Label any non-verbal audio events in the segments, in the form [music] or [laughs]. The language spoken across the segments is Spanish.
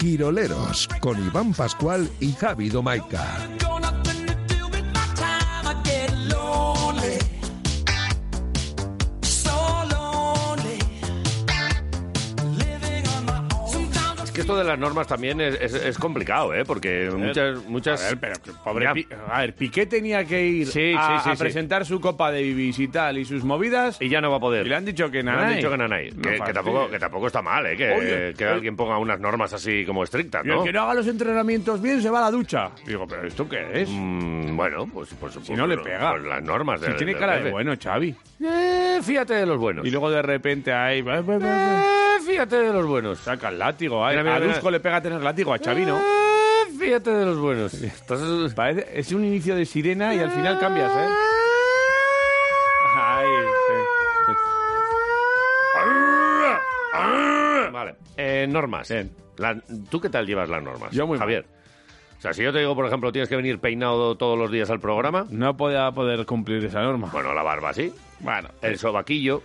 Viroleros con Iván Pascual y Javi Domaica. Es que esto de las normas también es, es- es complicado, ¿eh? Porque muchas... muchas... A ver, pero que pobre Ya. Pi- a ver, Piqué tenía que ir Sí, a, sí, sí, a sí. presentar su copa de Bibis y tal y sus movidas Y ya no va a poder. y le han dicho que Me nada. han dicho que nanay. No que, que fastidies. tampoco, que tampoco está mal, ¿eh? Que, Oye, que eh. alguien ponga unas normas así como estrictas, Y el ¿no? que no haga los entrenamientos bien se va a la ducha. Digo, pero ¿esto qué es? Mm, bueno, pues por supuesto. no le por- pega. por las normas. Si del- tiene del cara de jefe. bueno, Xavi. Eh, fíjate de los buenos. Y luego de repente ahí va, va, va, va. Eh, fíjate de los buenos. saca el látigo. ahí. Mira, mira, a mira. Dusko le pega tener látigo, a Xavi no. Eh, fíjate de los buenos. Estás- Parece- es un inicio de sirena y al final cambias, ¿eh? [laughs] Ay, sí. [laughs] Vale. Eh, normas. Bien. La- ¿Tú qué tal llevas las normas? Yo muy mal. Javier. O sea, si yo te digo, por ejemplo, tienes que venir peinado todos los días al programa, No podía poder cumplir esa norma. bueno, la barba sí, Bueno, eh, el sobaquillo.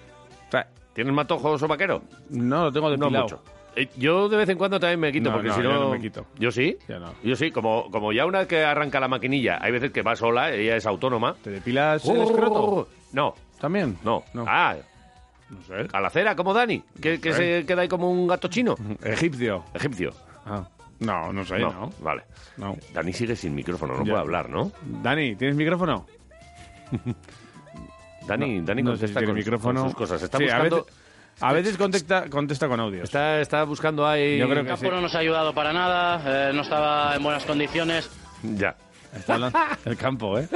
o sea, ¿Tienes matojo sobaquero? no lo tengo No depilado. mucho. Eh, Yo de vez en cuando también me quito, No, porque no, si no... yo no me quito. ¿Yo sí? Yo no. Yo sí, como, como ya una vez que arranca la maquinilla, hay veces que va sola, ella es autónoma. ¿Te depilas el Oh, escroto? No, ¿También? no. no. Ah, No sé. a la cera, como Dani, que, que se queda ahí como un gato chino. Egipcio. Egipcio. Ah. No, no sé, no, no. vale. No. Dani sigue sin micrófono, no Ya. puede hablar, ¿no? Dani, ¿tienes micrófono? Dani, Dani no sé si contesta tiene con, micrófono. con sus cosas. Está Sí, buscando, A veces, a veces contesta, contesta con audio. está, está buscando ahí... Yo creo que El sí. campo no nos ha ayudado para nada, eh, no estaba en buenas condiciones. Ya. Está hablando- el campo, [laughs] ¿eh?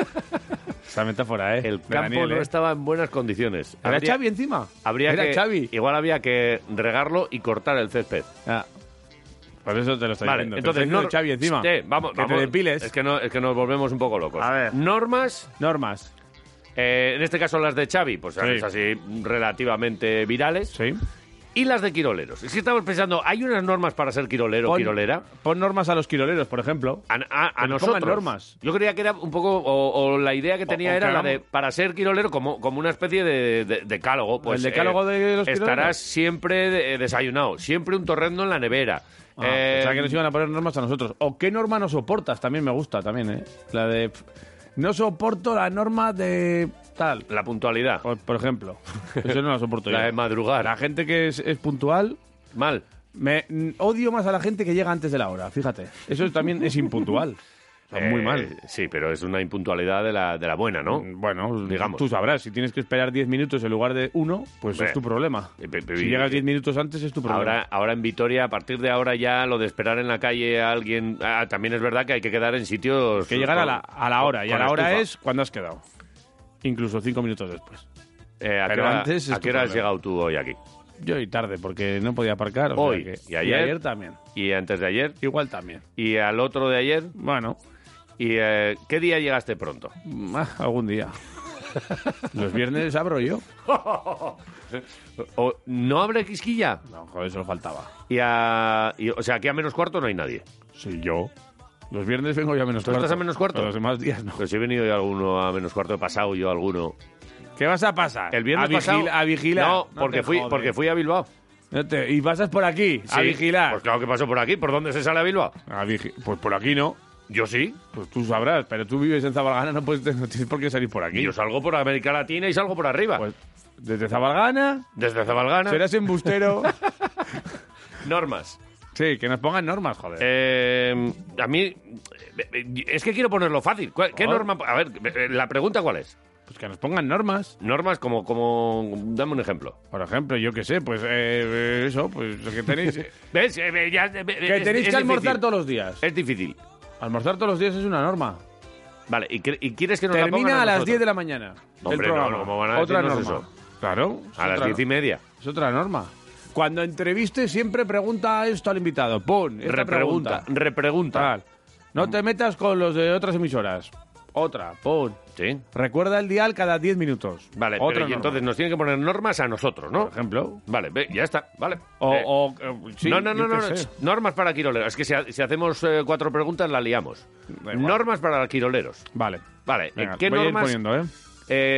Esa metáfora, ¿eh? El De campo Daniel, no ¿eh? estaba en buenas condiciones. ¿Era Habría- Xavi encima? Habría ¿Era que, Xavi? Igual había que regarlo y cortar el césped. Ah. Por eso te lo estoy vale, diciendo. entonces no... nor- Xavi encima. Sí, vamos, que vamos. te depiles. Es que, no, es que nos volvemos un poco locos. A ver. Normas, Normas. eh, en este caso las de Xavi, pues Sí. es así relativamente virales. Sí. Y las de quiroleros. Es que estamos pensando, ¿hay unas normas para ser quirolero o Pon- quirolera? Pon normas a los quiroleros, por ejemplo. A, a- a Que nos nosotros. pongan normas. Yo creía que era un poco, o, o la idea que tenía o era que la de, hagamos- para ser quirolero, como, como una especie de, de- decálogo. Pues, ¿El decálogo de los Estarás quiroleros? siempre de- desayunado, siempre un torrendo en la nevera. Ah, Eh, pensaba que nos iban a poner normas a nosotros. ¿O qué norma no soportas? También me gusta, también, ¿eh? La de... pf, No soporto la norma de tal, La puntualidad, por, por [laughs] ejemplo. Eso no la soporto yo. la de madrugar. La gente que es, es puntual... Mal. Me mm, odio más a la gente que llega antes de la hora, fíjate. Eso también es [laughs] impuntual. O sea, muy Eh, mal. Mm, Sí, pero es una impuntualidad de la, de la buena, ¿no? Bueno, Digamos. tú sabrás, si tienes que esperar 10 minutos en lugar de uno, pues Hombre. es tu problema. Eh, pe- pe- Si llegas 10 minutos antes es tu problema. Ahora, ahora en Vitoria, a partir de ahora ya lo de esperar en la calle a alguien... ah, también es verdad que hay que quedar en sitios... Que llegar a la, a la con- hora. Y a con la hora estufa. es cuando has quedado. Incluso cinco minutos después. Eh, ¿A qué Pero hora, antes es a tu qué hora has problema. llegado tú hoy aquí? Yo y tarde, porque no podía aparcar. o sea Hoy, que- y ayer. también. Y antes de ayer, Igual también. y al otro de ayer, Bueno, y eh, ¿qué día llegaste pronto? mm, ah, [laughs] algún día. Los viernes abro yo. ¿O no abre quisquilla? No, joder, solo faltaba. Y a, y- o sea, aquí a menos cuarto no hay nadie. Sí, yo. Los viernes vengo yo a menos ¿Tú cuarto. estás a menos cuarto? Pero Los demás días no. Pero si he venido yo alguno a menos cuarto, he pasado yo alguno. ¿Qué vas a pasar? El viernes a vigil- pasado- A vigilar. No, porque, te fui, jodes. porque fui a Bilbao. No te- Y pasas por aquí, a Sí. vigilar. Pues claro que paso por aquí. ¿Por dónde se sale a Bilbao? A vigi- Pues por aquí no. Yo sí. Pues tú sabrás, pero tú vives en Zabalgana, no, puedes, no tienes por qué salir por aquí. Yo salgo por América Latina y salgo por arriba. Pues desde Zabalgana, Desde Zabalgana. serás [laughs] embustero. Normas. sí, que nos pongan normas, joder. Eh, a mí... eh, eh, Es que quiero ponerlo fácil. ¿Cuál- ¿Qué Joder. norma...? A ver, eh, la pregunta cuál es. Pues que nos pongan normas. Normas como... como dame un ejemplo. Por ejemplo, yo qué sé, pues eh, eh, eso, pues lo que tenéis. que ¿Ves? Eh, eh, ya, eh, es- tenéis es que almorzar difícil. todos los días. Es difícil. Almorzar todos los días es una norma. Vale, ¿y, cre- y quieres que nos la pongan Termina a las 10 de nosotros? la mañana. el Hombre, no, programa. no, ¿cómo van a otra norma. decirnos Claro. es A las otra 10 y media. Es otra norma. Cuando entreviste siempre pregunta esto al invitado. Pon esta Repregunta, pregunta. repregunta. Tal. No te metas con los de otras emisoras. Otra, pon. Sí. Recuerda el dial cada 10 minutos. Vale, Otra pero y norma. entonces nos tienen que poner normas a nosotros, ¿no? Por ejemplo. Vale, ve, ya está, vale. O, Eh, o- eh, sí, no, no, yo no, no, qué no, sé. ch, normas para quiroleros. Es que si, ha- si hacemos eh, cuatro preguntas la liamos. Da igual. Normas para quiroleros. Vale. Vale, ¿en Venga, qué voy a ir normas poniendo, ¿eh?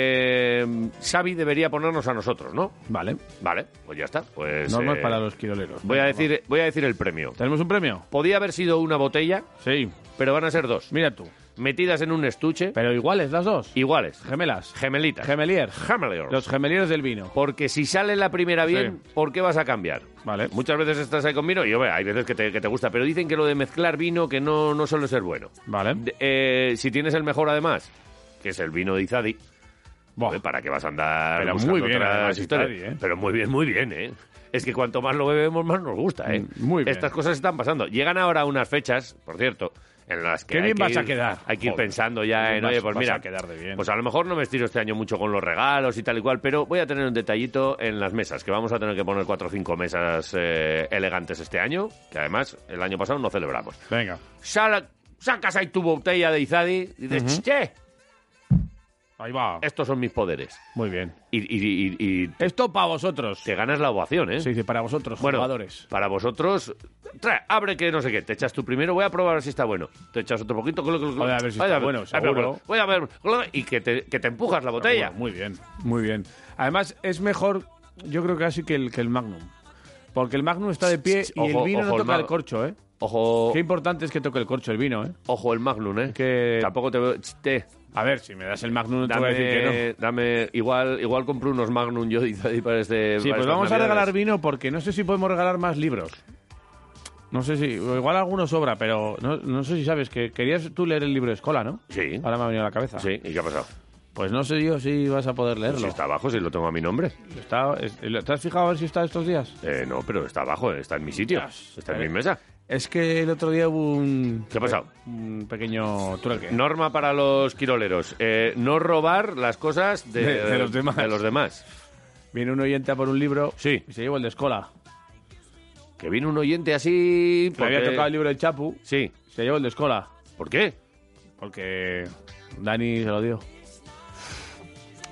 eh, Xavi debería ponernos a nosotros, ¿no? Vale. Vale, pues ya está. Pues, Normas eh, para los quiroleros. Voy Venga, a, va. decir, voy a decir el premio. ¿Tenemos un premio? Podía haber sido una botella, Sí. pero van a ser dos. Mira tú. Metidas en un estuche, Pero iguales las dos. iguales. Gemelas. Gemelitas. Gemeliers. Gemeliers. Los gemeliers del vino. Porque si sale la primera bien, Sí. ¿por qué vas a cambiar? Vale. Muchas veces estás ahí con vino y hombre, hay veces que te, que te gusta, pero dicen que lo de mezclar vino que no, no suele ser bueno. Vale. De- eh, si tienes el mejor además, que es el vino de Izadi, Buah. joder, ¿para qué vas a andar Pero buscando muy bien, otras además, historias? Izadi, ¿eh? Pero muy bien, muy bien, ¿eh? Es que cuanto más lo bebemos, más nos gusta, ¿eh? Mm, muy bien. Estas cosas están pasando. Llegan ahora unas fechas, por cierto, en las que Qué hay bien que vas ir- a quedar. Hay que ir Joder. pensando Qué ya bien en, vas- oye, pues vas mira, a quedar de bien. pues a lo mejor no me estiro este año mucho con los regalos y tal y cual, pero voy a tener un detallito en las mesas, que vamos a tener que poner cuatro o cinco mesas eh, elegantes este año, que además el año pasado no celebramos. Venga. Sal- sacas ahí tu botella de Izadi y dices, che, Ahí va. estos son mis poderes. Muy bien. Y, y- y- y Esto para vosotros. te ganas la ovación, ¿eh? Se dice para vosotros, Bueno, jugadores. para vosotros, trae, abre que no sé qué, te echas tú primero, voy a probar a ver si está bueno. Te echas otro poquito, colo, colo, colo. Voy a ver si Voy está a ver, bueno, voy a ver, seguro. Voy a ver, colo, y que te, que te empujas la botella. Muy bien, muy bien. Además, es mejor, yo creo que casi que el, que el Magnum. Porque el Magnum está de pie y Ojo, el vino ojo, no el toca el, Mag- corcho, ¿eh? Ojo, Qué importante es que toque el corcho el vino, ¿eh? ojo el Magnum, ¿eh? Que- Tampoco te veo... ch, te- A ver, si me das el Magnum no te voy a Dame, decir que no. dame, igual, igual compré unos Magnum yo y y para este. Sí, para pues estas vamos a regalar navidades. vino porque no sé si podemos regalar más libros. No sé si, igual alguno sobra, pero no, no sé si sabes que querías tú leer el libro de Escola, ¿no? Sí. Ahora me ha venido a la cabeza. Sí, ¿y qué ha pasado? Pues no sé yo si vas a poder Si leerlo. está abajo, si lo tengo a mi nombre. Está- es- ¿Te has fijado a ver si está estos días? Eh, no, pero está abajo, está en mi sitio. Dios. Está en mi mesa. Es que el otro día hubo un... ¿Qué ha pasado? Un pequeño trueque. Norma para los quiroleros. eh, no robar las cosas de, De- de los demás. de los demás. Viene un oyente a por un libro Sí. y se lleva el de Escola. Que vino un oyente así. Le había porque- tocado el libro de Chapu, Sí. se llevó el de Escola. ¿Por qué? Porque Eh, Dani se lo dio.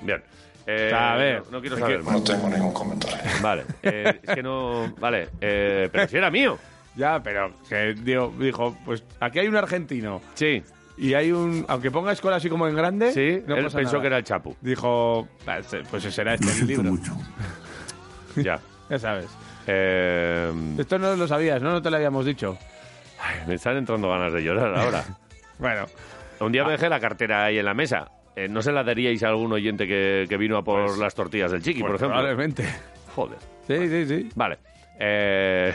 Bien. Eh, A ver, no, no quiero es saber que- más. No tengo ningún comentario. Vale. eh, es que no. Vale. eh, pero si era mío. Ya, pero que dio- dijo, pues aquí hay un argentino Sí. y hay un... Aunque ponga Escola así como en grande, Sí. no él pasa pensó nada. que era el Chapu. Dijo, "Ah, este- pues será este el libro. [laughs] Ya. Ya sabes. Eh, Esto no lo sabías, ¿no? No te lo habíamos dicho. me están entrando ganas de llorar ahora. [laughs] Bueno, Ah. Un día me dejé la cartera ahí en la mesa. Eh, ¿No se la daríais a algún oyente que, que vino a por Pues- las tortillas del chiqui, por pues ejemplo? probablemente. Joder. Sí, sí, sí. Vale. Eh,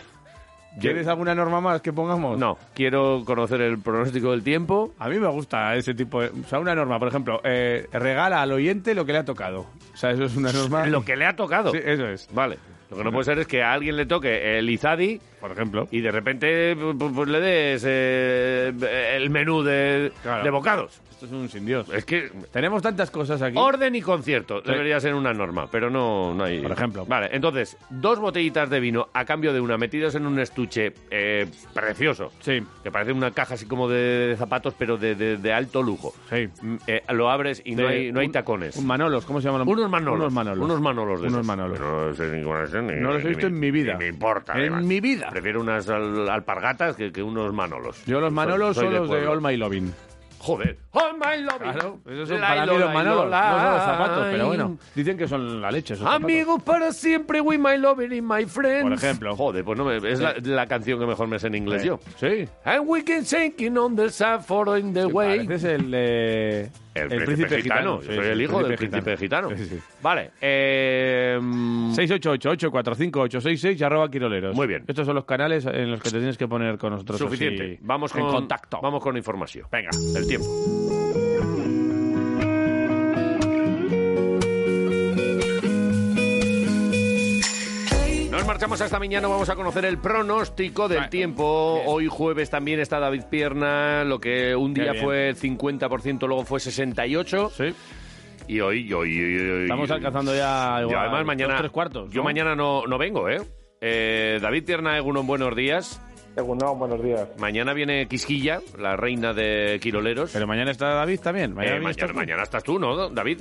¿Quieres alguna norma más que pongamos? No, quiero conocer el pronóstico del tiempo. A mí me gusta ese tipo de... O sea, una norma, por ejemplo, eh, regala al oyente lo que le ha tocado. O sea, eso es una norma... Lo que le ha tocado. Sí, eso es. Vale. Lo que no puede ser es que a alguien le toque el Izadi Por ejemplo. y de repente pu- pu- pues le des eh, el menú de, Claro. de bocados. Esto es un sin Dios. Es que Tenemos tantas cosas aquí. Mm, Orden y concierto. Debería ser una norma, pero no, no hay. Por ejemplo. Vale, entonces, dos botellitas de vino a cambio de una metidas en un estuche eh, precioso. Sí. Que parece una caja así como de, de zapatos, pero de, de- de alto lujo. Sí. Mm, eh, lo abres y no De hay, no hay un- tacones. un Manolos, ¿cómo se llaman? los- unos manolos. Unos manolos. Unos manolos de Unos esos. manolos. Pero no sé ni cuáles son, ni- No los he ni visto me- en mi vida. ni me importa. En además. mi vida. Prefiero unas al- alpargatas que, que unos manolos. Yo los Soy- manolos soy son los de pueblo. All My Loving. Joder. ¡Oh, my love! Claro, esos son para mí los manolos, no Ah. son los zapatos, pero bueno. Dicen que son la leche esos zapatos. Amigos para siempre, we my lover and my friends. Por ejemplo. Joder, pues no me, es la, la canción que mejor me sé en inglés yo. Ah, Sí. And we can shaking on the side for in the way. Pareces el, eh, de- El, príncipe, gitano. Yo Sí, soy sí, el hijo del príncipe gitano. Sí, sí. Vale. Eh, mm, 688-845-866 y arroba quiroleros. Muy bien. Estos son los canales en los que te tienes que poner con nosotros. suficiente. así vamos con en contacto. Vamos con información. Venga, el tiempo. Nos marchamos hasta mañana, vamos a conocer el pronóstico del Vale, Ah, tiempo. bien. Hoy jueves también está David Pierna, lo que un Qué día bien. fue 50%, luego fue 68%. Sí. Y hoy, hoy, hoy, hoy, hoy- Estamos alcanzando ya Yo igual, además mañana... dos, tres cuartos. ¿no? Yo mañana no, no vengo, ¿eh? Eh, David Pierna, Egunon, buenos días. Egunon, buenos días. Mañana viene Quisquilla, la reina de Quiroleros. Pero mañana está David también. Eh, Mañana, mañana, estás tú. mañana estás tú, ¿no, David?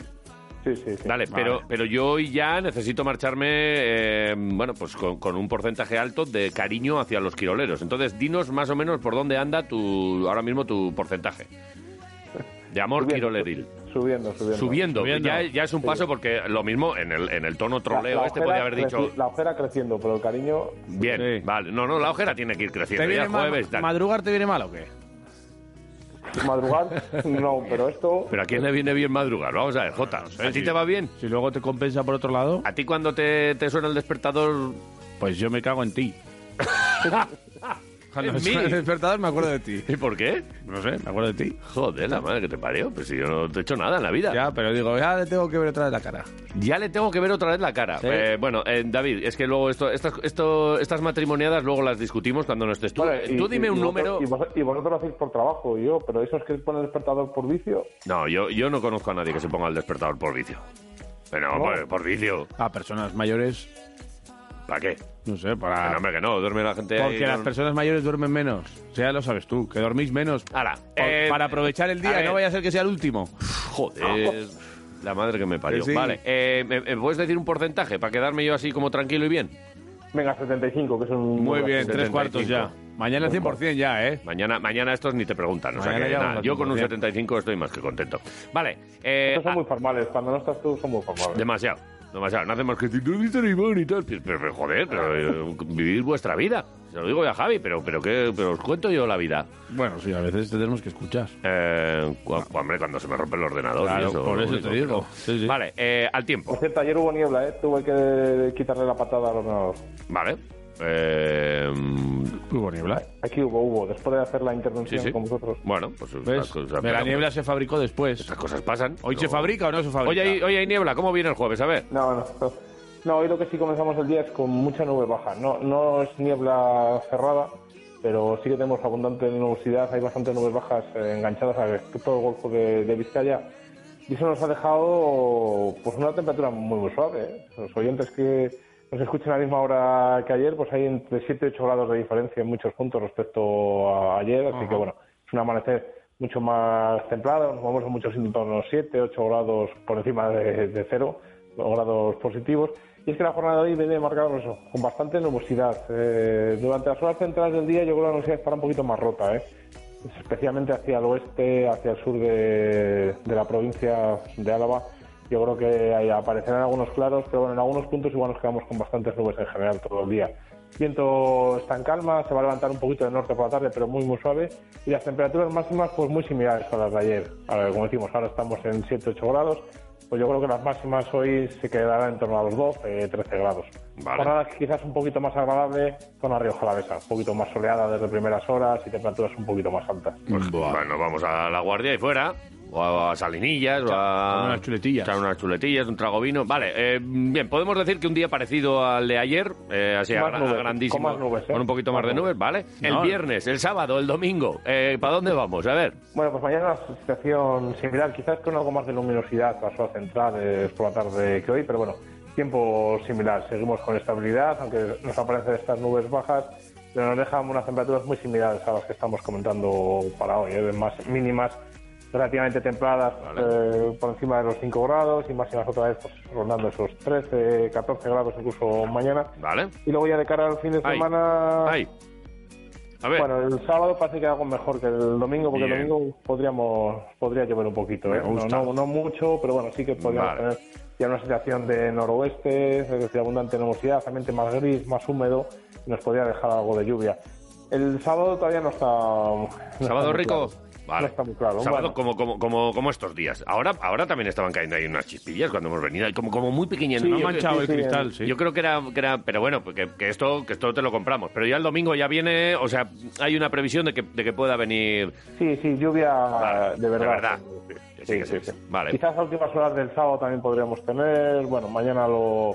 Sí, sí, sí. Vale. Dale, pero, pero yo hoy ya necesito marcharme, eh, bueno, pues con, con un porcentaje alto de cariño hacia los quiroleros. Entonces, dinos más o menos por dónde anda tu ahora mismo tu porcentaje de amor Bien. quiroleril. Subiendo, subiendo. Subiendo, Subiendo. Ya, ya es un paso porque lo mismo en el, en el tono La- la troleo este ojera podría haber dicho, creci- La ojera creciendo, pero el cariño... bien, Sí. vale, no, no, la ojera tiene que ir creciendo, ya mal- jueves, tal. ¿Madrugar te viene mal o qué? [laughs] Madrugar, no, pero esto... Pero ¿a quién le viene bien madrugar? Vamos a ver, Jota, ¿a ti te va bien? Si luego te compensa por otro lado, ¿A ti cuando te, te suena el despertador pues yo me cago en [laughs] ti. Cuando En me suena mí. el despertador me acuerdo de ti. ¿Y por qué? No sé, me acuerdo de ti. Joder, la madre que te parió. Pues si yo no te he hecho nada en la vida. Ya, Ya, pero digo, "Ah, ya le tengo que ver otra vez la cara. le tengo que ver otra vez la cara. Sí. Eh, bueno, eh, David, es que luego esto, estas, esto, estas matrimoniadas luego las discutimos cuando no estés tú. Vale, y- tú dime y- un y número. vosotros- y, vosotros, lo hacéis por trabajo, y yo, pero esos que ponen el despertador por vicio... No, yo, yo no conozco a nadie que se ponga el despertador por vicio. Pero Oh. No. por, por vicio, A personas mayores, ¿para qué? no sé, para... No, hombre, que no, duerme la gente ahí, Porque las no- personas mayores duermen menos. O sea, ya lo sabes tú, que dormís menos. Ala, Por- eh, para aprovechar el a día, ver. no vaya a ser que sea el último. Ah, Joder. La madre que me parió. Oh. Que sí. Vale, eh, ¿me- me puedes decir un porcentaje para quedarme yo así como tranquilo y bien? Venga, 75, que es un... Muy bien, 75. tres cuartos ya. Mañana 100% ya, ¿eh? Mañana, mañana estos ni te preguntan. O sea Mañana que ya nada, vamos a yo con un 100%. 75 estoy más que contento. Vale, eh, Estos son ah, muy formales, cuando no estás tú son muy formales. demasiado. Demasiado. No hacemos que decir, no he visto ni Iván y tal. Pero, pero, joder, pero eh, vivir vuestra vida. Se lo digo yo a Javi, pero, pero, ¿qué? pero os cuento yo la vida. Bueno, sí, a veces te tenemos que escuchar. Eh, cu- hombre, cuando se me rompe el ordenador. y Claro, eso, por lo eso te único. digo. Sí, sí. Vale, eh, al tiempo. Por cierto, ayer hubo niebla, ¿eh? Tuve que quitarle la patada al ordenador. Vale. Eh, Hubo niebla. Aquí hubo, hubo, después de hacer la sí, intervención sí. con vosotros. Bueno, pues estas ¿Ves? cosas, Pero la pero- niebla se fabricó después. estas cosas pasan. ¿Hoy se No. fabrica o no se fabrica? Hoy hay, hoy hay niebla. ¿Cómo viene el jueves? A ver. No, no, no. No, hoy lo que sí comenzamos el día es con mucha nube baja. No, no es niebla cerrada, pero sí que tenemos abundante nubosidad, hay bastantes nubes bajas eh, enganchadas a todo el golfo de, de Vizcaya. Y eso nos ha dejado pues una temperatura muy, muy suave. ¿eh? Los oyentes que nos escuchan a la misma hora que ayer, pues hay entre 7 y 8 grados de diferencia en muchos puntos respecto a ayer, así que bueno, es un amanecer mucho más templado, nos vamos a muchos entornos 7, 8 grados por encima de, de cero, los grados positivos. Y es que la jornada de hoy viene marcada por eso, con bastante nubosidad. Eh, durante las horas centrales del día yo creo que la nubosidad estará un poquito más rota, ¿eh? especialmente hacia el oeste, hacia el sur de, de la provincia de Álava. Yo creo que ahí aparecerán algunos claros, pero bueno, en algunos puntos igual nos quedamos con bastantes nubes en general todo el día. Viento está en calma, se va a levantar un poquito de norte por la tarde, pero muy muy suave. Y las temperaturas máximas pues muy similares a las de ayer. Ahora, como decimos, ahora estamos en 7-8 grados. Pues yo creo que las máximas hoy se quedarán en torno a los 12-13 grados. Vale. Jornada quizás un poquito más agradable, zona Río Jalavesa, un poquito más soleada desde primeras horas y temperaturas un poquito más altas. Pues, bueno, vamos a la guardia y fuera. O a a Salinillas, o a. echar unas chuletillas. echar unas chuletillas, un trago vino. Vale, eh, bien, podemos decir que un día parecido al de ayer, eh, así a, Más gra- a nubes, grandísimo. con más nubes, ¿eh? un poquito más de nubes, ¿vale? El No. viernes, el sábado, el domingo. Eh, ¿Para dónde vamos? A ver. Bueno, pues mañana una situación similar, quizás con algo más de luminosidad a su hora central eh, por la tarde que hoy, pero bueno, tiempo similar. Seguimos con estabilidad, aunque nos aparecen estas nubes bajas, pero nos dejan unas temperaturas muy similares a las que estamos comentando para hoy, eh, de más mínimas relativamente templadas eh, por encima de los 5 grados y máximas otra vez pues, rondando esos 13, 14 grados incluso mañana. ¿Vale? Y luego ya de cara al fin de Ay. semana... Ahí. A ver. Bueno, el sábado parece que algo mejor que el domingo, porque Bien. el domingo podríamos, podría llover un poquito, Me ¿eh? No- gusta. No, no, mucho, pero bueno, sí que podríamos Vale. tener ya una situación de noroeste, es decir, abundante nubosidad, ambiente más gris, más húmedo, y nos podría dejar algo de lluvia. El sábado todavía no está... no está ¿Sábado muy rico? claro. Vale. No está muy claro. Sábado Bueno, como, como, como, como estos días. Ahora, ahora también estaban cayendo ahí unas chispillas cuando hemos venido, y como, como muy pequeñas. Sí, ¿no? Ha yo- manchado sí, el sí, cristal, el- sí. Yo creo que era, que era pero bueno, pues que, que esto que esto te lo compramos. Pero ya el domingo ya viene, o sea, hay una previsión de que, de que pueda venir. Sí, sí, lluvia Vale, de verdad. de verdad. Sí, sí, sí, sí. Vale. Quizás a últimas horas del sábado también podríamos tener. Bueno, mañana lo,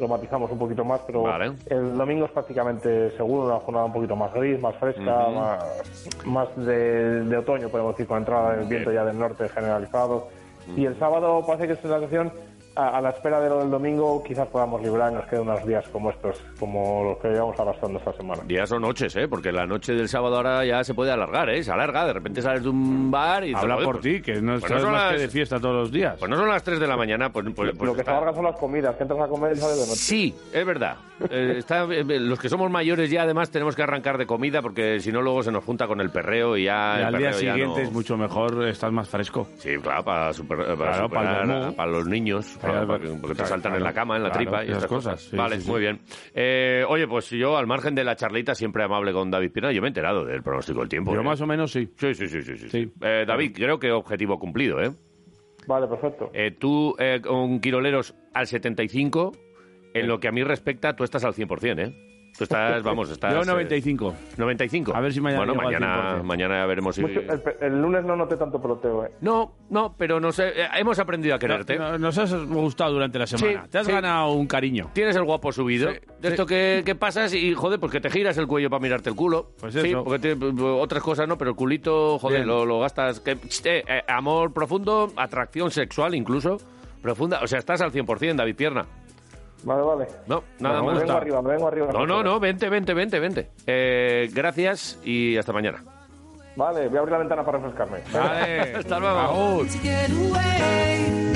lo matizamos un poquito más, pero Vale. el domingo es prácticamente seguro, una jornada un poquito más gris, más fresca, más, más de, de otoño, podemos decir, con entrada del viento ya del norte generalizado. Y el sábado parece que es una situación a, a la espera de lo del domingo quizás podamos librar y nos queden unos días como estos, como los que llevamos arrastrando esta semana. Días o noches, ¿eh? Porque la noche del sábado ahora ya se puede alargar, ¿eh? Se alarga, de repente sales de un bar y... dices, Habla "Joder, por pues- ti, que no pues estás son más que las- de fiesta todos los días. Pues no son las 3 de la mañana, pues... pues- pues lo que se está- alargan son las comidas, que entras a comer y sales de noche. Sí, es verdad. Eh, está- eh, los que somos mayores ya además tenemos que arrancar de comida porque si no luego se nos junta con el perreo y ya... Y el al día perreo ya siguiente no- es mucho mejor, estás más fresco. Sí, claro, para, super- eh, para Claro, para el superar vermú. a- para los niños, claro, Claro, para que- porque te claro, saltan claro, en la cama, en la claro, tripa y esas esas cosas. cosas, sí, vale, sí, sí. muy bien. Eh, oye, pues yo, al margen de la charlita siempre amable con David Pina, yo me he enterado del pronóstico del tiempo. Yo ¿eh? más o menos sí. Sí, sí, sí, sí. sí. Sí. Eh, David, creo que objetivo cumplido, ¿eh? Vale, perfecto. Eh, tú, eh, con Quiroleros al 75, en lo que a mí respecta, tú estás al 100%, ¿eh? Tú estás, [laughs] vamos, estás... Yo eh, 95. 95. A ver si mañana Bueno, llego al mañana, 100%. mañana veremos si... Mucho- el, el lunes no noté tanto proteo, eh. No, no, pero no sé, eh, hemos aprendido a quererte. No- no- Nos has gustado durante la semana. Te has sí. ganado un cariño. Tienes el guapo subido. Sí, de esto que, que pasas y, joder, pues que te giras el cuello para mirarte el culo. Pues Sí, eso. porque te- p- p- otras cosas no, pero el culito, joder, Bien. lo, lo gastas. que- eh, eh, amor profundo, atracción sexual incluso, profunda. O sea, estás al 100%, David Pierna. Vale, vale. No, nada Me más. vengo arriba, me vengo arriba. No, no, no, vente, vente, vente, vente. Eh, gracias y hasta mañana. Vale, voy a abrir la ventana para refrescarme. Vale. [laughs] Hasta luego. Agur. to get away.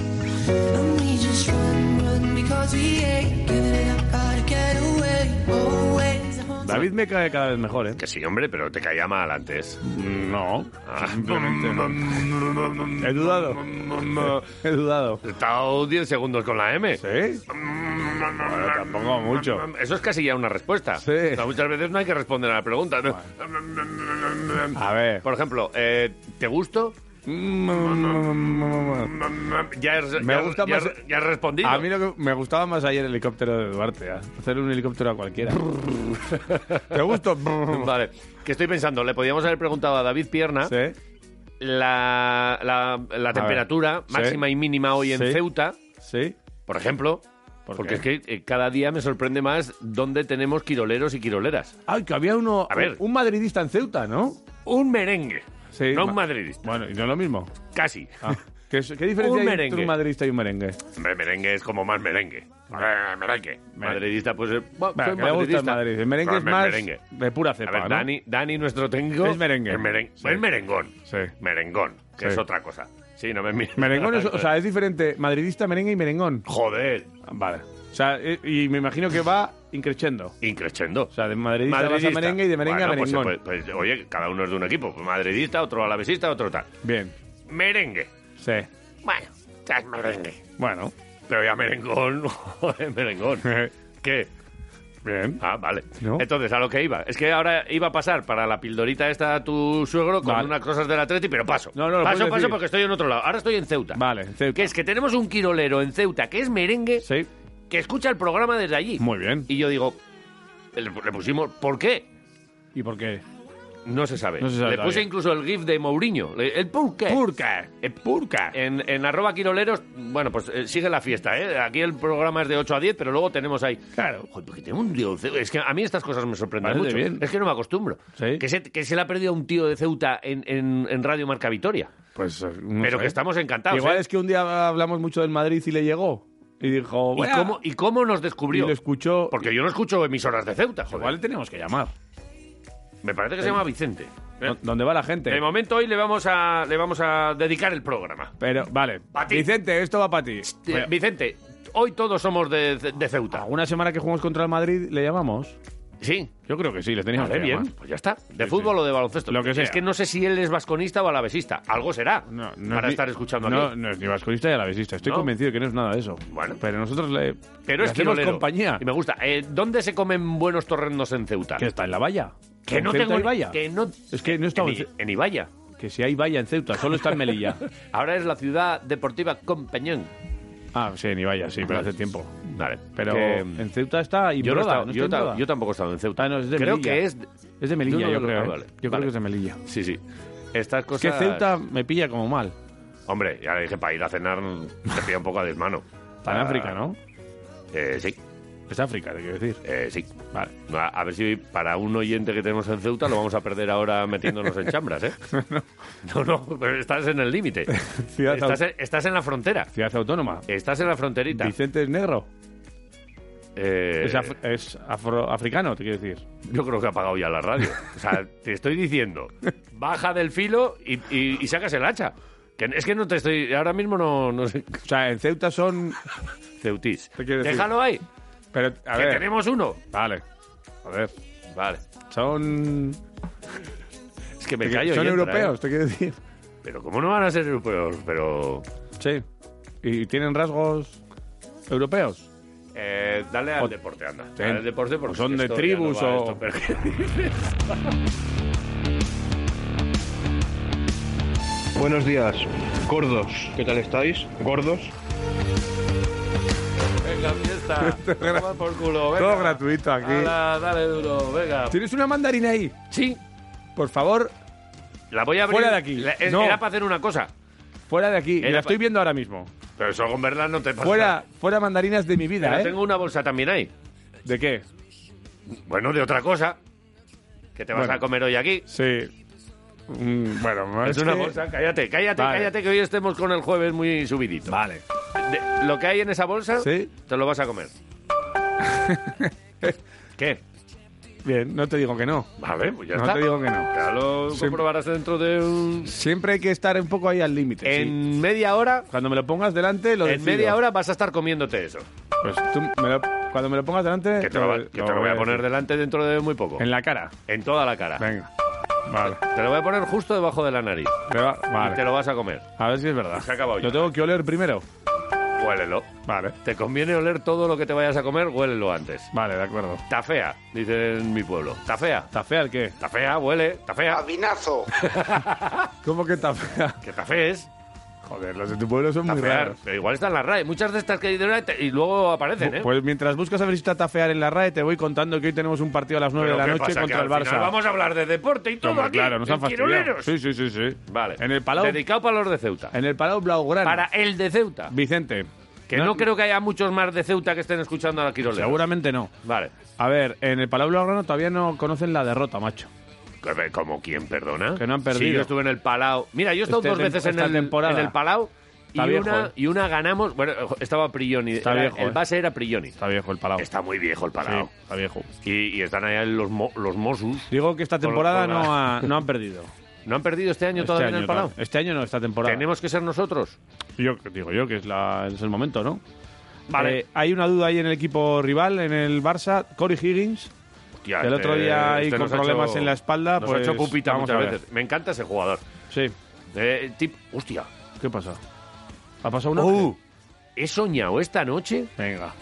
And we just run, run because we ain't giving it up. Gotta get away, always. I want David me cae cada vez mejor, ¿eh? Que sí, hombre, pero te caía mal antes. Ah. No. Simplemente no. He dudado. He dudado. He estado 10 segundos con la M. ¿Sí? Bueno, tampoco mucho. Eso es casi ya una respuesta. Sí. O sea, muchas veces no hay que responder a la pregunta. ¿no? A ver. Por ejemplo, eh, ¿te gusto? Mm, A Ya has, Me ya- gusta ya- más- ya has respondido. mí lo que me gustaba más ayer el helicóptero de Duarte. ¿eh? Hacer un helicóptero a cualquiera. [laughs] ¿Te gustó? Vale, que estoy pensando, le podíamos haber preguntado a David Pierna ¿Sí? la, la- la temperatura Sí. máxima y mínima hoy en Sí. Ceuta, ¿Sí? por ejemplo, ¿Por porque es qué? que eh, cada día me sorprende más dónde tenemos quiroleros y quiroleras. Ay, que había uno. A ver. Un madridista en Ceuta, ¿no? Un merengue, Sí, no ma- un madridista, Bueno, y no es lo mismo. casi. Ah, ¿Qué, es- qué diferencia Un hay merengue. entre un madridista y un merengue? Hombre, merengue es como más merengue. Eh, Merengue. Madridista, pues. eh, bueno, Bueno, soy que le gusta el madridista. Madrid. El merengue No, es me- más merengue. de pura A cepa, ver, ¿no? Dani, Dani, nuestro técnico. Es merengue. Es, meren- Sí. es merengón. Sí. Merengón, que Sí. es otra cosa. Sí, no me mires. Merengón es, o [laughs] sea, es diferente. Madridista, merengue y merengón. Joder. Vale. O sea, eh, y me imagino que va increchendo. Increchendo. pues O sea, de madridista, vas a merengue y de merengue a merengón. oye, cada uno es de un equipo. Madridista, otro alavesista, otro tal. Bien. Merengue. Sí. Bueno, ya es merengue. Bueno. Pero ya merengón, [laughs] joder, [laughs] merengón. ¿Qué? Bien. Ah, vale. ¿No? Entonces, a lo que iba. Es que ahora iba a pasar para la pildorita esta a tu suegro con Vale. unas cosas del Atleti, pero paso. No, no, lo paso, puedes paso, decir. porque estoy en otro lado. Ahora estoy en Ceuta. Vale, en Ceuta. Que es que tenemos un quirolero en Ceuta que es merengue, Sí. que escucha el programa desde allí. Muy bien. Y yo digo, le, le pusimos, ¿por qué? ¿Y por qué? No se sabe. No se sabe le puse todavía. incluso el gif de Mourinho. Le- El por qué. Purca. Eh, En, en arroba quiroleros, bueno, pues eh, sigue la fiesta, ¿eh? Aquí el programa es de 8 a 10, pero luego tenemos ahí... Claro. Joder, porque tengo un tío de Ceu- Es que a mí estas cosas me sorprenden Parece mucho. bien. Es que no me acostumbro. Sí. Que, se, que se le ha perdido a un tío de Ceuta en, en- en Radio Marca Vitoria. Pues. eh, no Pero sé. que estamos encantados. Igual ¿eh? es que un día hablamos mucho del Madrid y le llegó. Y dijo. ¿Y, "Voy a-". cómo, ¿Y cómo nos Y descubrió? lo escuchó. Porque yo no escucho emisoras de Ceuta, joder. Igual le tenemos que llamar. Me parece que se llama Vicente. ¿Dó- ¿Dónde va la gente? De momento hoy le vamos a, le vamos a dedicar el programa. Pero, vale. Pa' ti. Vicente, esto va para ti. Eh, Vicente, hoy todos somos de, de Ceuta. ¿Alguna semana que jugamos contra el Madrid le llamamos? Sí. Yo creo que sí, le teníamos Vale, que bien, llamar. pues ya está. ¿De fútbol o de baloncesto? Lo que Es sea. que no sé si él es vasconista o alavesista. Algo será No, no para es ni- estar escuchando no, aquí. No es ni vasconista ni alavesista. Estoy ¿No? convencido que no es nada de eso. Bueno. Pero nosotros le, Pero le es hacemos quirolero. compañía. Y me gusta. Eh, ¿Dónde se comen buenos torrendos en Ceuta? Que está en la valla. Que ¿En no Ceuta tengo hay ni- valla? Que no... Es que no en, estamos... I- en Ibaya. Que si hay valla en Ceuta, solo está en [laughs] Melilla. Ahora es la ciudad deportiva Compañón. ah, sí, en Ibaya, sí, pero hace tiempo. Vale. Pero que- mm, en Ceuta está y yo, no he Broda, estado- ¿no está yo, en ta- Broda? yo tampoco he estado en Ceuta. Ah, no, es de creo Melilla. que es... Es de Melilla, Yo yo, no lo creo. creo, ¿eh? vale. Yo creo Vale. que es de Melilla. Sí, sí. Estas Es que cosas... Ceuta me pilla como mal. Hombre, ya le dije, para ir a cenar te pilla un poco a desmano. Ah, Está en África, ¿no? Eh, sí. Es África, te quiero decir. Eh, sí, vale. A, a ver si para un oyente que tenemos en Ceuta lo vamos a perder ahora metiéndonos en chambras, [laughs] ¿eh? No, no, pero estás en el límite. Ciudad, au- Estás, en- estás en la frontera. ciudad autónoma. Estás en la fronterita. Vicente es negro. Eh, Es, af- es afroafricano, te quiero decir. Yo creo que ha apagado ya la radio. O sea, te estoy diciendo, baja del filo y, y- y sacas el hacha. Que es que no te estoy. Ahora mismo no, no sé. O sea, en Ceuta son. Ceutis. ¿Qué quieres decir? Déjalo ahí. Pero, a que ver. tenemos uno. Vale. A ver. Vale. Son. Es que me callo. son y entra, europeos, ¿eh? te quiero decir. Pero ¿cómo no van a ser europeos? Pero. Sí. ¿Y tienen rasgos europeos? Eh, dale al O- deporte, anda. Sí. Dale al deporte porque O son es que de esto ya tribus no va, o- esto, pero que- Buenos días, gordos. ¿Qué tal estáis? ¿Gordos? [laughs] Venga, fiesta. Toma por culo. Venga. Todo gratuito aquí. Hala, dale duro. Venga. ¿Tienes una mandarina ahí? Sí. Por favor, La voy a abrir. Fuera de aquí. La- es- No. Era para hacer una cosa. fuera de aquí. Y Era la pa- estoy viendo ahora mismo. Pero eso con verdad no te pasa. Fuera, fuera mandarinas de mi vida, Pero ¿eh? tengo una bolsa también ahí. ¿De qué? Bueno, de otra cosa. Que te vas Bueno. a comer hoy aquí. Sí. Mm, bueno, Es, es una que- bolsa. Cállate, cállate, Vale. cállate, que hoy estemos con el jueves muy subidito. Vale. De- lo que hay en esa bolsa, Sí. te lo vas [laughs] a comer. ¿Qué? Bien, no te digo que no. Vale, pues ya No está. te digo que no. Ya lo Sí. comprobarás dentro de un... Siempre hay que estar un poco ahí al límite. sí. En media hora, Cuando me lo pongas delante, lo en decido. media hora vas a estar comiéndote eso. Pues tú me lo- cuando me lo pongas delante. Que te lo, va- que te lo voy a poner decir. delante dentro de muy poco. En la cara. En toda la cara. Venga. Vale. Te lo voy a poner justo debajo de la nariz. Me va- Y te Vale. lo vas a comer. A ver si es verdad. Se ha acabado ya. ¿Lo tengo que oler primero? Huélelo. Vale. Te conviene oler todo lo que te vayas a comer, huélelo antes. Vale, de acuerdo. Está fea, dice en mi pueblo. Está fea. ¿Está fea el qué? Está fea, huele, está fea. ¿Cómo que está fea? Que está fea es. Joder, los de tu pueblo son Está muy fea. raros. Pero igual están las RAE. Muchas de estas que dicen "Ay, te-", y luego aparecen, ¿eh? Pues mientras buscas a ver si está tafear en la RAE, te voy contando que hoy tenemos un partido a las 9 Pero de la ¿qué noche pasa? contra Que el al Barça. final vamos a hablar de deporte y todo Hombre, aquí. claro, nos han en fastidiado. Quiroleros. Sí, sí, sí, sí. Vale. En el Palau, Dedicado para los de Ceuta. en el Palau Blaugrana. Para el de Ceuta. Vicente. Que no, creo que haya muchos más de Ceuta que estén escuchando a la Quiroleros. Seguramente no. Vale. A ver, en el Palau Blaugrana todavía no conocen la derrota, macho. ¿Como quién, perdona? Que no han Sí, perdido. yo estuve en el Palau. Mira, yo he estado Este dos tem- veces en esta el, temporada. en el Palau y Está viejo, una, eh. y una ganamos. Bueno, estaba Prioni. Está Era- viejo, el eh. base era Prioni. Está viejo el Palau. Está muy viejo el Palau. Sí, está viejo. Y, y están allá los, mo- los Mosus. Digo que esta Con- temporada con la- no, ha- no han perdido. ¿No han perdido este año todavía en el Palau? tal. Este año no, esta temporada. ¿Tenemos que ser nosotros? Yo digo yo que es, la- es el momento, ¿no? Vale. Eh, hay una duda ahí en el equipo rival, en el Barça. Cory Higgins. Hostia, eh, este- el otro día ahí con nos ha problemas en la espalda, Nos pues, ha hecho pupita vamos muchas a ver. veces. Me encanta ese jugador. Sí. Eh, tip, hostia, ¿Qué pasa? ¿Ha pasado una? ¡Uh! he soñado esta noche Venga.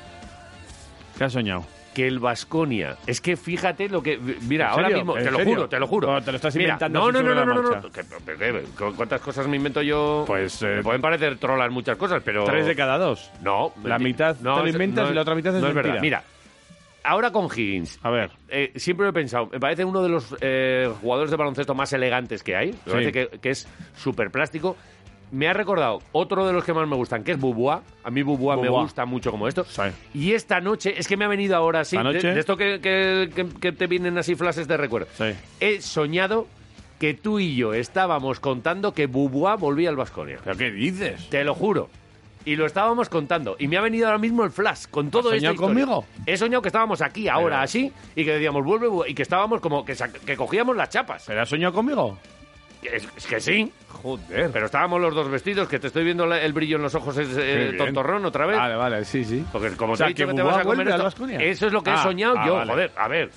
¿Qué has soñado? que el Vasconia. Es que fíjate lo que. Mira, ¿En ahora serio? mismo, ¿En te lo serio? juro, te lo juro. No, te lo estás Mira, inventando No, así no, sobre no, la no, no, no, marcha. Que- pero, pero, ¿cu- ¿Cuántas cosas me invento yo? Pues, eh, Me pueden parecer trolas muchas cosas, pero. Tres de cada dos. No, La menti- mitad te lo es- inventas y la es- otra mitad es no mentira. verdad. Mira, ahora con Higgins. A ver. eh, siempre lo he pensado, me parece uno de los eh, jugadores de baloncesto más elegantes que hay. Me parece que, que es súper plástico. Me ha recordado otro de los que más me gustan, que es Bubuá. A mí Bubuá, me Bubuá. gusta mucho como esto. Sí. Y esta noche, es que me ha venido ahora así, Esta de, noche. de esto que, que- que- que te vienen así flashes de recuerdo. Sí. He soñado que tú y yo estábamos contando que Bubuá volvía al Vasconia. ¿Pero qué dices? Te lo juro. Y lo estábamos contando. Y me ha venido ahora mismo el flash con todo ¿Has esto. soñado conmigo? He soñado que estábamos aquí ahora Pero- así y que decíamos vuelve vuelve", y que estábamos como que, sac- que cogíamos las chapas. ¿Pero has soñado conmigo? Es, es que sí. Joder. Pero estábamos los dos vestidos, que te estoy viendo la- el brillo en los ojos es eh, bien. tontorrón otra vez. Vale, vale, sí, sí. Porque como O sea, te he dicho que que, te Bubá vas a comer vuelve al esto, Baskonia. eso es lo que he Ah, soñado ah, yo. vale. Joder, a ver,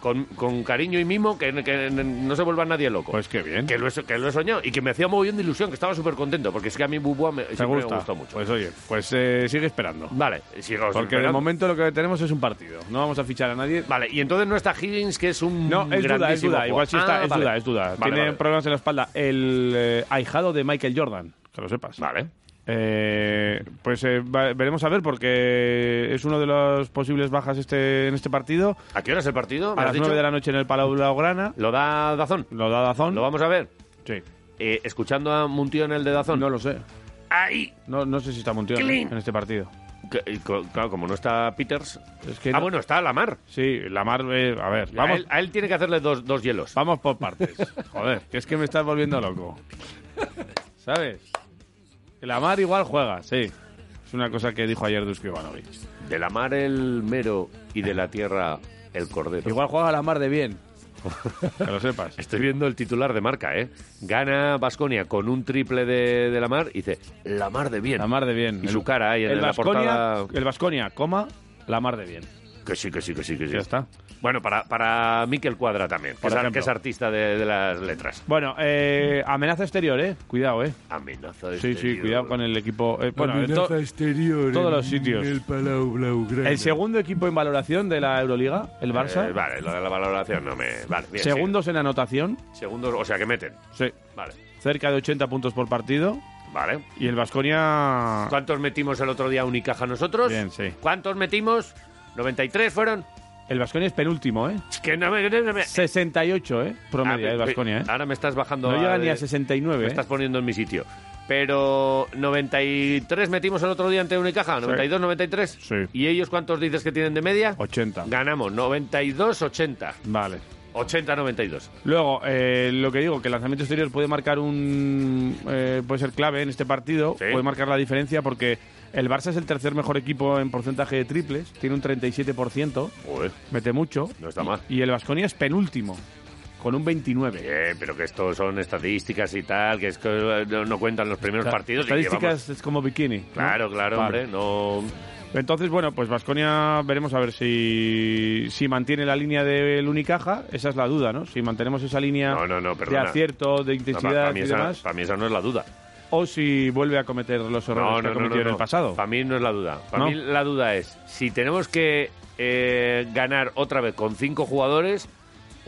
con, con cariño y mimo, que, que no se vuelva nadie loco. Pues qué bien. que lo, he, so- que lo he soñado y que me hacía mogollón de ilusión, que estaba súper contento, porque es que a mí Bubuá me, ¿Te siempre gusta? me gustó mucho. Pues oye, pues eh, sigue esperando. Vale, sigo Porque de esperando. momento lo que tenemos es un partido. No vamos a fichar a nadie. Vale, y entonces no está Higgins, que es un. No, es duda, es grandísimo duda. Igual sí jugador. está, Ah, es vale. duda, es duda. Vale, Tiene vale. problemas en la espalda. El eh, ahijado de Michael Jordan, que lo sepas. Vale. Eh, pues eh, va- veremos a ver porque es uno de los posibles bajas este en este partido. ¿A qué hora es el partido? ¿Me A has las dicho? 9 de la noche en el Palau Blaugrana. ¿Lo da Dazón? Lo da Dazón. ¿Lo vamos a ver? Sí. Eh, ¿Escuchando a Muntío en el de Dazón? No lo sé. ¡Ahí! No, no sé si está Montiel Clean. en este partido. Que- y co- Claro, como no está Peters. Es que ah, no- bueno, está la mar. Sí, la mar. eh, a ver, A vamos, él, a él tiene que hacerle dos, dos hielos. vamos por partes. Joder, que es que me estás volviendo loco. ¿Sabes? Que la mar igual juega, sí. Es una cosa que dijo ayer Dusko Ivanovic. De la mar [laughs] el mero y de la tierra el cordero. Igual juega la mar de bien. Que lo sepas. Estoy viendo el titular de marca, ¿eh? Gana Basconia con un triple de, de la mar y dice, la mar de bien. La mar de bien. Y su cara ahí en la portada. El Vasconia, coma, la mar de bien. Que sí, que sí, que sí, que sí. Ya está. Bueno, para, para Miquel Cuadra también, que, Ah. Por es, ar- ejemplo. que es artista de, de las letras. Bueno, eh, amenaza exterior, ¿eh? Cuidado, ¿eh? Amenaza Sí, sí, exterior. cuidado con el equipo. eh, bueno, en Amenaza to- exterior. todos en los sitios. El Palau Blaugrana. el segundo equipo en valoración de la Euroliga, el Barça. Eh, vale, lo de la valoración no me... Vale, bien, Segundos en anotación. sigue. Segundos, o sea, que meten. Sí. Vale, Cerca de 80 puntos por partido. vale. Y el Vasconia. ¿Cuántos metimos el otro día a Unicaja nosotros? Ah. Bien, sí. ¿Cuántos metimos? ¿93 fueron? El Vasconia es penúltimo, ¿eh? Es que no me... no me- 68, ¿eh? Promedio, Ah, el pe- Vasconia, ¿eh? Ahora me estás bajando No llega de- ni a 69, Me ¿eh? estás poniendo en mi sitio. Pero 93 metimos el otro día ante Unicaja, 92, 93. Sí. ¿Y ellos cuántos dices que tienen de media? 80. Ganamos 92, 80. Vale. 80, 92. Luego, eh, lo que digo, que el lanzamiento exterior puede marcar un. eh, puede ser clave en este partido, Sí. puede marcar la diferencia porque el Barça es el tercer mejor equipo en porcentaje de triples, tiene un 37%, Joder, mete mucho, no está mal. y el Vasconia es penúltimo, con un 29%. Bien, pero que esto son estadísticas y tal, que es que no no cuentan los primeros Claro, partidos. y que Estadísticas llevamos- es como bikini. ¿no? Claro, claro, Vale. hombre. No... Entonces, bueno, pues Vasconia veremos a ver si, si mantiene la línea del Unicaja. Esa es la duda, ¿no? Si mantenemos esa línea No, no, no, de perdona. acierto, de no, pa- para, intensidad mí y esa, demás, para mí esa no es la duda. o si vuelve a cometer los errores que ha cometido en el pasado. Para mí no es la duda. Para ¿No? mí la duda es si tenemos que eh, ganar otra vez con cinco jugadores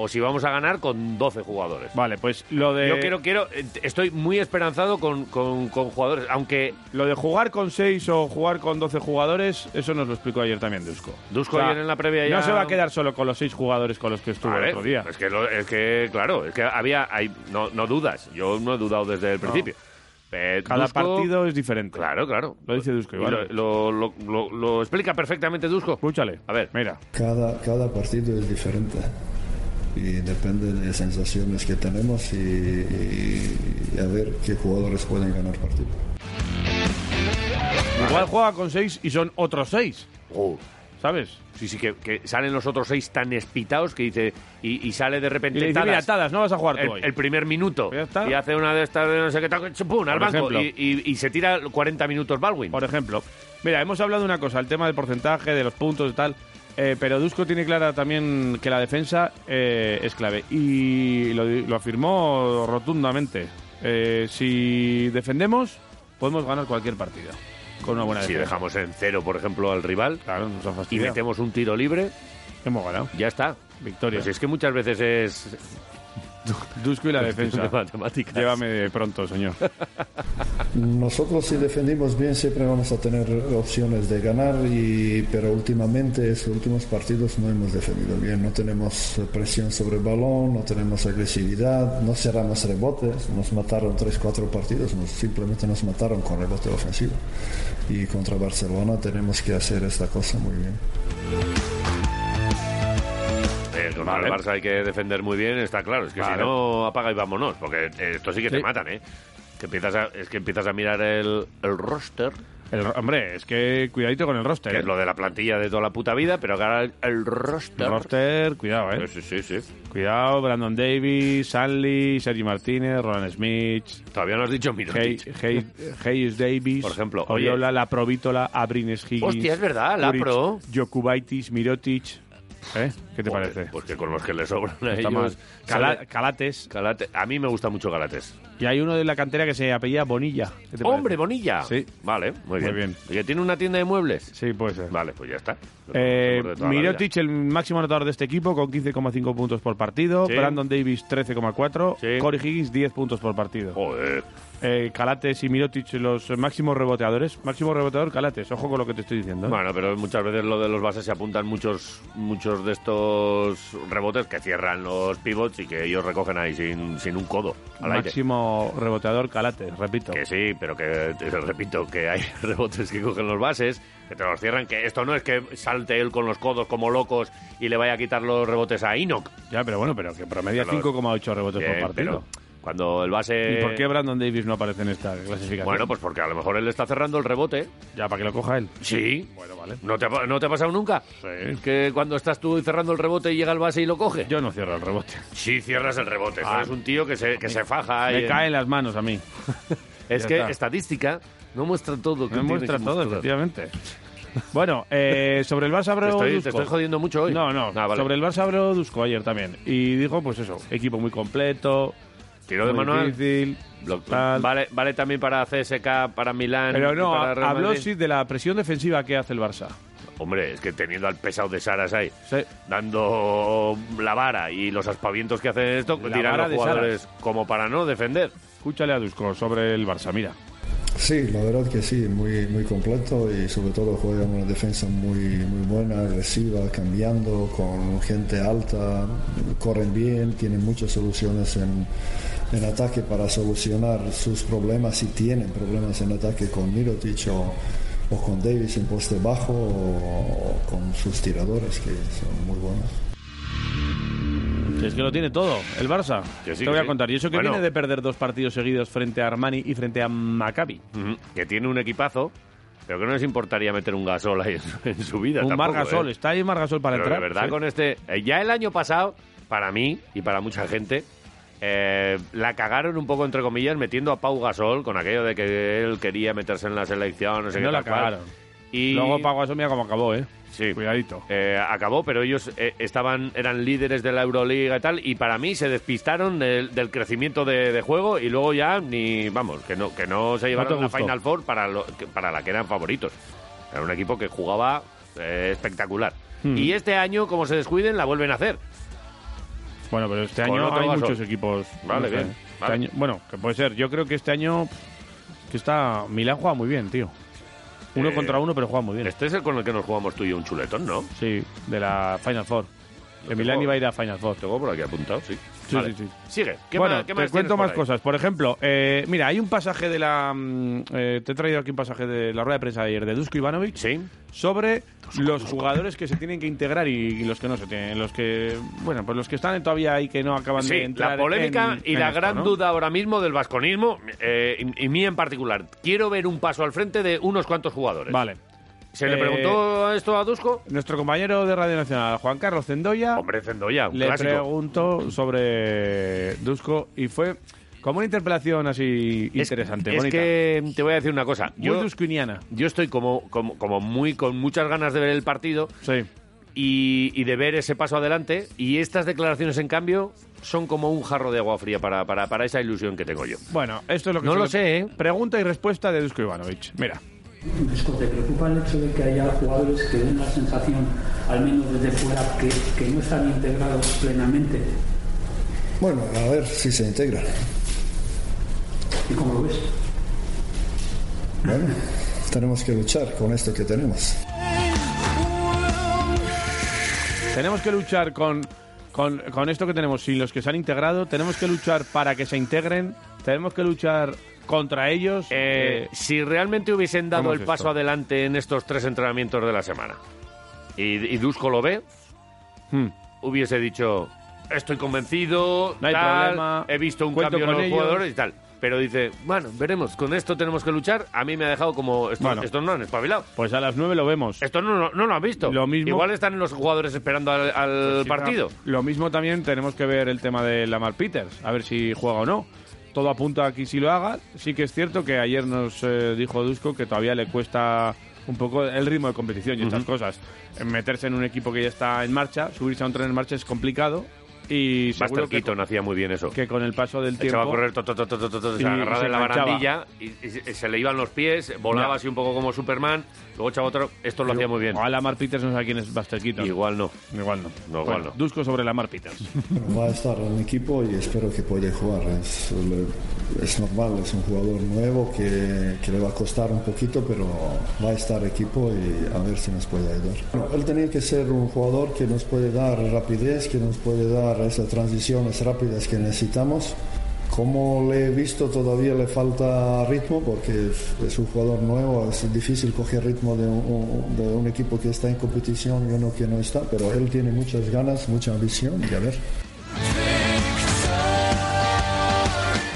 o si vamos a ganar con 12 jugadores. Vale, pues lo de Yo quiero, quiero, eh, estoy muy esperanzado con, con- con jugadores, aunque lo de jugar con 6 o jugar con 12 jugadores, eso nos lo explicó ayer también Dusko. Dusko ayer en la previa ya- No se va a quedar solo con los 6 jugadores con los que estuvo Vale, el otro día. Es que, lo- es que, claro, es que había, hay, no, no dudas. Yo no he dudado desde el principio. Eh, Cada Dusko- partido es diferente. Claro, claro. Lo dice Dusko, Y igual. Lo, lo- lo- lo- lo explica perfectamente Dusko. Escúchale. A ver. mira. Cada, cada partido es diferente y depende de sensaciones que tenemos y, y- y a ver qué jugadores pueden ganar partido. Igual juega con 6 y son otros 6, Oh. ¿sabes? Sí, sí, que, que salen los otros seis tan espitados que dice. Y, y sale de repente. Y le dice, Tadas, mira, Tadas, no vas a jugar tú hoy. Pues el, el primer minuto. Ya está. Y hace una de estas de no sé qué tal, chupun, al Por banco. ejemplo. Y, y- y se tira 40 minutos Baldwin. Por ejemplo, mira, hemos hablado de una cosa, el tema del porcentaje, de los puntos y tal, eh, pero Dusko tiene clara también que la defensa eh, es clave y lo, lo afirmó rotundamente. Eh, si defendemos, podemos ganar cualquier partido con una buena si defensa. dejamos en cero, por ejemplo, al rival Claro, nos ha y fastidiado. metemos un tiro libre, Hemos ganado. ya está. Victoria. Pues es que muchas veces es [laughs] Dusko [laughs] y la de defensa. matemáticas. Llévame pronto, señor. Nosotros si defendimos bien siempre vamos a tener opciones de ganar, y, pero últimamente estos últimos partidos no hemos defendido bien, no tenemos eh, presión sobre el balón, no tenemos agresividad, no cerramos rebotes, nos mataron 3-4 partidos, nos- simplemente nos mataron con rebote ofensivo y contra Barcelona tenemos que hacer esta cosa muy bien. Eh, contra el Barça hay que defender muy bien, está claro. Es que si Claro. no, apaga y vámonos, porque eh, esto sí que te Sí. matan, ¿eh? Que empiezas a- es que empiezas a mirar el, el roster, El ro- hombre, es que cuidadito con el roster. que ¿eh? es lo de la plantilla de toda la puta vida, pero que ahora el, el roster... El roster, cuidado, eh. Sí, sí, sí. sí. Cuidado, Brandon Davis, Sanli, Sergi Martínez, Roland Smith, Todavía no has dicho Mirotic. Hey- Hey- Hayes Davis, Por ejemplo, oye. Oriola, La Provítola, Abrines Higgins. Hostia, es verdad, Lapro. Juric, Jokubaitis, Mirotic. ¿Eh? ¿Qué te Joder, parece? Pues que con los que le sobran a Está ellos... mal. Cala- sale- Calates. Calate- A mí me gusta mucho Galates. Y hay uno de la cantera que se apellía Bonilla. ¿Qué te ¡Hombre, parece? Bonilla! Sí. Vale, muy bien. bien. Oye, ¿tiene una tienda de muebles? Sí, puede ser. Vale, pues ya está. Eh, Lo conocemos de toda la vida. Mirotic, el máximo anotador de este equipo, con 15,5 puntos por partido. Sí. Brandon Davis, 13,4. Sí. Corey Higgins, 10 puntos por partido. Joder. Eh, Calates y Mirotic, los máximos reboteadores. Máximo reboteador, Calates. Ojo con lo que te estoy diciendo. ¿eh? Bueno, pero muchas veces lo de los bases se apuntan muchos muchos de estos rebotes que cierran los pivots y que ellos recogen ahí sin, sin un codo al aire. máximo como reboteador Calate, repito. Que sí, pero que, [laughs] te lo repito, que hay [laughs] rebotes que cogen los bases, que te los cierran, que esto no es que salte él con los codos como locos y le vaya a quitar los rebotes a Inok. Ya, pero bueno, pero que promedia Pero los- 5,8 rebotes por Bien, partido. pero cuando el base... ¿Y por qué Brandon Davis no aparece en esta clasificación? Bueno, pues porque a lo mejor él está cerrando el rebote. ya para que lo coja él. Sí. Bueno, vale. ¿No te, ha pa- ¿No te ha pasado nunca? Sí. Que cuando estás tú cerrando el rebote y llega el base y lo coge. Yo no cierro el rebote. Sí, cierras el rebote. Ah. es un tío que se, que se faja. y- Me caen las manos a mí. [laughs] Es Ya que está. estadística no muestra todo. que Me tiene muestra que todo, mostrar. efectivamente. Bueno, eh, sobre el Barça Te habló estoy, te Dusko. estoy jodiendo mucho hoy. No, no. Ah, vale. Sobre el Barça habló Dusko ayer también. Y dijo, pues eso, equipo muy completo, Tiro de muy manual. difícil, Lo- tal. Vale, vale también para CSK, para Milán. Pero y no, para Real habló Madrid. sí de la presión defensiva que hace el Barça. Hombre, es que teniendo al pesado de Saras ahí, Sí. dando la vara y los aspavientos que hacen esto, La tiran vara los de jugadores como para no defender. Escúchale a Dusko sobre el Barça, mira. Sí, la verdad que sí, muy, muy completo y sobre todo juega una defensa muy, muy buena, agresiva, cambiando, con gente alta, corren bien, tienen muchas soluciones en, en ataque para solucionar sus problemas, si tienen problemas en ataque con Mirotic o, o con Davis en poste bajo o, o con sus tiradores que son muy buenos. Es que lo tiene todo, el Barça. Que sí, Te que voy a sí. contar. Y eso que Bueno. viene de perder dos partidos seguidos frente a Armani y frente a Maccabi. Ujú. Que tiene un equipazo, pero que no les importaría meter un gasol ahí en, en su vida. Un tampoco, Margasol, ¿eh? está ahí Margasol para Pero entrar. de verdad, Sí. con este. eh, Ya el año pasado, para mí y para mucha gente, eh, la cagaron un poco, entre comillas, metiendo a Pau Gasol con aquello de que él quería meterse en la selección, no sé No qué. la tal cual. cagaron. Y Luego Pago eso, mira cómo acabó, ¿eh? Sí. Cuidadito. eh, acabó, pero ellos eh, estaban eran líderes de la Euroliga y tal, y para mí se despistaron del, del crecimiento de, de juego y luego ya ni, vamos, que no, que no se llevaron te la gustó. Final Four para, lo, que- para la que eran favoritos. Era un equipo que jugaba eh, espectacular. Hmm. Y este año, como se descuiden, la vuelven a hacer. Bueno, pero este Con año otro hay Gasol. muchos equipos. Vale, sé. bien, Este vale. año- bueno, que puede ser. Yo creo que este año. pff, Que está. Milán juega muy bien, tío. Uno Eh, contra uno, pero juega muy bien. Este es el con el que nos jugamos tú y yo un chuletón, ¿no? Sí, de la Final Four. Que tengo- Milán iba a ir a Final Four. Tengo por aquí apuntado, sí. Sí, sí, sí. Sigue. ¿Qué bueno, más, qué te más tienes cuento por más ahí? cosas. Por ejemplo, eh, mira, hay un pasaje de la. mm, eh, te he traído aquí un pasaje de la rueda de prensa de ayer de Dusko Ivanovic Sí. sobre los jugadores que se tienen que integrar y, y los que no se tienen. Los que. Bueno, pues los que están todavía ahí que no acaban de Sí, entrar. la polémica en- y en la esto, gran ¿no? duda ahora mismo del vasconismo, eh, y, y mí en particular. Quiero ver un paso al frente de unos cuantos jugadores. Vale. ¿Se le Eh, preguntó esto a Dusko? Nuestro compañero de Radio Nacional, Juan Carlos Zendoya, Hombre, Zendoya, un le clásico. preguntó sobre Dusko y fue como una interpelación así Es- interesante, es, bonita. que mm, te voy a decir una cosa. Muy Yo, duskiniana. yo estoy como, como, como muy con muchas ganas de ver el partido Sí. y, y de ver ese paso adelante. Y estas declaraciones, en cambio, son como un jarro de agua fría para, para, para esa ilusión que tengo yo. Bueno, esto es lo que No lo suele- sé, ¿eh? Pregunta y respuesta de Dusko Ivanovic. Mira. Dusko, ¿te preocupa el hecho de que haya jugadores que den la sensación, al menos desde fuera, que, que no están integrados [laughs] plenamente? Bueno, a ver si se integra. ¿Y cómo lo ves? Bueno, tenemos que luchar con esto que tenemos. Tenemos que luchar con, con, con esto que tenemos, sin los que se han integrado, tenemos que luchar para que se integren, tenemos que luchar contra ellos. Eh, eh, si realmente hubiesen dado ¿cómo es el paso esto? adelante en estos tres entrenamientos de la semana y, y Dusko lo ve, hmm. hubiese dicho, estoy convencido, No hay tal, problema, he visto un cuento cambio en con los ellos". jugadores y tal. Pero dice, bueno, veremos, con esto tenemos que luchar. A mí me ha dejado como, estos, Bueno. estos no han espabilado. Pues a las 9 lo vemos. Esto no, no, no lo han visto. Lo mismo- Igual están los jugadores esperando al, al Sí, partido. claro. pues Lo mismo también tenemos que ver el tema de Lamar Peters, a ver si juega o no. Todo apunta a que si lo haga. Sí que es cierto que ayer nos eh, dijo Dusko que todavía le cuesta un poco el ritmo de competición y estas cosas. Eh, Meterse en un equipo que ya está en marcha, subirse a un tren en marcha es complicado y seguro Buster que, Keaton hacía muy bien eso. que con el paso del Echaba a tiempo correr, to, to, to, to, to, to, Y- se agarraba y se de la enganchaba. barandilla y, y se se le iban los pies, volaba Ya. así un poco como Superman, luego echaba otro. Esto lo hacía muy bien. A Lamar Peters no sé quién es Buster Keaton. Igual no. Igual no. No, igual Bueno, no. Dusko sobre Lamar Peters. Bueno, va a estar en el equipo y espero que pueda jugar. Es, le- es normal, es un jugador nuevo que, que le va a costar un poquito, pero va a estar equipo y a ver si nos puede ayudar. Bueno, él tenía que ser un jugador que nos puede dar rapidez, que nos puede dar esas transiciones rápidas que necesitamos Como le he visto, todavía le falta ritmo porque es- es un jugador nuevo, es difícil coger ritmo de un, de un equipo que está en competición y uno que no está, pero él tiene muchas ganas, mucha ambición y a ver.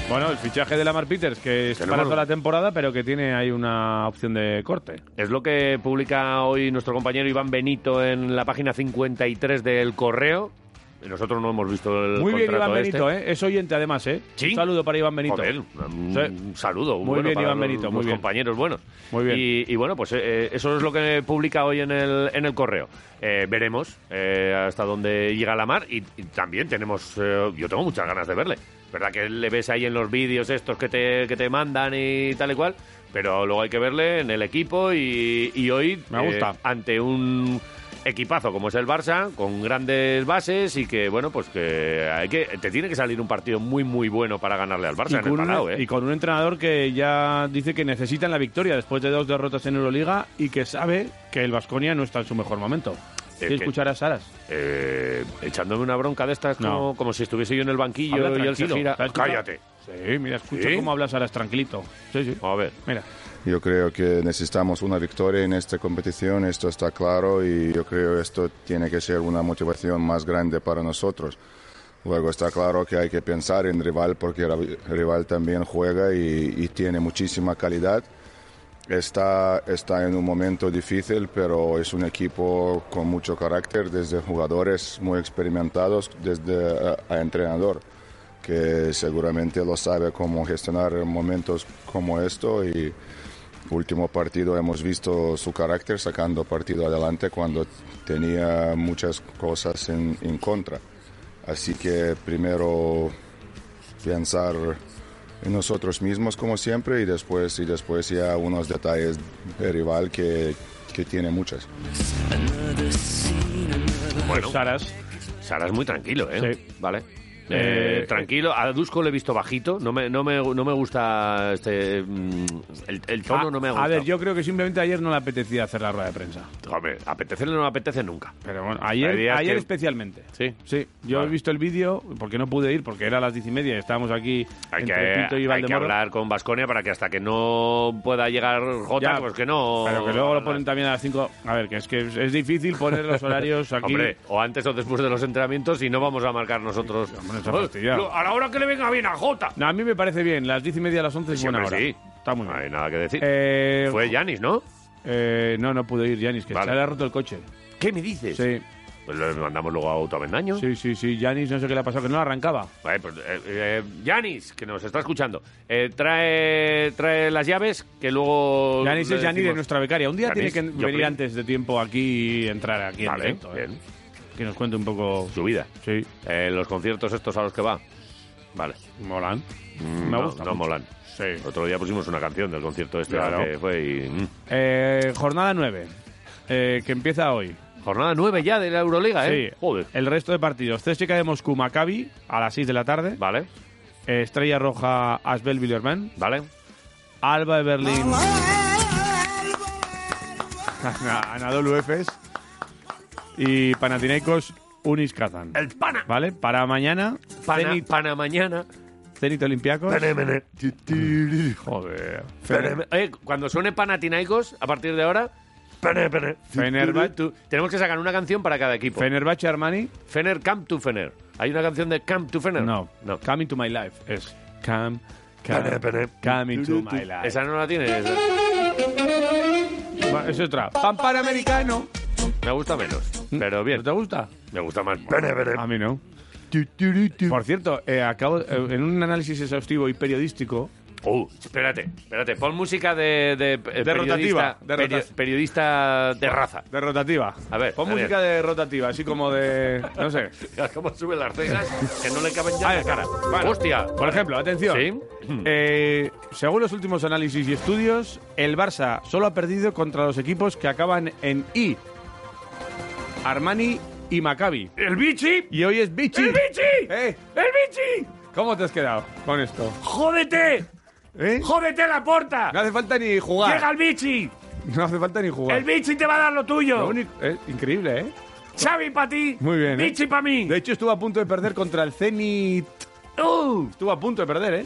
Bueno, el fichaje de Lamar Peters, que es Que no para hemos- toda la temporada, pero que tiene ahí una opción de corte. Es lo que publica hoy nuestro compañero Iván Benito en la página 53 del correo. Nosotros no hemos visto el Muy bien, contrato Iván este. Benito, ¿eh? Es oyente además, ¿eh? Sí. Un saludo para Iván Benito. Joder, Sí. un saludo. Muy bueno bien, para Iván los- Benito, muy los bien. compañeros buenos. Muy bien. Y, y bueno, pues eh, eso es lo que publica hoy en el, en el correo. Eh, veremos eh, hasta dónde llega la mar y, y también tenemos. eh, yo tengo muchas ganas de verle. ¿Verdad que le ves ahí en los vídeos estos que te, que te mandan y tal y cual? Pero luego hay que verle en el equipo y, y hoy. eh, Me gusta. ante un. Equipazo como es el Barça, con grandes bases y que, bueno, pues que, hay que te tiene que salir un partido muy, muy bueno para ganarle al Barça en el un, Palau, ¿eh? y con un entrenador que ya dice que necesitan la victoria después de dos derrotas en Euroliga y que sabe que el Vasconia no está en su mejor momento. ¿Sí Eh, que- escuchar a Saras? Eh, echándome una bronca de estas No. como, como si estuviese yo en el banquillo Habla y él se tranquilo. gira. ¿Te has escuchado? Cállate. Sí, mira, escucha ¿Sí? cómo habla Saras tranquilito. Sí, sí. A ver. Mira, Yo creo que necesitamos una victoria en esta competición, esto está claro y yo creo esto tiene que ser una motivación más grande para nosotros. Luego está claro que hay que pensar en rival porque el rival también juega y, y tiene muchísima calidad. Está, está en un momento difícil, pero es un equipo con mucho carácter, desde jugadores muy experimentados, desde eh, a entrenador que seguramente lo sabe cómo gestionar momentos como esto y último partido hemos visto su carácter sacando partido adelante cuando tenía muchas cosas en, en contra. Así que primero pensar en nosotros mismos como siempre y después y después ya unos detalles del rival que, que tiene muchas. Bueno, Saras. Sara es Pues muy tranquilo, ¿eh? Sí. Vale. Eh, Eh, tranquilo, a Dusko le he visto bajito, no me, no me, no me gusta este, mm, el, el tono, a, no me Ah, a gusta. ver, yo creo que simplemente ayer no le apetecía hacer la rueda de prensa. Hombre, apetecerle no me apetece nunca. Pero bueno, Hay ayer, días ayer que- especialmente. Sí. Sí, yo Vale. he visto el vídeo, porque no pude ir, porque era a las diez y media, estábamos aquí Hay que, entre Pinto y hay que Valdemoro. hablar con Vasconia para que hasta que no pueda llegar Jota, Ya, pues que no. Pero que luego lo ponen también a las 5. A ver, que es que es, es difícil poner los [laughs] horarios aquí. Hombre, o antes o después de los entrenamientos y no vamos a marcar nosotros. hombre, se ha Eh, fastidiado. lo- a la hora que le venga bien a Jota. No, a mí me parece bien. Las 10 y media a las 11 es Sí, buena hombre, hora. sí. Está muy No bien. hay nada que decir. Eh, Fue Yanis, ¿no? eh, no, no pude ir, Yanis, que Vale. se le ha roto el coche. ¿Qué me dices? Sí, Pues le mandamos luego a Autovendaño. sí, sí, sí. Yanis, no sé qué le ha pasado, que no arrancaba. Vale, pues, eh, eh, Yanis, que nos está escuchando, eh, trae, trae las llaves que luego. Yanis le es Yanis de decimos- nuestra becaria. Un día Yanis, tiene que yo venir creo. antes de tiempo aquí y entrar aquí en Vale, directo. ¿eh? bien. Que nos cuente un poco. Su vida. Sí, Eh, los conciertos estos a los que va. Vale. molan. Mm, Me no, gusta No mucho. molan. Sí. Otro día pusimos una canción del concierto este Claro. al que fue y. mm. Eh, jornada 9, que empieza hoy. Jornada 9 ya de la Euroliga, ¿eh? Sí, Joder. el resto de partidos. CSKA de Moscú, Maccabi, a las 6 de la tarde. Vale, Eh, Estrella Roja, Asbel Villerman. vale. Alba de Berlín. Ana- [laughs] Anadolu Efes. Y Panathinaikos, Unis Kazan. El pana. ¿Vale? Para mañana, Pana, Zenit, pana mañana. Zenit Olympiacos. Joder. Oye, eh, cuando suene Panatinaicos, a partir de ahora. Fenerbahce. Tú- Tenemos que sacar una canción para cada equipo. Fenerbahce Armani. Fener, Camp to Fener. ¿Hay una canción de Camp to Fener? No, no. Come into my life. Es come, come, come into my life. Esa no la tienes. esa. Va, Es otra. Pan panamericano. Me gusta menos. Pero bien. Mm. ¿No te gusta? Me gusta más. A mí no. Por cierto, eh, acabo eh, en un análisis exhaustivo y periodístico. Uh, espérate, espérate. Pon música de. De, eh, rotativa, periodista- de peri- rotativa. periodista de raza. De rotativa. A ver, Pon a ver. música de rotativa, así como de. No sé. [laughs] Mira cómo suben las cejas que no le caben ya A en la ver, cara. bueno, ¡Hostia! Por ejemplo, atención. Sí. [clears throat] Eh, según los últimos análisis y estudios, el Barça solo ha perdido contra los equipos que acaban en I. Armani y Maccabi. ¡El bichi! Y hoy es Bichi. ¡El bichi! ¿Eh? ¡El bichi! ¿Cómo te has quedado con esto? ¡Jódete! ¿Eh? ¡Jódete la porta! No hace falta ni jugar. ¡Llega el bichi! No hace falta ni jugar. ¡El bichi te va a dar lo Lo tuyo! único- eh, increíble, ¿eh? ¡Xavi para ti! Muy bien, ¿eh? ¡Bichi para mí! De hecho, estuvo a punto de perder contra el Zenit ¡Uh! Estuvo a punto de perder, ¿eh?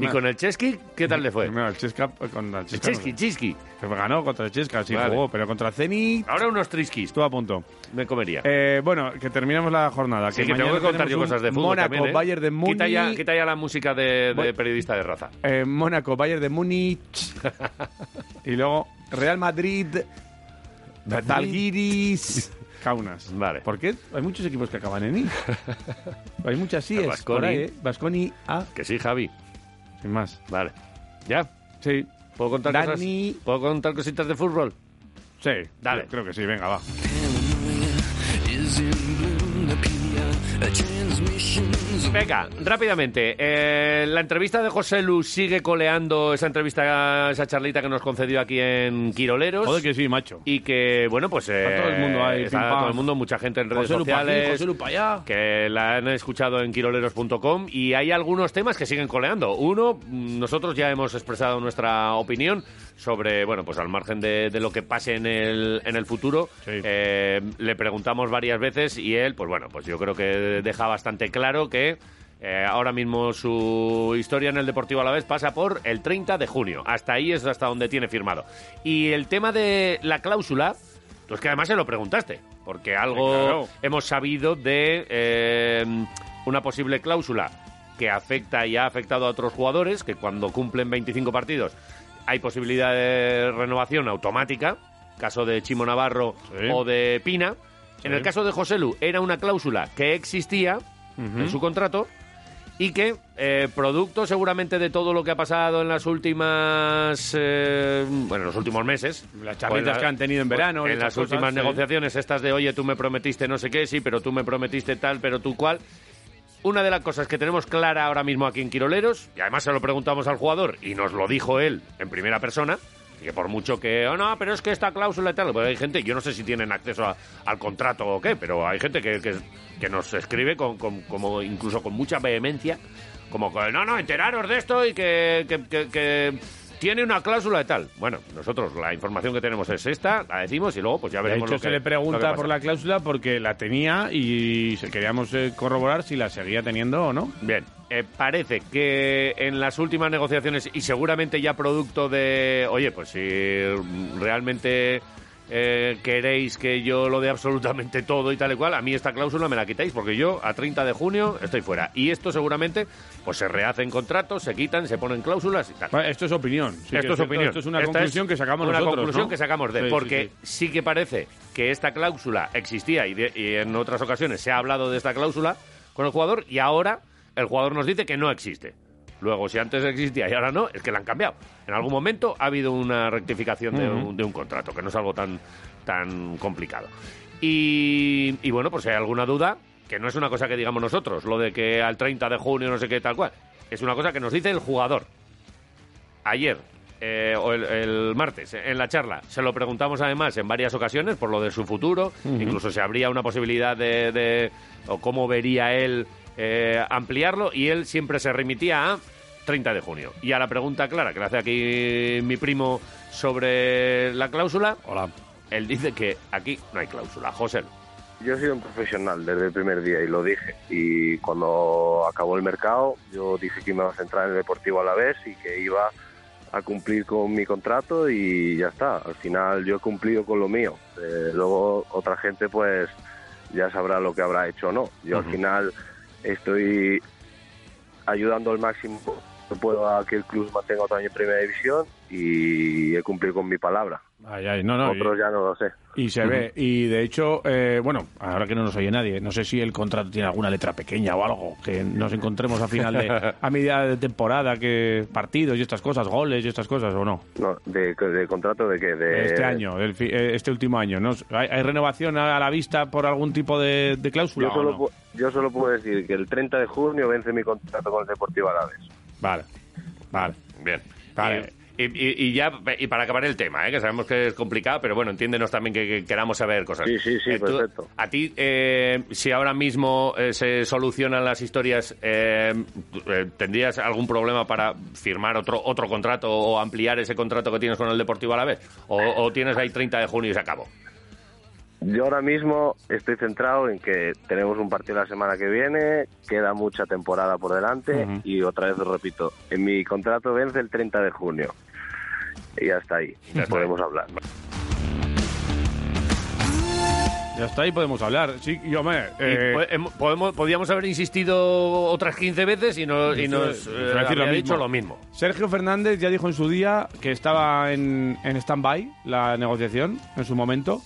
¿Y con el Chesky qué tal le fue? No, el Chesca con el Chesca. Chiski, Chiski. Que ganó contra el Chesca, sí Vale. jugó, pero contra el Zenit Ahora unos triskis. estuvo a punto. Me comería. Eh, bueno, que terminamos la jornada. Sí, que mañana tengo que contar tenemos yo un cosas de fútbol Mónaco, también, ¿eh? Bayern de Múnich. Quita ya, quita ya la música de, de Voy- periodista de raza. eh, Mónaco, Bayern de [laughs] Múnich. y luego Real Madrid, Talguiris, Kaunas. Vale. ¿Por qué? Hay muchos equipos que acaban [laughs] en I. Hay muchas El IES por Baskonia. ahí, ¿eh? Baskoni A. Que sí, Javi. Sin más. Vale. ¿Ya? Sí. ¿Puedo contar Dani- cosas? ¿Puedo contar cositas de fútbol? Sí. Dale. Creo que sí, venga, va. Venga, rápidamente. Eh, la entrevista de José Luz sigue coleando esa entrevista, esa charlita que nos concedió aquí en Quiroleros. Joder, que sí, macho. Y que, bueno, pues... Está todo el mundo ahí, está pim, pam. todo el mundo, mucha gente en redes José Lu pa' aquí, sociales. José Lu pa' allá. Que la han escuchado en quiroleros.com y hay algunos temas que siguen coleando. Uno, mm, nosotros ya hemos expresado nuestra opinión sobre, bueno, pues al margen de, de lo que pase en el, en el futuro, Sí. eh, le preguntamos varias veces y él, pues bueno, pues yo creo que deja bastante claro que eh, ahora mismo su historia en el Deportivo Alavés pasa por el 30 de junio. Hasta ahí es hasta donde tiene firmado. Y el tema de la cláusula, pues que además se lo preguntaste, porque algo claro. hemos sabido de eh, una posible cláusula que afecta y ha afectado a otros jugadores, que cuando cumplen 25 partidos hay posibilidad de renovación automática, caso de Chimo Navarro Sí. o de Pina. En Sí. el caso de Joselu era una cláusula que existía en su contrato y que, eh, producto seguramente de todo lo que ha pasado en las últimas, eh, bueno, en los últimos meses. Pues Las charlitas la- que han tenido en verano, En estas las cosas, últimas sí. negociaciones estas de, oye, tú me prometiste no sé qué, sí, pero tú me prometiste tal, pero tú cual. Una de las cosas que tenemos clara ahora mismo aquí en Quiroleros, y además se lo preguntamos al jugador y nos lo dijo él en primera persona, que por mucho que, oh no, pero es que esta cláusula y tal, pues hay gente, yo no sé si tienen acceso a- al contrato o qué, pero hay gente que, que- que nos escribe con, con- como incluso con mucha vehemencia, como, que, no, no, enteraros de esto y que, que- que- que tiene una cláusula y tal. Bueno, nosotros la información que tenemos es esta, la decimos y luego pues ya De veremos hecho, lo que- se le lo que pregunta pasa. por la cláusula porque la tenía y se- queríamos eh, corroborar si la seguía teniendo o no. Bien, eh, parece que en las últimas negociaciones y seguramente ya producto de, oye, pues si realmente eh, queréis que yo lo dé absolutamente todo y tal y cual, a mí esta cláusula me la quitáis porque yo a 30 de junio estoy fuera. Y esto seguramente, pues se rehacen contratos, se quitan, se ponen cláusulas y tal. Bueno, Esto es opinión. sí que esto es cierto, opinión. Esto es una Esta conclusión que sacamos una nosotros. conclusión ¿no? que sacamos de. Sí, sí, porque sí, sí. que parece que esta cláusula existía y, de- y en otras ocasiones se ha hablado de esta cláusula con el jugador y ahora el jugador nos dice que no existe. Luego, si antes existía y ahora no, es que la han cambiado. En algún momento ha habido una rectificación de, un, de un contrato, que no es algo tan, tan complicado. Y, y bueno, pues si hay alguna duda, que no es una cosa que digamos nosotros, lo de que al 30 de junio no sé qué tal cual, es una cosa que nos dice el jugador ayer eh, o el, el martes en la charla se lo preguntamos además en varias ocasiones por lo de su futuro incluso si habría una posibilidad de, de- o cómo vería él eh, ampliarlo y él siempre se remitía a 30 de junio y a la pregunta clara que le hace aquí mi primo sobre la cláusula Hola. él dice que aquí no hay cláusula José Yo he sido un profesional desde el primer día y lo dije. Y cuando acabó el mercado, yo dije que me iba a centrar en el deportivo a la vez y que iba a cumplir con mi contrato y ya está. Al final yo he cumplido con lo mío. Eh, luego otra gente pues ya sabrá lo que habrá hecho o no. Yo al final estoy ayudando al máximo que puedo a que el club mantenga otro año en primera división y he cumplido con mi palabra. Ay, ay, no, no. y- Otros ya no lo sé. Y se ve, y de hecho, eh, bueno, ahora que no nos oye nadie, no sé si el contrato tiene alguna letra pequeña o algo, que nos encontremos a final [laughs] de, a medida de temporada, que partidos y estas cosas, goles y estas cosas, o no. No, de, de contrato de que de este año, del fi- eh, este último año, ¿no? ¿Hay, hay renovación a la vista por algún tipo de, de cláusula Yo o solo, no? pu- yo solo puedo decir que el 30 de junio vence mi contrato con el Deportivo Alavés. Vale, vale. Bien. Vale. Y, y- y ya, y para acabar el tema, ¿eh? que sabemos que es complicado, pero bueno, entiéndenos también que, que queramos saber cosas. Sí, sí, sí, tú- perfecto. A ti, eh, si ahora mismo eh, se solucionan las historias, eh, eh, ¿tendrías algún problema para firmar otro otro contrato o ampliar ese contrato que tienes con el Deportivo a la vez? ¿O, o tienes ahí 30 de junio y se acabó? Yo ahora mismo estoy centrado en que tenemos un partido la semana que viene, queda mucha temporada por delante Ujú. y otra vez lo repito, en mi contrato vence el 30 de junio. Y hasta ahí, podemos hablar. Ya está, ahí podemos hablar. Sí, eh, yo me. Y po- em- podemos, podíamos haber insistido otras 15 veces y, no, y nos eh, habría dicho lo mismo. Sergio Fernández ya dijo en su día que estaba en, en stand-by la negociación en su momento,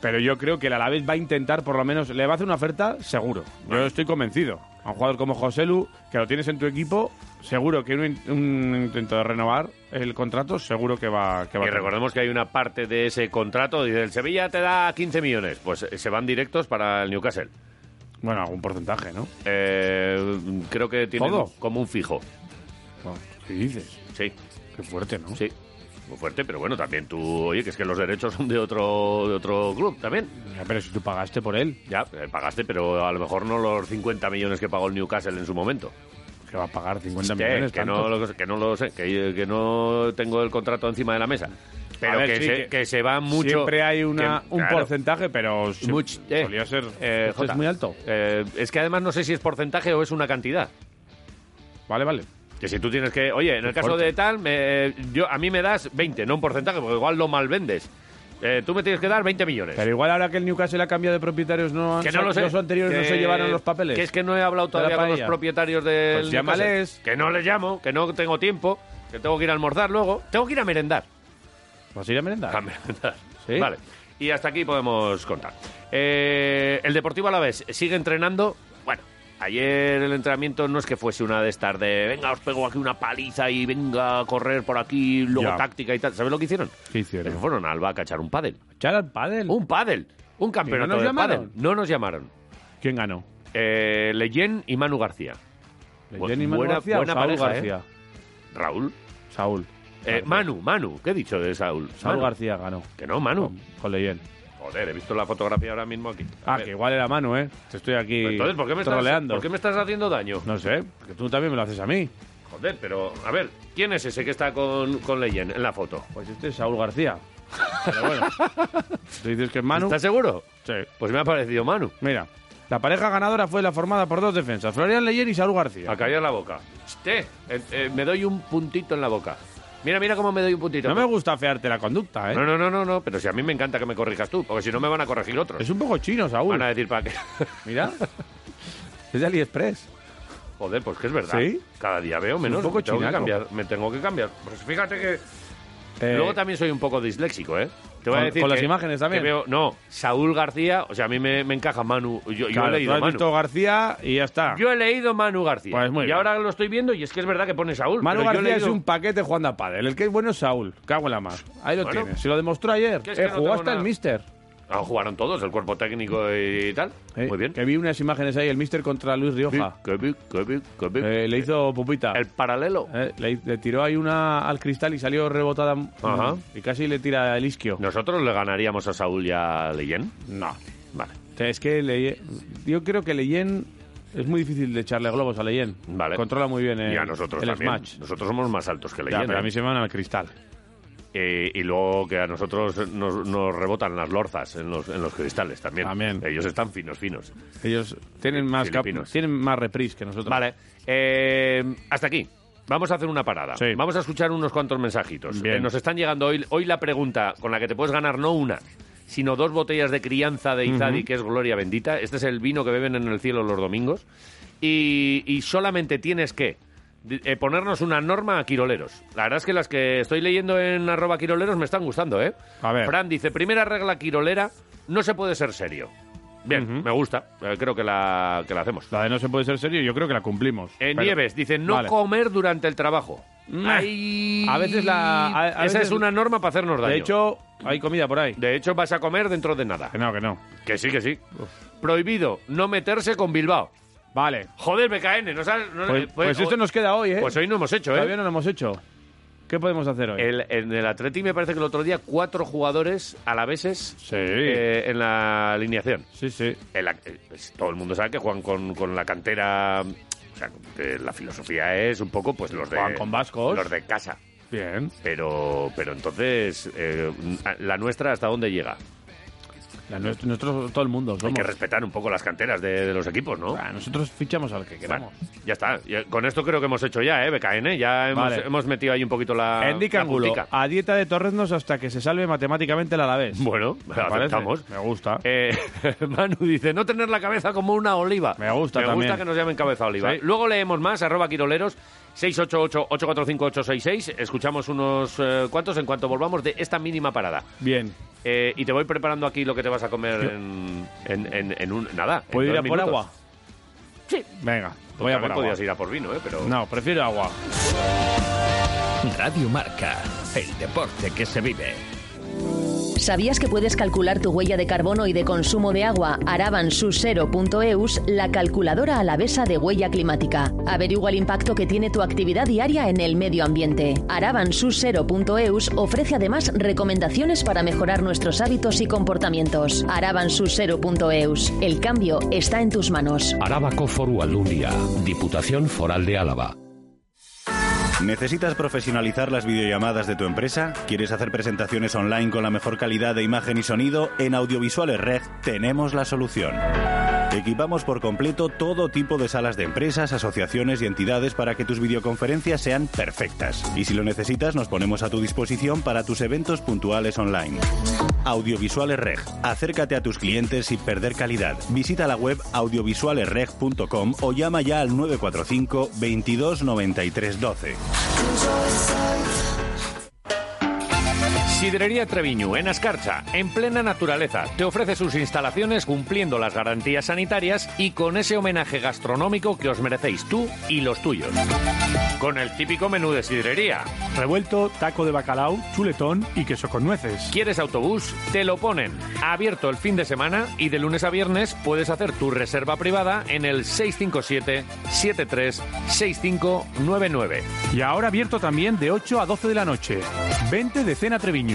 pero yo creo que el Alavés va a intentar, por lo menos, le va a hacer una oferta seguro. Yo estoy convencido. A un jugador como José Lu, que lo tienes en tu equipo, seguro que un, in- un intento de renovar el contrato, seguro que va, que va Y a tener. recordemos que hay una parte de ese contrato, dice el Sevilla te da 15 millones, pues eh, se van directos para el Newcastle. Bueno, algún porcentaje, ¿no? Eh, creo que tienen ¿Todo? como un fijo. ¿Qué dices? Sí. Qué fuerte, ¿no? Sí. Muy fuerte, pero bueno, también tú, oye, que es que los derechos son de otro de otro club también. Ya, pero si tú pagaste por él. Ya, eh, pagaste, pero a lo mejor no los 50 millones que pagó el Newcastle en su momento. Que va a pagar 50 Sí, millones. que no, tantos. lo, que no lo sé, que, que no tengo el contrato encima de la mesa. Pero A ver, que, sí, se, que, se va mucho. Siempre hay una, que- un claro. porcentaje, pero si- Much- eh, solía ser eh, esto Jota, es muy alto. eh, es que además no sé si es porcentaje o es una cantidad. Vale, vale. Que si tú tienes que, oye, en el Qué caso fuerte. de tal, me- yo a mí me das 20, no un porcentaje, porque igual lo malvendes. Eh, tú me tienes que dar 20 millones. Pero igual ahora que el Newcastle ha cambiado de propietarios, no, que no lo sé. los anteriores no Que- se llevaron los papeles. Que es que no he hablado De la todavía con los paella. propietarios del Pues Newcastle. llámales. Que no les llamo, que no tengo tiempo, que tengo que ir a almorzar luego. Tengo que ir a merendar. ¿Vas a ir a merendar? A merendar. ¿Sí? Vale. Y hasta aquí podemos contar. Eh, el Deportivo Alavés sigue entrenando. Bueno, ayer el entrenamiento no es que fuese una de estas de venga, os pego aquí una paliza y venga a correr por aquí, luego Ya. táctica y tal. ¿Sabes lo que hicieron? ¿Qué hicieron? Se fueron a Alba a cachar un pádel. ¿Echar al pádel? Un pádel. Un campeonato nos de llamaron? pádel. No nos llamaron. ¿Quién ganó? Eh, Leyen y Manu García. ¿Leyen y Manu García o Saúl García? ¿eh? Raúl. Saúl. Eh, Manu, Manu. ¿Qué he dicho de Saúl? Saúl Manu. García ganó. Que no, Manu. Con Leyen. Joder, he visto la fotografía ahora mismo aquí. A Ah, ver. que igual era Manu, ¿eh? Te estoy aquí Entonces, ¿por qué, me estás, troleando. ¿por qué me estás haciendo daño? No sé, porque tú también me lo haces a mí. Joder, pero a ver, ¿quién es ese que está con, con Leyen en la foto? Pues este es Saúl [laughs] García. Pero bueno. ¿Tú dices que es Manu? ¿Estás seguro? Sí. Pues me ha parecido Manu. Mira, la pareja ganadora fue la formada por dos defensas, Florian Leyen y Saúl García. A callar la boca. Este, eh, eh, me doy un puntito en la boca. Mira, mira cómo me doy un puntito. No me gusta afearte la conducta, ¿eh? No, no, no, no, no, pero si a mí me encanta que me corrijas tú, porque si no me van a corregir otros. Es un poco chino, Saúl. Van a decir para qué. Mira. es de AliExpress. [laughs] Joder, pues que es verdad. ¿Sí? Cada día veo menos. Un poco me tengo que chinaco. cambiar. Me tengo que cambiar. Pues fíjate que. Eh, Luego también soy un poco disléxico, ¿eh? Te voy Con- a decir con las que- imágenes también. que veo- no, Saúl García, o sea, a mí me, me encaja Manu. Yo, yo claro, he tú leído has Manu. visto García y ya está. Yo he leído Manu García. Pues muy y bien. ahora lo estoy viendo y es que es verdad que pone Saúl. Manu pero yo he García es leído- un paquete jugando a pádel. El que es bueno es Saúl. Cago en la mar. Ahí lo Bueno. tienes. Se lo demostró ayer. Que es Eh, que no jugó tengo hasta nada. el Mister. Ah, jugaron todos, el cuerpo técnico y tal. Eh, Muy bien. Que vi unas imágenes ahí. El Mister contra Luis Rioja. Que vi, que vi, que vi. Eh, le hizo pupita. El paralelo. Eh, le, le tiró ahí una al cristal y salió rebotada. mm, Ajá. Y casi le tira el isquio. ¿Nosotros le ganaríamos a Saúl y a Leyen? No. Vale, O sea, es que Leyen- yo creo que Leyen es muy difícil de echarle globos a Leyen. vale. Controla muy bien el, y a nosotros el también. smash. Nosotros somos más altos que Ya, Leyen. pero ¿eh? a mí se me van al cristal. Eh, y luego que a nosotros nos, nos rebotan las lorzas en los, en los cristales también. También. Ellos están finos, finos. Ellos tienen más cap- Filipinos. tienen más reprise que nosotros. Vale, eh, hasta aquí. Vamos a hacer una parada. Sí. Vamos a escuchar unos cuantos mensajitos. Bien. Eh, nos están llegando hoy, hoy la pregunta con la que te puedes ganar no una, sino dos botellas de crianza de Izadi, que es Gloria Bendita. Este es el vino que beben en el cielo los domingos. Y, y solamente tienes que di- eh, ponernos una norma a Quiroleros. La verdad es que las que estoy leyendo en arroba Quiroleros me están gustando, ¿eh? A ver. Fran dice, primera regla Quirolera, no se puede ser serio. Bien, me gusta. Eh, creo que la, que la hacemos. La de no se puede ser serio, yo creo que la cumplimos. En Pero- Nieves, dice no Vale. comer durante el trabajo. Nah. Ahí- Mm. A veces la- a- a Esa veces- es una norma para hacernos daño. De hecho, hay comida por ahí. De hecho, vas a comer dentro de nada. Que no, que no. Que sí, que sí. Prohibido no meterse con Bilbao. Vale. Joder, BKN, no sabes... no- Pues, eh, pues esto o- nos queda hoy, ¿eh? Pues hoy no hemos hecho, Todavía ¿eh? no lo hemos hecho. ¿Qué podemos hacer hoy? El- en el Atleti me parece que el otro día cuatro jugadores a la veces Sí. en la alineación. Sí, sí. El- eh, pues, todo el mundo sabe que juegan con, con la cantera... O sea, que la filosofía es un poco pues los de... Juegan con vascos. Los de casa. Bien. Pues Pero, pero entonces, eh, la nuestra, ¿hasta dónde llega? La nuestra- nosotros, todo el mundo. Hay somos. que respetar un poco las canteras de, de los equipos, ¿no? nosotros fichamos al que queramos. ya está. Ya- Con esto creo que hemos hecho ya, ¿eh? BKN. Ya hemos, Vale. hemos metido ahí un poquito la. Andy la Cangulo, puntica. a dieta de torreznos hasta que se salve matemáticamente el Alavés. Bueno, ¿Te parece? aceptamos. Me gusta. Eh, [laughs] Manu dice, no tener la cabeza como una oliva. Me gusta Me también. gusta que nos llamen cabeza oliva. Sí. Luego leemos más, arroba quiroleros, 688-845-866. Escuchamos unos eh, cuantos en cuanto volvamos de esta mínima parada. Bien. Eh, y te voy preparando aquí lo que te vas a comer en, en- en- en un... Nada. en ¿Puedo ir dos a por minutos. agua? Sí. Venga, Pues voy a por también agua. podías ir a por vino, ¿eh? Pero... No, prefiero agua. Radio Marca, el deporte que se vive. ¿Sabías que puedes calcular tu huella de carbono y de consumo de agua? Arabansusero.eus, la calculadora alavesa de huella climática. Averigua el impacto que tiene tu actividad diaria en el medio ambiente. Arabansusero.eus ofrece además recomendaciones para mejorar nuestros hábitos y comportamientos. Arabansusero.eus, el cambio está en tus manos. Arábaco Foru Alumnia, Diputación Foral de Álava. ¿Necesitas profesionalizar las videollamadas de tu empresa? ¿Quieres hacer presentaciones online con la mejor calidad de imagen y sonido? En Audiovisuales Red tenemos la solución. Equipamos por completo todo tipo de salas de empresas, asociaciones y entidades para que tus videoconferencias sean perfectas. Y si lo necesitas, nos ponemos a tu disposición para tus eventos puntuales online. Audiovisuales Reg. Acércate a tus clientes sin perder calidad. Visita la web audiovisualesreg.com o llama ya al 945 22 93 12. Sidrería Treviñu, en Ascarcha, en plena naturaleza, te ofrece sus instalaciones cumpliendo las garantías sanitarias y con ese homenaje gastronómico que os merecéis tú y los tuyos. Con el típico menú de sidrería. Revuelto, taco de bacalao, chuletón y queso con nueces. ¿Quieres autobús? Te lo ponen. Abierto el fin de semana y de lunes a viernes puedes hacer tu reserva privada en el 657-736599. Y ahora abierto también de 8 a 12 de la noche. 20 de cena Treviño.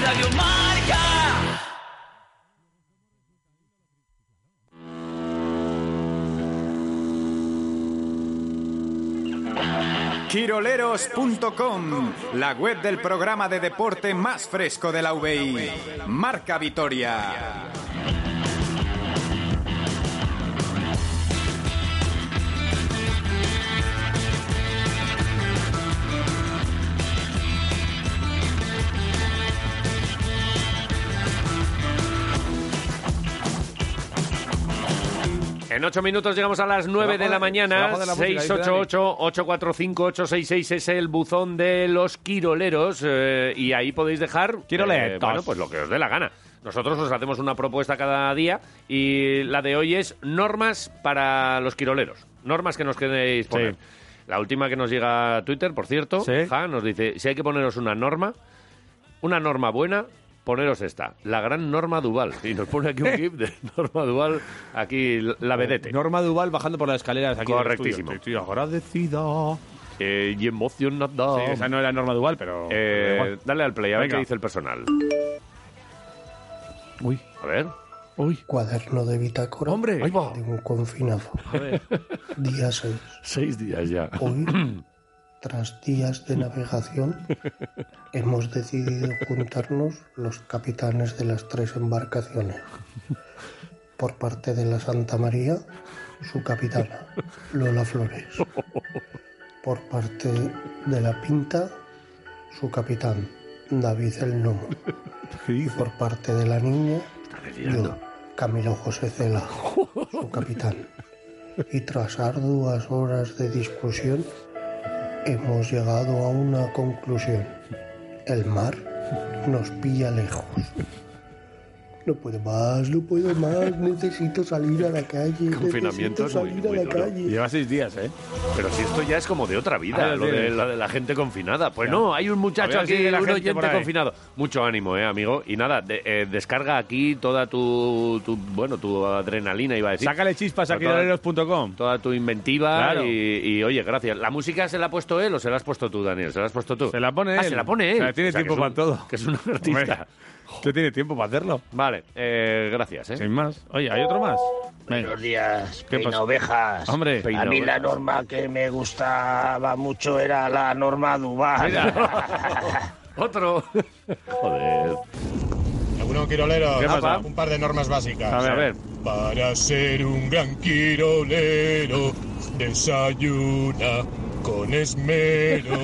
Radio Marca. Quiroleros.com, la web del programa de deporte más fresco de la UBI. Marca Vitoria. En ocho minutos llegamos a las nueve Debajo de la de- mañana. debajo de la música, dice 688-845-866 es el buzón de los quiroleros. eh, y ahí podéis dejar. Quiroletos. bueno, pues lo que os dé la gana. Nosotros os hacemos una propuesta cada día. Y la de hoy es normas para los quiroleros. Normas que nos queréis poner. La última que nos llega a Twitter, por cierto, Ja, nos dice: si hay que poneros una norma, una norma buena, poneros esta, la gran Norma Duval. Y nos [laughs] pone aquí un gif de Norma Duval, aquí la vedete. Norma Duval bajando por las escaleras aquí. del Correctísimo. estudio. Estoy, estoy agradecida. Eh, y emocionada. Sí, esa no era Norma Duval, pero... Eh, pero igual. dale al play, a ver Venga. qué dice el personal. Uy. A ver. Uy. Cuaderno de bitácora. Hombre, de un confinado. Día 6. Seis días ya. Hoy, tras días de navegación, hemos decidido juntarnos los capitanes de las tres embarcaciones. Por parte de la Santa María, su capitana, Lola Flores. Por parte de la Pinta, su capitán, David el Nomo. Y por parte de la niña, yo, Camilo José Cela, su capitán. Y tras arduas horas de discusión, hemos llegado a una conclusión. El mar nos pilla lejos. No puedo más, no puedo más, necesito salir a la calle. Confinamiento necesito es muy, salir muy a la duro. calle. seis días, ¿eh? Pero si esto ya es como de otra vida, Ahora lo de, tienes. la de la gente confinada. Pues no, hay un muchacho Había aquí, sido la un gente por oyente ahí. confinado. Mucho ánimo, eh, amigo. Y nada, de- eh, descarga aquí toda tu, tu- bueno, tu adrenalina, iba a decir. Sácale chispas a Pero toda- quiroleros.com. Toda tu inventiva Claro. y, y, oye, gracias. ¿La música se la ha puesto él o se la has puesto tú, Daniel? ¿Se la has puesto tú? Se la pone Ah, él. se la pone él. O sea, tiene O sea, que tiempo es para un- todo. Que es un [laughs] artista. Usted tiene tiempo para hacerlo. Vale, eh, gracias, ¿eh? Sin más. Oye, ¿hay otro más? Buenos días, ¿Qué peina pasa? ovejas. Hombre, a mí la norma que me gustaba mucho era la norma Dubán. [laughs] Otro. [laughs] Joder. Alguno quirolero, ¿Qué pasa? un par de normas básicas. A ver, a ver. Para ser un gran quirolero, desayuna con esmero.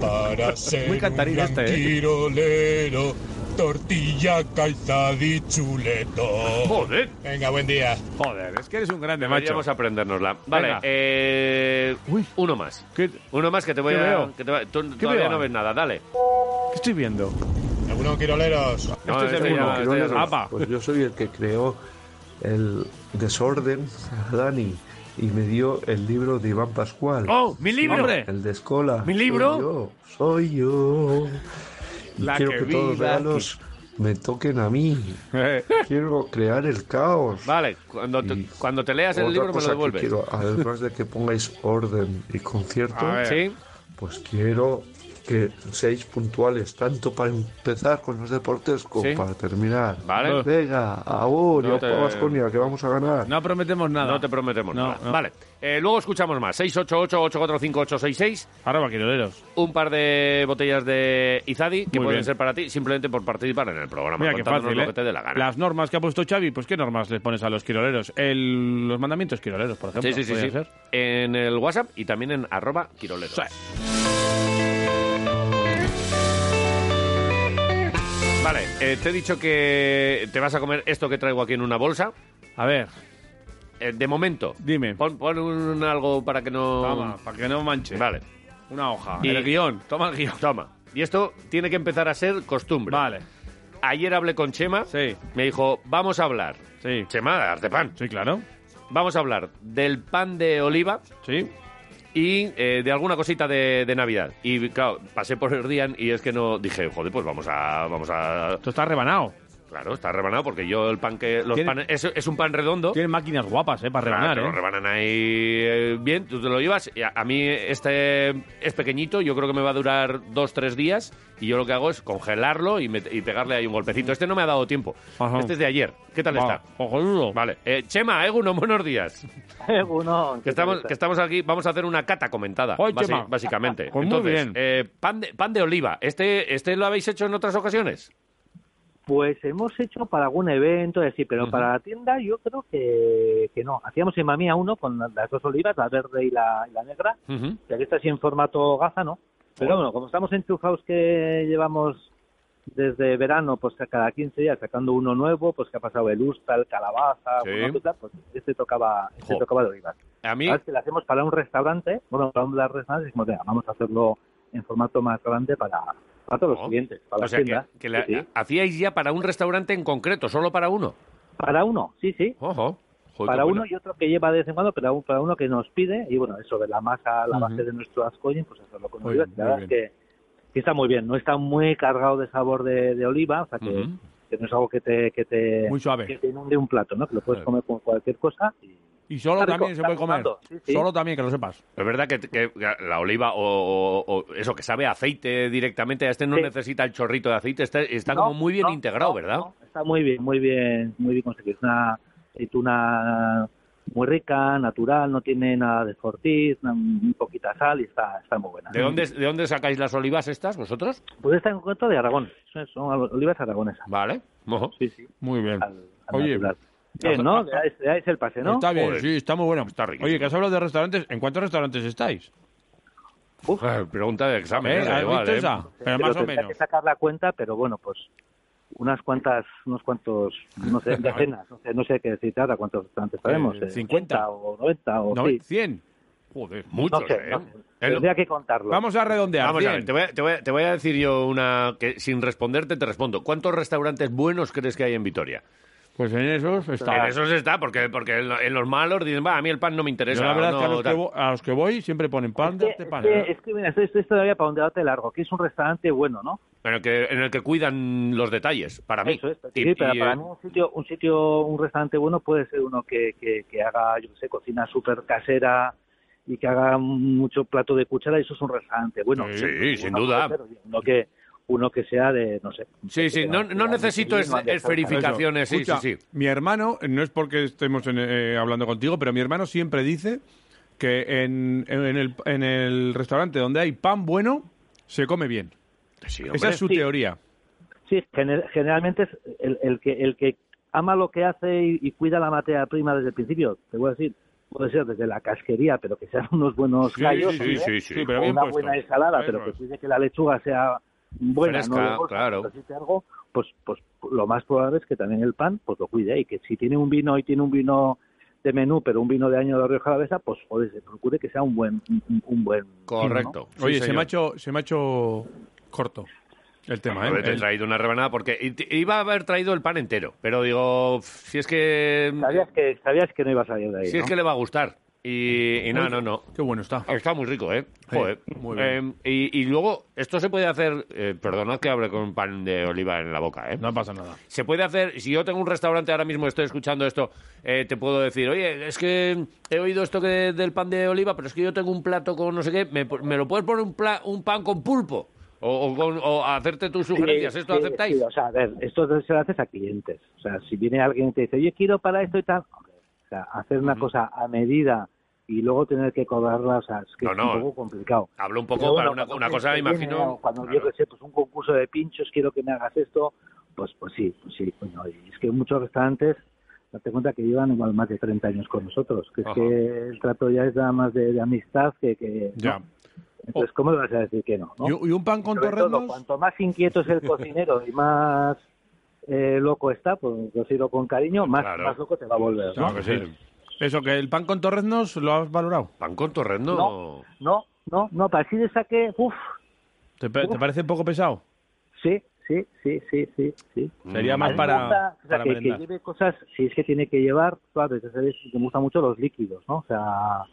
Para ser [laughs] Muy un cantarín gran este, ¿eh? quirolero, tortilla calzada y chuleto. Joder. Venga, buen día. Joder, es que eres un grande, macho. Deberíamos aprendérnosla. Vale, Venga. eh, uno más. Uno más que te voy ¿Qué a... veo? que te va- tú todavía veo? no ves nada, dale. ¿Qué estoy viendo? Alguno quiroleros. No, Ah, Este es el este uno. ya- este ya es otro. Apa. Pues yo soy el que creó el desorden, [laughs] Dani, y me dio el libro de Iván Pascual. ¡Oh, mi libro! ¡Hombre! El de Escola. ¿Mi libro? Soy yo. Soy yo. Y La quiero que que, todos los viva regalos me toquen a [laughs] mí. quiero crear el caos. Vale, cuando te, cuando te leas el Otra libro me lo cosa que devuelves. quiero, además de que pongáis orden y concierto, A ver. Sí. pues quiero que seáis puntuales, tanto para empezar con los deportes como Sí. para terminar. Vale. Venga, ahora, No te- que vamos a ganar. No prometemos nada. No te prometemos No, nada. no. Vale. Eh, luego escuchamos más. 688-845-866. Arroba quiroleros. Un par de botellas de Izadi que Muy pueden bien. ser para ti simplemente por participar en el programa. Mira qué Contándonos fácil, lo ¿eh? que te dé la gana. Las normas que ha puesto Xavi, pues ¿qué normas le pones a los quiroleros? El- los mandamientos quiroleros, por ejemplo. Sí, sí, sí, podría sí. ser. En el WhatsApp y también en arroba quiroleros. Vale, eh, te he dicho que te vas a comer esto que traigo aquí en una bolsa. Eh, A ver. de momento. Dime. Pon, pon un algo para que no... Toma, para que no manche. Vale. Una hoja. Y- El guión. Toma el guión. Toma. Y esto tiene que empezar a ser costumbre. Vale. Ayer hablé con Chema. Me dijo, vamos a hablar. Sí. Chema, de arte pan. Sí, claro. Vamos a hablar del pan de oliva. Sí. Y eh, de alguna cosita de, de Navidad. Y claro, pasé por el día y es que no dije, joder, pues vamos a. Vamos a... Esto está rebanado. Claro, está rebanado porque yo el pan que. Los Tiene- panes, es, es un pan redondo. Tienen máquinas guapas, ¿eh? Para rebanar, Claro, te ¿eh? lo rebanan ahí eh, bien, tú te lo llevas. Y A, a mí este es pequeñito, yo creo que me va a durar dos, tres días. Y yo lo que hago es congelarlo y, met- y pegarle ahí un golpecito. Este no me ha dado tiempo. Ajá. Este es de ayer. ¿Qué tal Va, está? Vale. Eh, Chema, Eguno, buenos días. Egunon, Que ¿qué tal estamos, está? que estamos aquí, vamos a hacer una cata comentada, Hoy, basi- Chema. básicamente. Pues muy Entonces, bien. eh, pan, de, pan de oliva. ¿Este, ¿Este lo habéis hecho en otras ocasiones? Pues hemos hecho para algún evento, es decir, pero para la tienda yo creo que, que no. Hacíamos en Mamía uno con las dos olivas, la verde y la, y la negra, ya que está así en formato gaza, ¿no? Oh. Pero bueno, como estamos enchufados que llevamos desde verano, pues a cada 15 días sacando uno nuevo, pues que ha pasado el usta, el calabaza, Sí. alguna cosa, pues este tocaba, este Jo. tocaba de olivas. A mí, Ahora es que lo hacemos para un restaurante, bueno, para un restaurante, decimos, venga, vamos a hacerlo en formato más grande para, para todos los clientes, para Oh. o las sea, que, tiendas. que la- Sí, sí. hacíais ya para un restaurante en concreto, solo para uno. Para uno, sí, sí. Ojo. Joder, para qué uno buena. y otro que lleva de vez en cuando, pero un- para uno que nos pide, y bueno, eso de la masa, la Ujú. base de nuestro ascoyen, pues hacerlo con Muy olivas. bien, La muy verdad es que, que está muy bien, no está muy cargado de sabor de, de oliva, o sea que, Ujú. que no es algo que te, que te, Muy suave. que te inunde un plato, ¿no? Que lo puedes comer con cualquier cosa. Y, Y solo Está rico, también se está puede comer. gustando, sí, sí. Solo también, que lo sepas. Es verdad que, que la oliva o, o- o eso que sabe a aceite directamente, este no Sí. necesita el chorrito de aceite, está, está No, como muy bien no, integrado, no, ¿verdad? no, está muy bien, muy bien, muy bien conseguido. Es una aceituna muy rica, natural, no tiene nada de fortiz, na- muy poquita sal y está, está muy buena. ¿De, dónde, ¿De dónde sacáis las olivas estas vosotros? Pues está en concreto de Aragón, son, son olivas aragonesas. Vale. Ojo. Sí, sí. Muy bien. al Oye. natural. Bien, ¿no? Le dais, le dais el pase, ¿no? Está bien, Joder. sí, está muy bueno. Está rico. Oye, que has hablado de restaurantes. ¿En cuántos restaurantes estáis? Eh, pregunta de examen. ¿Eh? eh, ¿Has igual, visto eh. esa? Pero Pero más o tendría menos. que sacar la cuenta, pero bueno, pues unas cuantas, unos cuantos, [laughs] no sé, eh, decenas, no sé, no sé qué decir, ahora cuántos restaurantes sabemos. eh, 50. 80 o 90 o No, sí. 100. Joder, Muchos, muchos, ¿eh? Es lo- Tendría que contarlo. Vamos a redondear. Vamos a ver, cien. te voy a, te voy a- te voy a decir yo una que sin responderte te respondo. ¿Cuántos restaurantes buenos crees que hay en Vitoria? Pues en esos está. En esos está, porque, porque en, lo- en los malos dicen, va, a mí el pan no me interesa. Yo la verdad no, es que a los, que tal". vo- a los que voy siempre ponen pan de este pan. Eh, es que, mira, esto, esto es todavía para un debate largo, que es un restaurante bueno, ¿no? en, el que, en el que cuidan los detalles, para mí. Eso es, Y- sí, pero y, para eh, mí un sitio, un sitio, un restaurante bueno puede ser uno que, que, que haga, yo qué sé, cocina súper casera y que haga mucho plato de cuchara, eso es un restaurante bueno. Sí, Uno sin puede duda. ser, oye, Uno que, uno que sea de, no sé. Sí, sí, no, no necesito es, esferificaciones, sí, sí, Escucha, sí. Mi hermano, no es porque estemos en- eh, hablando contigo, pero mi hermano siempre dice que en, en el, en el restaurante donde hay pan bueno, se come bien. Esa hombre. es su Sí. teoría. Sí, gener- generalmente es el, el que el que ama lo que hace y, y cuida la materia prima desde el principio, te voy a decir, puede ser desde la casquería, pero que sean unos buenos Sí, callos, sí, ¿eh? sí, sí, sí. O pero bien una puesto. buena ensalada, Eso pero que es. cuide que la lechuga sea buena, no Fresca, de bolsa, claro. pero si te algo, pues pues lo más probable es que también el pan pues lo cuide y que si tiene un vino y tiene un vino de menú, pero un vino de año de Rioja Alavesa, pues joder, se procure que sea un buen un, un buen vino, ¿no? Oye, se, me ha hecho, se me ha hecho corto el tema, ¿eh? Haberte El- traído una rebanada porque i- te- iba a haber traído el pan entero, pero digo, pf, si es que sabías que sabías que no ibas a ir de ahí. si es ¿no? que le va a gustar. Y, y no, Uy, no, no. Qué bueno está. Está muy rico, ¿eh? Sí, Joder. muy bien. Eh, y, y luego, esto se puede hacer, eh, perdonad que hable con pan de oliva en la boca, ¿eh? No pasa nada. Se puede hacer, si yo tengo un restaurante ahora mismo, estoy escuchando esto, eh, te puedo decir, oye, es que he oído esto que del pan de oliva, pero es que yo tengo un plato con no sé qué, ¿me, me lo puedes poner un, pla- un pan con pulpo? O, o con- o hacerte tus sugerencias, Sí, ¿esto sí, aceptáis? sí, o sea, a ver, esto se lo haces a clientes. O sea, si viene alguien y te dice, yo quiero para esto y tal, hombre, o sea, hacer una cosa a medida y luego tener que cobrarla, o sea, es que No, es no. un poco complicado. Hablo un poco Pero para bueno, una, cuando una alguien cosa, te viene, imagino. o Cuando yo que sé, pues un concurso de pinchos, quiero que me hagas esto, pues pues sí, pues sí, coño. Y es que muchos restaurantes, date cuenta que llevan igual más de 30 años con nosotros, que es Ajá. que el trato ya es nada más de, de amistad que... que Ya. Oh. ¿no? Entonces, ¿cómo le vas a decir que no? no? ¿Y, y un pan con Sobre todo, torreznos? cuanto más [laughs] inquieto es el cocinero y más eh, loco está, pues decirlo con cariño, más, Claro. más loco te va a volver. ¿no? Claro que sí. Eso, que el pan con torreznos lo has valorado. ¿Pan con torreznos? No. No, no, no, para así de saque, uff, ¿Te, pa- te parece un poco pesado? sí, sí, sí, sí, sí, sí. Sería A más mí me para, gusta, o sea, para que, que merendar. lleve cosas, si es que tiene que llevar, claro, ya sabes, que me gustan mucho los líquidos, ¿no? O sea,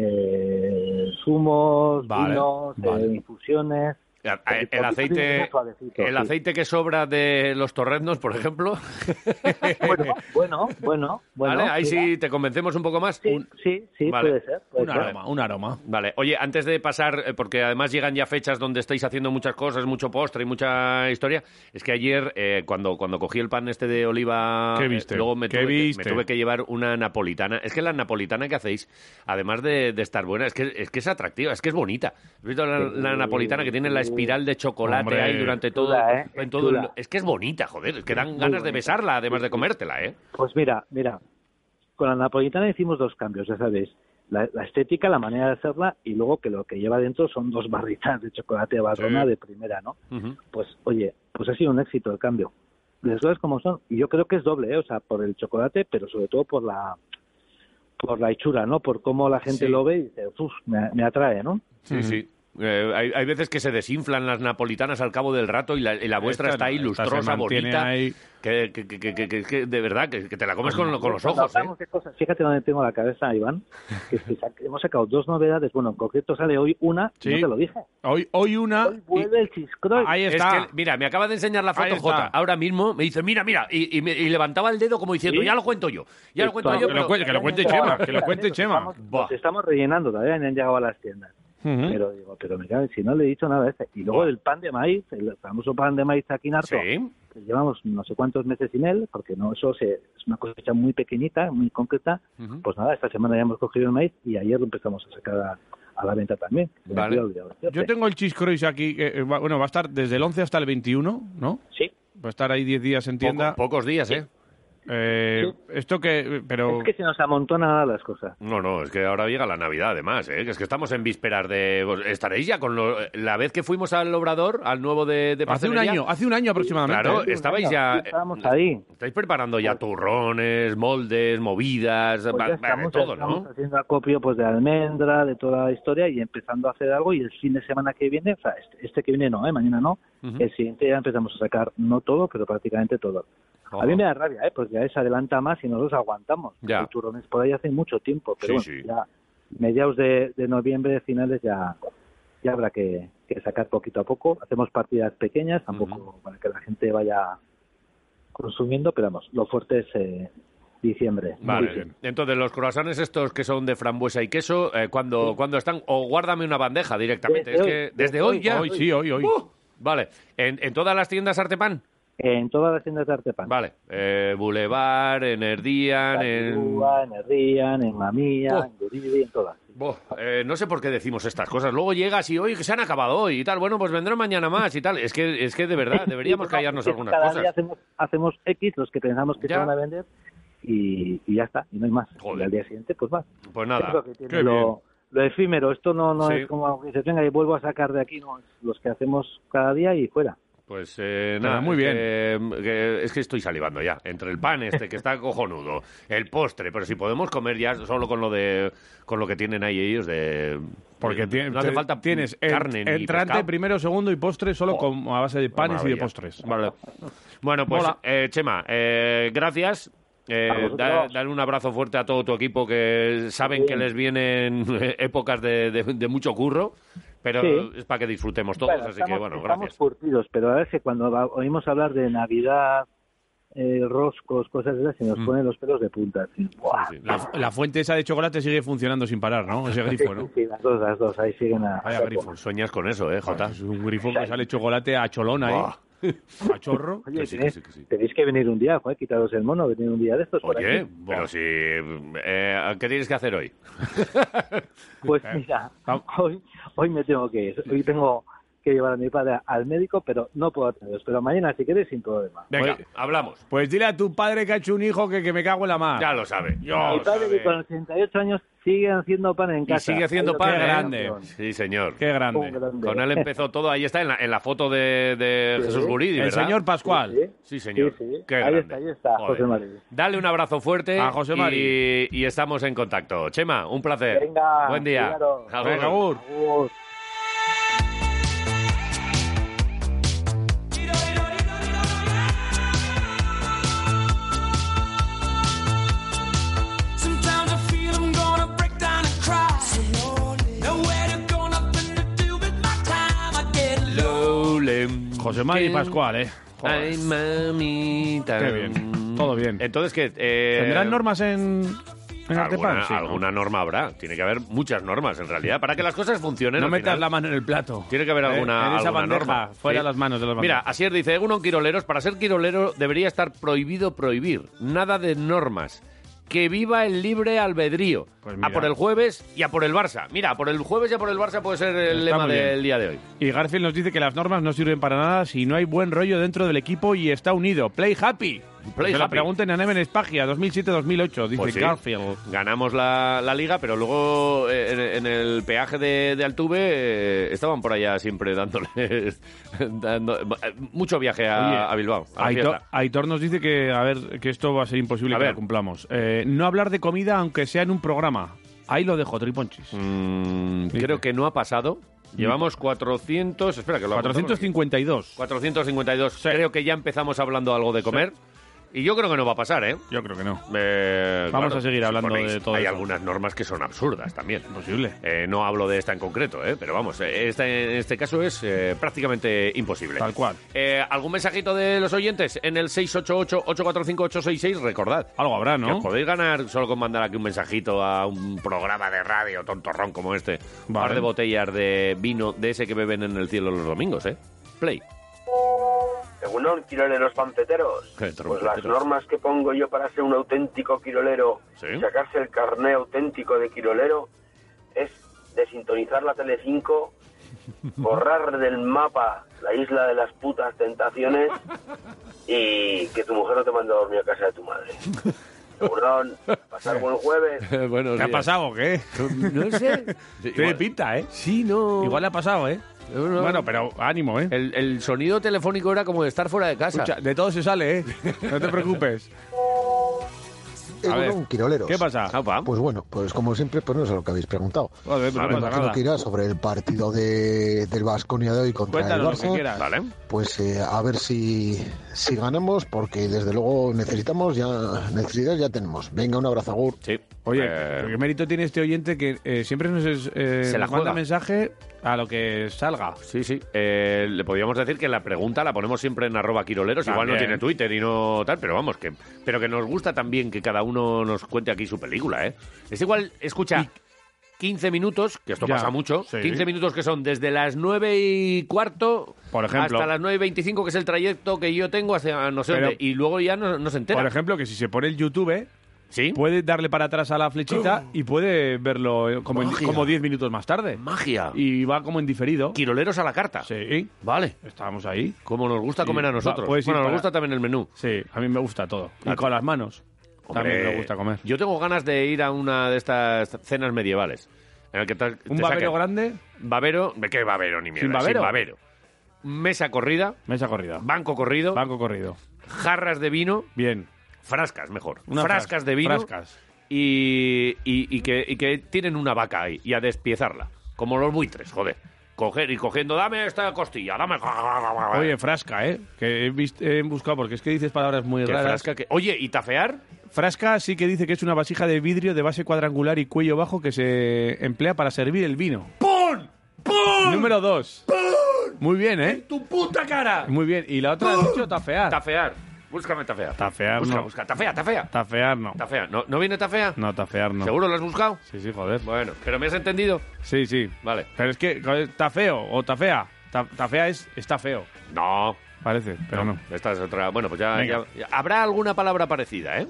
eh, zumos, Vale, vinos, eh, vale. infusiones. El, Porque el por ti tiene que aceite, ser suavecito, el sí. aceite que sobra de los torreznos, por ejemplo. [laughs] Bueno, bueno, bueno. ¿Vale? Ahí mira, sí te convencemos un poco más. Un- Sí, sí, Vale. puede ser. puede Un ser. aroma, un aroma. Vale, oye, antes de pasar, eh, porque además llegan ya fechas donde estáis haciendo muchas cosas, mucho postre y mucha historia, es que ayer eh, cuando, cuando cogí el pan este de oliva, ¿Qué eh, viste? luego me ¿Qué tuve, que- me viste? tuve que llevar una napolitana. Es que la napolitana que hacéis, además de, de estar buena, es que, es que es atractiva, es que es bonita. ¿Has visto la, la napolitana que tiene la espiral de chocolate Hombre. ahí durante todo, Chula, ¿eh? en todo el- Chula. Es que es bonita, joder, es que dan muy ganas de bonita. besarla, además de comértela, ¿eh? Pues mira, mira, con la napolitana hicimos dos cambios, ya sabéis. La, la estética, la manera de hacerla y luego que lo que lleva dentro son dos barritas de chocolate de Badrona Sí. de primera, ¿no? Pues oye, pues ha sido un éxito el cambio. Las cosas como son. Y yo creo que es doble, ¿eh? o sea, por el chocolate, pero sobre todo por la por la hechura, ¿no? Por cómo la gente Sí. lo ve y dice, uff, me, me atrae, ¿no? Sí, sí. Eh, hay, hay veces que se desinflan las napolitanas al cabo del rato y la, y la vuestra Esta está no, ahí esta se lustrosa, mantiene bonita. ahí. Que, que- que- que- que- que de verdad, que, que te la comes con, con los Cuando ojos. ¿eh? hablamos de cosas, fíjate dónde tengo la cabeza, Iván, que, es que sa- [laughs] hemos sacado dos novedades. Bueno, en concreto sale hoy una, y Sí. no te lo dije. Hoy, hoy una... Hoy vuelve el chiscroy. Ahí Es está. que, mira, me acaba de enseñar la Ahí foto está. Jota. Ahora mismo me dice, mira, mira. Y, y me- y levantaba el dedo como diciendo, Sí. ya lo cuento yo. Ya lo cuento Esto- yo. Que pero- lo cuente, Pues, que lo cuente Chema, que lo cuente Chema. Buah. Nos estamos rellenando, todavía no han llegado a las tiendas. Ujú. Pero digo, pero me cabe, si no le he dicho nada a este. Y luego Buah. el pan de maíz, el famoso pan de maíz aquí en Arto, Sí. que llevamos no sé cuántos meses sin él, porque no eso se- es una cosecha muy pequeñita, muy concreta. Ujú. Pues nada, esta semana ya hemos cogido el maíz y ayer lo empezamos a sacar a, a la venta también. Se me Vale. había olvidado decirte. Yo tengo el Cheese aquí, que, eh, va- bueno, va a estar desde el 11 hasta el 21, ¿no? Sí, Va a estar ahí 10 días en tienda. Poco- pocos días, ¿eh? Eh, Esto que... Pero... Es que se nos amontonan las cosas. No, no, es que ahora llega la Navidad además, ¿eh? Que Es que estamos en vísperas de... vos- Estaréis ya con lo- la vez que fuimos al Obrador, al nuevo de, de Hace un pastelería. año, hace un año aproximadamente. Claro, ¿eh? estabais ya... ahí. Estáis preparando ya turrones, moldes, movidas, Pues va- ya va- estamos, de ya todo, estamos ¿no? haciendo acopio pues de almendra, de toda la historia y empezando a hacer algo y el fin de semana que viene, o sea, este, este que viene no, ¿eh? mañana no, Ujú. el siguiente ya empezamos a sacar, no todo, pero prácticamente todo. A mí me da rabia, ¿eh? porque ya se adelanta más y nosotros aguantamos. Ya. Hay turrones por ahí hace mucho tiempo, pero Sí, bueno, sí. ya mediados de, de noviembre, finales ya, ya habrá que, que sacar poquito a poco. Hacemos partidas pequeñas, tampoco para que la gente vaya consumiendo, pero vamos, lo fuerte es eh, diciembre. Vale, entonces los croissants estos que son de frambuesa y queso, eh, ¿cuándo, cuándo están? O guárdame una bandeja directamente. Desde es hoy, que desde desde hoy hoy, ya. hoy, sí, hoy, hoy. Uh, vale, ¿En, en todas las tiendas Artepan? En todas las tiendas de Artepan. Vale, eh, Boulevard, en Erdian, en... Cuba, en Herrian, en Oh. Mamía, en Guridi, en todas. Buah, eh, no sé por qué decimos estas cosas. Luego llegas y hoy que se han acabado hoy y tal. Bueno, pues vendrán mañana más y tal. Es que, es que de verdad, deberíamos [laughs] Sí, no, callarnos pues, es que algunas cada cosas. día hacemos, hacemos X los que pensamos que Ya. se van a vender y, y ya está, y no hay más. Y al día siguiente, pues más. Pues Es nada. lo que tiene lo, lo efímero, esto no, no Sí. es como algo que dices, venga, y vuelvo a sacar de aquí, no, es los que hacemos cada día y fuera. Pues eh, nada, Nada, muy es Que, que- es que estoy salivando ya. Entre el pan este que está cojonudo, el postre, pero si podemos comer ya solo con lo de con lo que tienen ahí ellos de Porque tiene- no hace te- falta tienes en- carne ni entrante, pescado. primero, segundo y postre solo con, a base de panes y de Maravilla. postres. Vale. Bueno, pues Mola. eh, Chema, eh, gracias. Eh, A vosotros. da- dale un abrazo fuerte a todo tu equipo que saben Sí. que les vienen [laughs] épocas de, de- de mucho curro, pero Sí. es para que disfrutemos todos, Bueno, así estamos- que bueno, estamos gracias. curtidos, pero a ver que cuando va- oímos hablar de Navidad, eh, roscos, cosas de esas, se nos Mm. ponen los pelos de punta. así, ¡buah! La, la fuente esa de chocolate sigue funcionando sin parar, ¿no? Ese grifo, ¿no? Sí, las dos, las dos, ahí siguen a... Vaya grifo. Sueñas con eso, ¿eh, Jota? Es un grifo que sale chocolate a cholón ahí. A chorro. [laughs] Oye, tenéis, tenéis que venir un día, joder, quitaros el mono, venir un día de estos. por Oye, aquí. pero si... eh, ¿Qué tienes que hacer hoy? [laughs] Pues mira, [laughs] hoy, hoy me tengo que ir. Hoy tengo que llevar a mi padre al médico, pero no puedo atenderos. Pero mañana, si queréis, sin problema. Venga, hablamos. Pues dile a tu padre que ha hecho un hijo que, que me cago en la mar. Ya lo sabe. mi padre que con 88 años sigue haciendo pan en Y casa. sigue haciendo Ahí lo pan, tenéis. ¿eh? Sí, señor. Qué grande. Un Con él empezó todo. Ahí está, en la, en la foto de, de Jesús Guridi, El ¿verdad? señor Pascual. Sí, señor. Qué Ahí grande. está, ahí está, Joder. José María. Dale un abrazo fuerte. A José Mari. Y, y estamos en contacto. Chema, un placer. Venga, Buen día. cuidaros. Agur. Venga, Agur. Sometimes I feel I'm gonna break down and cry. Nowhere to go, nothing to do with my time. I get José Mari Pascual, ¿eh? Joder. Ay, mamita. Qué bien. Todo bien. Entonces, ¿qué? Eh, ¿Tendrán normas en, en alguna, Artepan? Sí, ¿no? alguna norma habrá. Tiene que haber muchas normas, en realidad, para que las cosas funcionen. No al metas final. la mano en el plato. Tiene que haber Eh, alguna, En esa alguna bandeja, norma. fuera Sí. las manos de los Mira, Asier dice, Egunon Quiroleros, para ser quirolero debería estar prohibido prohibir. Nada de normas. Que viva el libre albedrío. Pues a por el jueves y a por el Barça. Mira, a por el jueves y a por el Barça puede ser el Está lema muy bien. del día de hoy. Y Garfield nos dice que las normas no sirven para nada si no hay buen rollo dentro del equipo y está unido. Play happy. Play Se lo happy. pregunten a Neven Espagia, 2007-2008, dice Pues sí. Garfield. Ganamos la, la liga, pero luego eh, en, en el peaje de, de Altuve eh, estaban por allá siempre dándoles [laughs] dando, eh, mucho viaje a, Oye, a Bilbao. a la Aitor, fiesta. Aitor nos dice que a ver que esto va a ser imposible A que ver. lo cumplamos. Eh, no hablar de comida aunque sea en un programa. Ahí lo dejo, Triponchis. Mm, Creo que no ha pasado. Mm. Llevamos 400. Espera, que lo apuntamos aquí. 452. 452. Creo que ya empezamos hablando algo de comer. Y yo creo que no va a pasar, ¿eh? Yo creo que no. Vamos a seguir hablando de todo Hay eso. algunas normas que son absurdas también. Eh, Imposible. no hablo de esta en concreto, ¿eh? Pero vamos, eh, esta en este caso es eh, prácticamente imposible. Tal cual. Eh, ¿Algún mensajito de los oyentes? En el 688-845-866, recordad. Algo habrá, Ah, ¿no? que podéis ganar solo con mandar aquí un mensajito a un programa de radio tontorrón como este. Un par Vale. de botellas de vino de ese que beben en el cielo los domingos, ¿eh? Play. Según quiroleros panceteros. Qué Pues trompetero. las normas que pongo yo para ser un auténtico quirolero, Sí. sacarse el carné auténtico de quirolero, es desintonizar la Telecinco, borrar del mapa la isla de las putas tentaciones y que tu mujer no te manda a dormir a casa de tu madre. Cabrón, pasar buen jueves. [laughs] ¿Qué ha pasado o qué? No [laughs] sé. Tiene pinta, ¿eh? Sí, no. Igual le ha pasado, ¿eh? Bueno, pero ánimo, ¿eh? El, el sonido telefónico era como de estar fuera de casa. Escucha, de todo se [laughs] sale, ¿eh? No te preocupes. A ver, Egunon, Quiroleros. ¿qué pasa? Ah, Pues bueno, pues como siempre, pues no es a lo que habéis preguntado. A ver, pues no Me pasa imagino nada. que irá sobre el partido de, del Vasconia de hoy contra Cuéntanos lo el Barça. que quieras. Vale. Pues eh, a ver si, si ganamos, porque desde luego necesitamos, ya necesidades ya tenemos. Venga, un abrazo, Agur. Sí. Oye, pero ¿qué mérito tiene este oyente que eh, siempre nos, es- eh, Eh. Se la nos manda juega. mensaje a lo que salga? Sí, sí. Eh, le podríamos decir que la pregunta la ponemos siempre en arroba quiroleros. Igual no También. tiene Twitter y no tal, pero vamos, que pero que nos gusta también que cada uno nos cuente aquí su película, ¿eh? Es igual, escucha, 15 minutos, que esto Ya, pasa mucho, sí. 15 minutos que son desde las 9 y cuarto Por ejemplo. hasta las 9 y 25, que es el trayecto que yo tengo hacia no sé Pero- dónde, y luego ya no, no se entera. Por ejemplo, que si se pone el YouTube, ¿Sí? puede darle para atrás a la flechita Uh. y puede verlo eh, como en- Magia. como 10 minutos más tarde. Magia. Y va como en diferido. Quiroleros a la carta. Sí. Vale. Estábamos ahí. Como nos gusta comer Y a va- nosotros. puedes ir Bueno, nos para- gusta también el menú. Sí, a mí me gusta todo. Y Claro. con las manos. También Hombre, me gusta comer. Yo tengo ganas de ir a una de estas cenas medievales. En el que tal- ¿Un te babero saquen- grande? Babero, ¿qué babero ni mierda? ¿Sin babero? Mesa corrida, Mesa corrida. banco corrido, Banco corrido. jarras de vino, Bien. frascas mejor, Una frascas fras- de vino frascas. Y, y- y que, y que tienen una vaca ahí y a despiezarla, como los buitres, joder. Coger y cogiendo, dame esta costilla, dame... Ah, Oye, frasca, ¿eh? Que he, vist- he buscado porque es que dices palabras muy Qué raras. frasca que- Oye, ¿y tafear? Frasca sí que dice que es una vasija de vidrio de base cuadrangular y cuello bajo que se emplea para servir el vino. ¡Pum! ¡Pum! Número 2. Muy bien, ¿eh? ¡Tu puta cara! Muy bien. Y la otra has dicho tafear. Tafear. Búscame tafear. Tafear, Busca, no. busca. Tafea, tafea. Tafear no. Tafea. ¿No, ¿No viene tafea? No, tafear no. ¿Seguro lo has buscado? Sí, sí, joder. Bueno, ¿pero me has entendido? Sí, sí. Vale. Pero es que joder, está feo o está fea. Ta- Está fea es está feo, No. parece, pero no. Esta es otra... Bueno, pues ya, Venga. ya- Habrá alguna palabra parecida, ¿eh?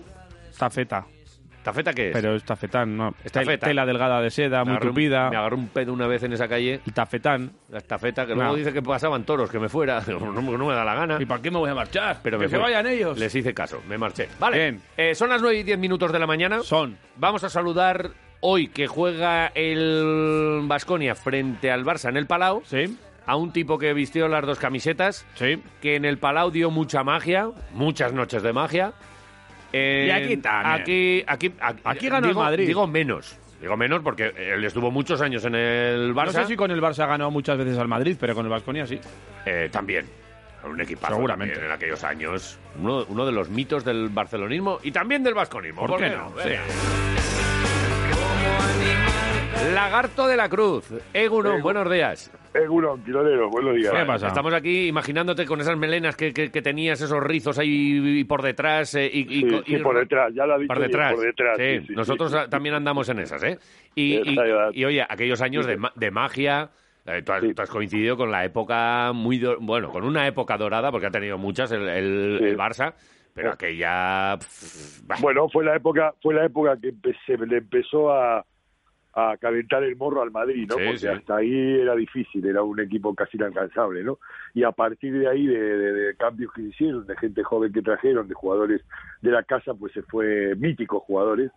Está feta. ¿Tafeta qué es? Pero es tafetán, no. Está Tel- feta. Tela delgada de seda, Me muy agarré un- tupida. Me agarró un pedo una vez en esa calle. El tafetán. La estafeta, que No. luego dice que pasaban toros, que me fuera. [laughs] No, no me da la gana. ¿Y para qué me voy a marchar? Pero me que se fui. vayan ellos. Les hice caso, me marché. Vale. Bien. Eh, son las 9 y 10 minutos de la mañana. Son. Vamos a saludar hoy que juega el Vasconia frente al Barça en el Palau. Sí, A un tipo que vistió las dos camisetas, sí. que en el Palau dio mucha magia, muchas noches de magia. Eh, Y aquí también. Aquí, aquí, aquí, Aquí ganó el digo- Madrid. Digo menos. Digo menos porque él estuvo muchos años en el Barça. No sé si con el Barça ha ganado muchas veces al Madrid, pero con el Vasconia sí. Eh, también. Un equipazo Seguramente. también en aquellos años. Uno, uno de los mitos del barcelonismo y también del vasconismo. ¿Por, qué no? Sí. Venga. Lagarto de la Cruz. Egunon, buenos días. Egunon, Quiroleros, buenos días. ¿Qué pasa? Estamos aquí imaginándote con esas melenas que, que- que tenías, esos rizos ahí por detrás. eh, y, y- Sí, co- sí, y- por detrás, ya lo ha dicho Por bien, detrás. por detrás, Sí, sí, sí, nosotros sí. a- también andamos en esas, ¿eh? Y, y- Esa edad. y, oye, aquellos años de, ma- de magia. eh, tú, has, tú has coincidido con la época muy. do- bueno, con una época dorada, porque ha tenido muchas el, el- Sí. el Barça, pero aquella. pff, bah, Bueno, fue la época, fue la época que empe- se le empezó a, a calentar el morro al Madrid, ¿no? Sí, Porque sí. hasta ahí era difícil, era un equipo casi inalcanzable, ¿no? Y a partir de ahí, de, de- de cambios que se hicieron, de gente joven que trajeron, de jugadores de la casa, pues se fue míticos jugadores.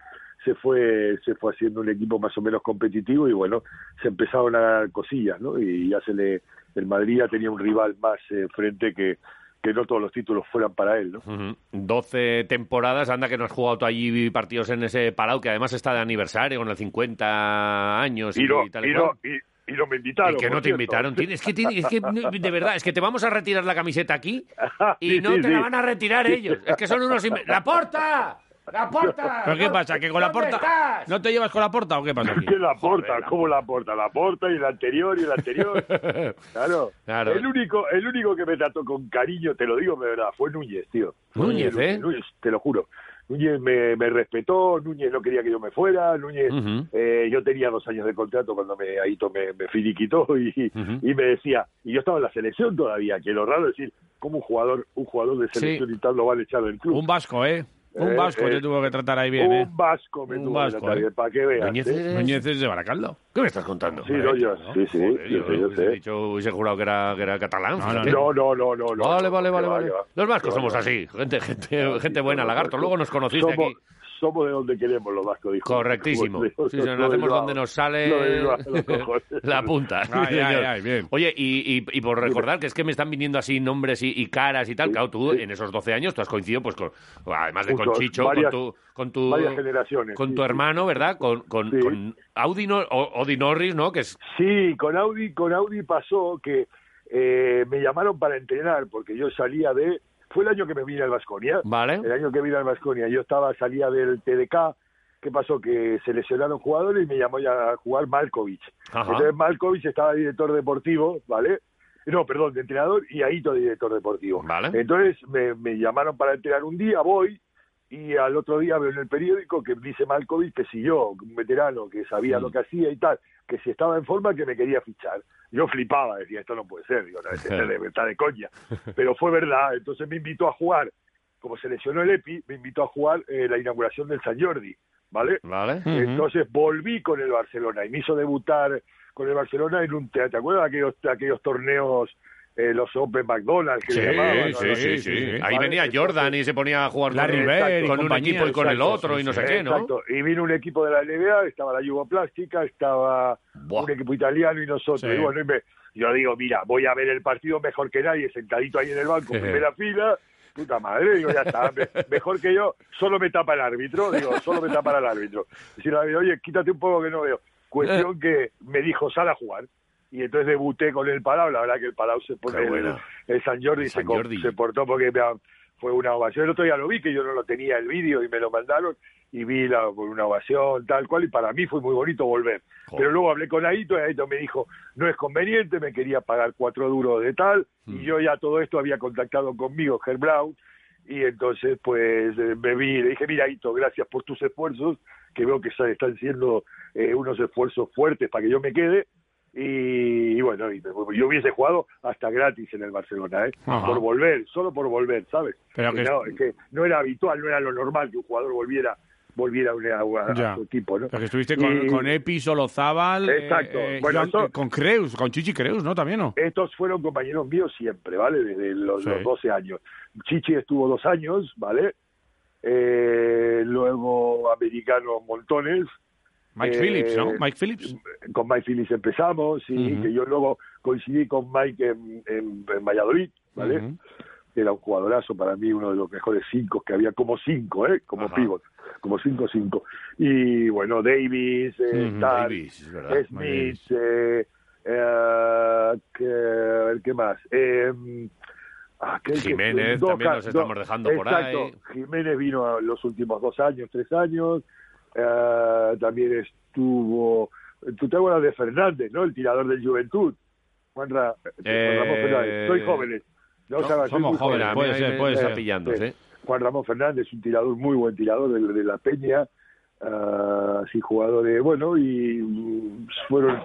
Se fue, se fue haciendo un equipo más o menos competitivo y bueno, se empezaron a dar cosillas, ¿no? Y ya se le, el Madrid ya tenía un rival más eh, frente que, que no todos los títulos fueran para él, ¿no? ujú. 12 temporadas, anda que no has jugado tú allí partidos en ese Palau, que además está de aniversario, con el 50 años y, y, no, tal y, cual. no, y- y no me invitaron. Y que por no te cierto. invitaron. Tienes- Es que, tiene- es que, de verdad, es que te vamos a retirar la camiseta aquí y [laughs] Sí, no sí, te la sí. van a retirar ellos. Es que son unos... inve- ¡La porta! ¡La porta! ¿Pero qué pasa? ¿Que con la ¿Dónde porta estás? no te llevas con la porta o qué pasa aquí? ¿Qué la porta? Joder, la ¿Cómo la porta? La porta y el anterior y [laughs] el anterior. Claro. [laughs] Claro. El único el único que me trató con cariño, te lo digo de verdad, fue Núñez, tío. Fue Núñez, ¿eh? Núñez, te lo juro. Núñez me, me respetó, Núñez no quería que yo me fuera, Núñez... Ujú. eh, yo tenía dos años de contrato cuando me, ahí me, me finiquitó y, Ujú. y me decía, y yo estaba en la selección todavía, que lo raro es decir, como un jugador, un jugador de selección y tal lo van a echar del club. Un vasco, ¿eh? Un Eh, vasco eh, te tuvo que tratar ahí bien, un ¿eh? vasco me tuvo que tratar bien, pa' que veas, Núñez, ¿eh? es... Núñez de Baracaldo. ¿Qué me estás contando? Sí, no, yo- sí, sí, sí, yo, sí, yo hubiese sé. dicho, hubiese jurado que era, que era catalán. No, no, fíjate. no, no, no, no, no. Vale, vale, Que vale, va, vale. que va. Los vascos Que somos va. así, gente, gente, gente buena, lagarto. Luego nos conociste somos, aquí. Somos de donde queremos los vascos, dijo. Correctísimo. Somos de- Sí, señor, lo de hacemos Bilbao. donde nos Lo de sale [laughs] Bilbao, los ojos. la punta. Sí, Ay, ay, señor. ay, Oye, y, y- y por recordar que es que me están viniendo así nombres y, y caras y tal. Claro, tú en esos 12 años tú has coincidido, pues, con, además de con Justo, Chicho, varias- con tu, con tu, varias generaciones, con sí, tu sí. hermano, ¿verdad? Con, con, con Audi Nor- o- Odi Norris, ¿no? Que es Sí, con Audi, con Audi pasó que eh, me llamaron para entrenar porque yo salía de fue el año que me vine al Vasconia. Vale. El año que vine al Vasconia, yo estaba salía del TDK. ¿Qué pasó? Que se lesionaron jugadores y me llamó ya a jugar Malkovich. Ajá. Entonces Malkovich estaba director deportivo, ¿vale? No, perdón, de entrenador y Aito de director deportivo. Entonces me, me llamaron para entrenar un día, voy y al otro día veo en el periódico que dice Malkovich que si yo, un veterano que sabía lo que hacía y tal, que si estaba en forma que me quería fichar. Yo flipaba, decía, esto no puede ser, digo, no, este debe estar de coña. Pero fue verdad, entonces me invitó a jugar, como se lesionó el EPI, me invitó a jugar eh, la inauguración del San Jordi, ¿vale? Vale. Entonces volví con el Barcelona y me hizo debutar con el Barcelona en un teatro, ¿te acuerdas de aquellos, de aquellos torneos, eh, los Open McDonald's que Sí, le llamaban? sí, ¿no? sí, sí. Ahí Vale, venía Jordan y se ponía a jugar Larry con, Bird y con un compañía, equipo y con el exacto, otro sí, y no sí. sé qué, ¿no? Exacto. Y vino un equipo de la NBA, estaba la Yugoplástica, estaba un equipo italiano y nosotros. Sí. Y bueno, y me- yo digo, mira, voy a ver el partido mejor que nadie, sentadito ahí en el banco, Sí. primera fila. Puta madre, digo, ya está, [laughs] me- mejor que yo, solo me tapa el árbitro, digo, solo me tapa el árbitro. Y si el árbitro, oye, quítate un poco que no veo. Eh. Cuestión que me dijo, sal a jugar. Y entonces debuté con el Palau, la verdad que el Palau se pone Qué el- buena. el San Jordi, El se, San co- Jordi. se portó porque me ha- fue una ovación. El otro día lo vi, que yo no lo tenía el vídeo y me lo mandaron y vi la, con una ovación tal cual y para mí fue muy bonito volver. Pero luego hablé con Aito y Aito me dijo, no es conveniente, me quería pagar cuatro duros de tal y yo ya todo esto había contactado conmigo, Ger Brown, y entonces pues eh, me vi y le dije, mira Aito, gracias por tus esfuerzos, que veo que se- están siendo eh, unos esfuerzos fuertes para que yo me quede. Y, y bueno, y me- yo hubiese jugado hasta gratis en el Barcelona, ¿eh? Ajá. por volver, solo por volver, ¿sabes? Pero Que que- no, es que no era habitual, no era lo normal que un jugador volviera volviera a, una- a Ya. su equipo, ¿no? Pero que estuviste con, Y- con Epi, Solozábal. eh, Exacto. eh, Bueno, Joan- eso- eh, Con Creus, con Chichi Creus, ¿no? También, ¿no? Estos fueron compañeros míos siempre, ¿vale? Desde los, Sí. los 12 años. Chichi estuvo dos años, ¿vale? Eh, luego americanos montones. Mike Eh, Phillips, ¿no? Mike Phillips. Con Mike Phillips empezamos, y Ujú. que yo luego coincidí con Mike en, en- en Valladolid, ¿vale? Ujú. Era un jugadorazo para mí, uno de los mejores cinco que había, como cinco, ¿eh? Como Ajá. pivot, como cinco, cinco. Y bueno, Davis, eh, Ujú, tal, Davis, es verdad, Mike Smith, eh, eh, que- a ver, ¿qué más? Eh, aquel que- Jiménez, dos también ca- nos estamos dejando por exacto, ahí. Jiménez vino a los últimos dos años, tres años. Eh, también estuvo. Tú te acuerdas de Fernández, ¿no? El tirador del Juventud. Juan Ra- Eh, Juan Ramón Fernández. Soy eh. jóvenes. No, no, o sea, soy somos muy jóvenes, joven. puede ser, puede ser. pillando, sí. Juan Ramón Fernández, un tirador muy buen tirador de, de la Peña. ah, sí, jugador de. Bueno, y mm, fueron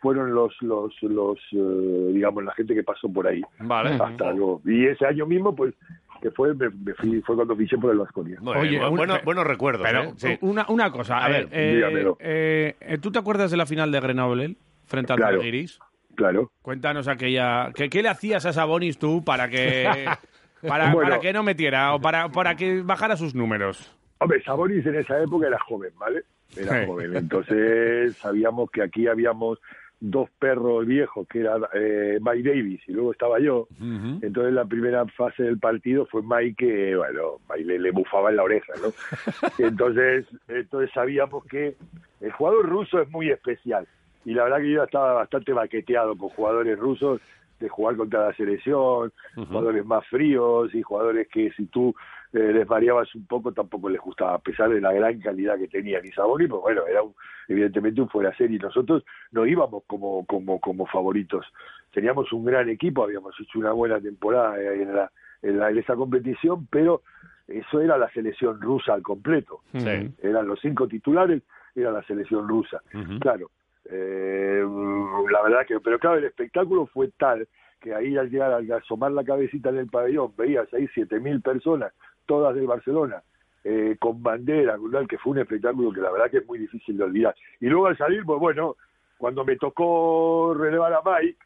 fueron los los los eh, digamos la gente que pasó por ahí Vale. hasta luego y ese año mismo pues que fue me, me fui- fue cuando fiché por el Vasconia Muy bien, bu- bueno- buenos recuerdos. ¿eh? Sí. Una, una cosa, a, A ver, ver, eh, dígamelo. eh, eh, ¿tú te acuerdas de la final de Grenoble frente al Claro. Zalgiris? Claro. Cuéntanos aquella. ¿Qué, qué le hacías a Sabonis tú para Eh, [laughs] que. Para, Bueno. para que no metiera o para, para que bajara sus números. Hombre, Sabonis en esa época era joven, ¿vale? Era Sí. joven. Entonces sabíamos que aquí habíamos dos perros viejos, que era eh, Mike Davis y luego estaba yo. Entonces la primera fase del partido fue Mike que, bueno, Mike le, le bufaba en la oreja, ¿no? Entonces, entonces sabíamos que el jugador ruso es muy especial. Y la verdad que yo ya estaba bastante baqueteado con jugadores rusos de jugar contra la selección, jugadores más fríos y jugadores que si tú eh, les variabas un poco tampoco les gustaba, a pesar de la gran calidad que tenía y Sabonis, pues bueno, era un- evidentemente un fuera serie. Nosotros no íbamos como, como, como favoritos. Teníamos un gran equipo, habíamos hecho una buena temporada eh, en, la, en, la- en esa competición, pero eso era la selección rusa al completo. Sí. Eran los cinco titulares, era la selección rusa. Claro, eh, la verdad que, pero claro, el espectáculo fue tal que ahí al llegar, al asomar la cabecita en el pabellón, veías ahí 7.000 personas, todas del Barcelona, eh, con bandera, con tal, que fue un espectáculo que la verdad que es muy difícil de olvidar. Y luego al salir, pues bueno, cuando me tocó relevar a Mike,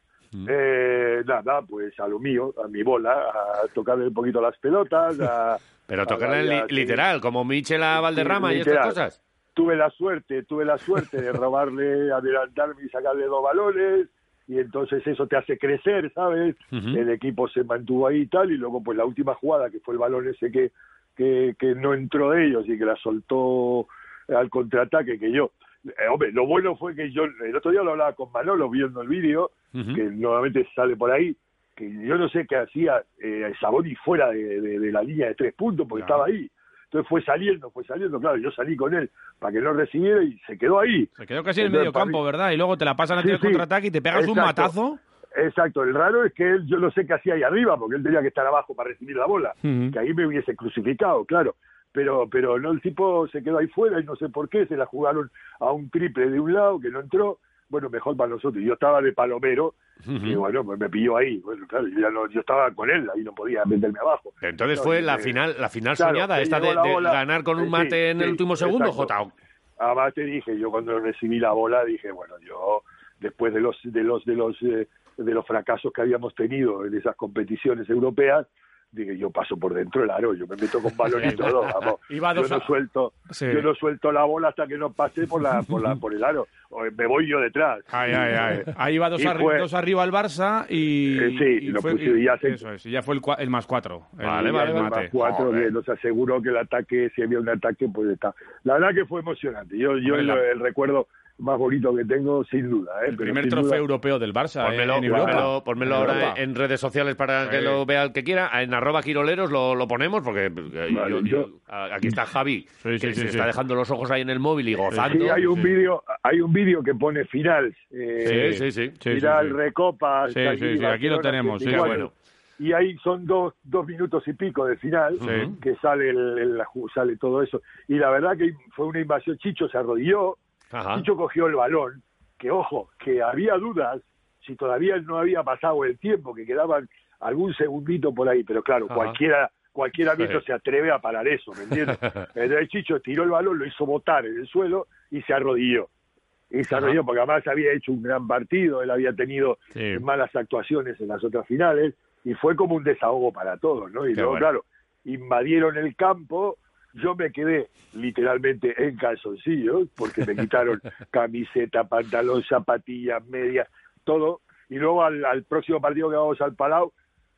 eh, nada, pues a lo mío, a mi bola, a tocarle un poquito las pelotas, a... Pero a tocarla darle li- a- literal, como Michel a Valderrama y estas literal. cosas. Tuve la suerte, tuve la suerte de robarle, [laughs] adelantarme y sacarle dos balones, y entonces eso te hace crecer, ¿sabes? Ujú. El equipo se mantuvo ahí y tal, y luego pues la última jugada, que fue el balón ese que, que, que no entró de ellos y que la soltó al contraataque que yo. Eh, hombre, lo bueno fue que yo, el otro día lo hablaba con Manolo viendo el vídeo, Ujú. que nuevamente sale por ahí, que yo no sé qué hacía eh, Saboni fuera de, de- de la línea de tres puntos porque estaba ahí. Entonces fue saliendo, fue saliendo, claro, yo salí con él para que no recibiera y se quedó ahí. Se quedó casi en el Entonces, medio para campo, ¿verdad? Y luego te la pasan a ti Sí, el sí. contraataque y te pegas un Exacto. matazo. Exacto, el raro es que él, yo no sé qué hacía ahí arriba, porque él tenía que estar abajo para recibir la bola, Ujú. que ahí me hubiese crucificado, claro. Pero, pero no, el tipo se quedó ahí fuera y no sé por qué, se la jugaron a un triple de un lado que no entró, bueno, mejor para nosotros. Yo estaba de palomero Ujú. y bueno, pues me pilló ahí, bueno, claro, yo, ya no- yo estaba con él, ahí no podía meterme abajo. Entonces No, fue y la me- final, la final Claro, soñada, me esta de, llegó la de bola. ganar con un Sí, mate en sí, el último segundo, exacto. Jota. Además Ah, te dije, yo cuando recibí la bola dije, bueno, yo después de los de los de los eh, de los fracasos que habíamos tenido en esas competiciones europeas, dije, yo paso por dentro del aro, yo me meto con balonito dos, [laughs] vamos. Iba dos yo a- no suelto, Sí. yo no suelto la bola hasta que no pase por la por la por el aro, o me voy yo detrás. Ay, ay, [laughs] ay. Ahí va dos, Y arri- fue- dos arriba al Barça y. Eh, sí, y lo pusieron y ya se- Eso es, y ya fue el, cua- el más cuatro. El, Vale, el vale, vale. mate. Más cuatro, que nos aseguró que el ataque, si había un ataque, pues está. La verdad que fue emocionante. Yo, yo Hombre, el, la- el recuerdo más bonito que tengo, sin duda. ¿eh? El Pero primer sin trofeo duda- europeo del eh, Barça. Pónmelo, en Europa. pónmelo- pónmelo En ahora Europa. en redes sociales para que Sí. lo vea el que quiera. En arroba quiroleros lo, lo ponemos porque eh, yo- yo- a- aquí está Javi, que se sí, sí. está dejando los ojos ahí en el móvil y gozando. Sí, hay un vídeo, hay un vídeo que pone final. eh, Sí, sí, sí. Sí, Final sí, sí. recopa. Sí, sí, sí, aquí lo tenemos, sí, 74. bueno. Y ahí son dos, dos minutos y pico de final Sí. que sale el- el- la ju- sale todo eso. Y la verdad que fue una invasión. Chicho se arrodilló, Ajá. Chicho cogió el balón, que ojo, que había dudas si todavía no había pasado el tiempo, que quedaban algún segundito por ahí, pero claro, Ajá. cualquiera cualquiera Sí. viendo se atreve a parar eso, ¿me [laughs] entiendes? Entonces Chicho tiró el balón, lo hizo botar en el suelo y se arrodilló. Y se Ajá. arrodilló porque además había hecho un gran partido, él había tenido Sí. malas actuaciones en las otras finales y fue como un desahogo para todos, ¿no? Y Qué luego, bueno. claro, invadieron el campo, yo me quedé literalmente en calzoncillos porque me [laughs] quitaron camiseta, pantalón, zapatillas, medias, todo. Y luego al, al próximo partido que vamos al Palau,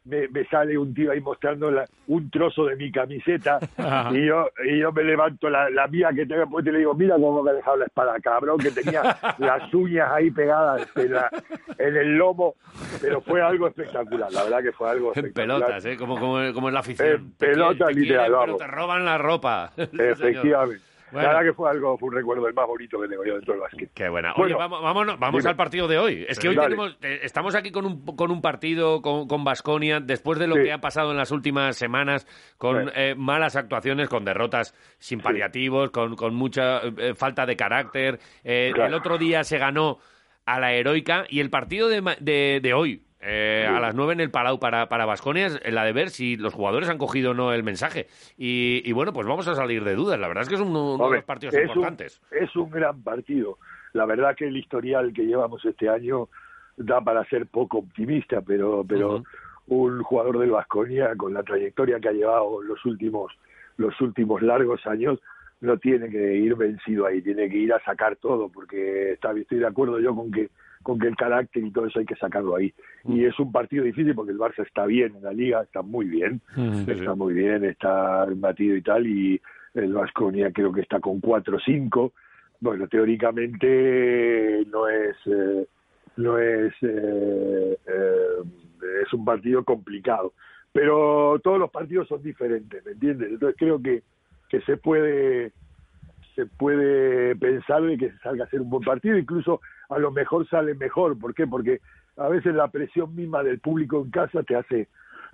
me, me sale un tío ahí mostrando la- un trozo de mi camiseta Ajá. y yo, y yo me levanto la, la mía que tengo puesta y le digo, mira cómo me ha dejado la espada, cabrón, que tenía las uñas ahí pegadas en, la- en el lomo, pero fue algo espectacular, la verdad que fue algo [laughs] En espectacular. pelotas, ¿eh? Como, como, como en la afición. En Te quieren- pelotas, te quieren, literal, pero vamos. te roban la ropa. [laughs] Sí, señor. Efectivamente. Bueno. La verdad que fue algo, fue un recuerdo el más bonito que tengo yo dentro del básquet. Qué buena. Oye, vamos, vámonos- vamos dime. al partido de hoy. Es que Sí. hoy Dale. tenemos, eh, estamos aquí con un, con un partido, con, con Basconia, después de lo Sí. que ha pasado en las últimas semanas, con Sí. eh, malas actuaciones, con derrotas sin paliativos, con, con mucha eh, falta de carácter. Eh, Claro. El otro día se ganó a la heroica y el partido de, ma- de- de hoy. eh, Sí. A las 9 en el Palau para, para Basconia es la de ver si los jugadores han cogido o no el mensaje. Y, y bueno, pues vamos a salir de dudas. La verdad es que es uno, uno de Hombre, los partidos es un- importantes. es un gran partido. La verdad que el historial que llevamos este año da para ser poco optimista, pero, pero un jugador del Vasconia con la trayectoria que ha llevado los últimos, los últimos largos años no tiene que ir vencido ahí, tiene que ir a sacar todo, porque está, estoy de acuerdo yo con que con que el carácter y todo eso hay que sacarlo ahí. Mm. Y es un partido difícil porque el Barça está bien en la liga, está muy bien, Mm, sí, está muy bien, está batido y tal, y el Vasconia creo que está con 4-5. Bueno, teóricamente no es, eh, no es, eh, eh, es un partido complicado, pero todos los partidos son diferentes, ¿me entiendes? Entonces creo que, que se puede se puede pensar de que se salga a hacer un buen partido, incluso a lo mejor sale mejor. ¿Por qué? Porque a veces la presión misma del público en casa te hace,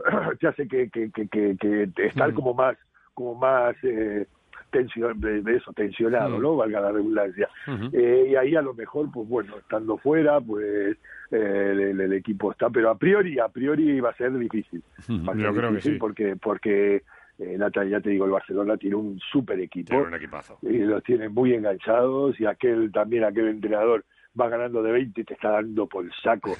[clears throat] te hace que, que, que, que- que te- Mm. estar como más, como más eh, tensión, de de eso, tensionado, Mm. ¿no? Valga la redundancia. Ujú. Eh, y ahí a lo mejor, pues bueno, estando fuera, pues eh, el, el- el equipo está, pero a priori, a priori va a ser difícil. Va a Yo ser creo que difícil sí. Porque, porque eh, Nata, ya te digo, el Barcelona tiene un súper equipo. Tiene un equipazo. Y los tienen muy enganchados y aquel también, aquel entrenador va ganando de 20 y te está dando por el [laughs] saco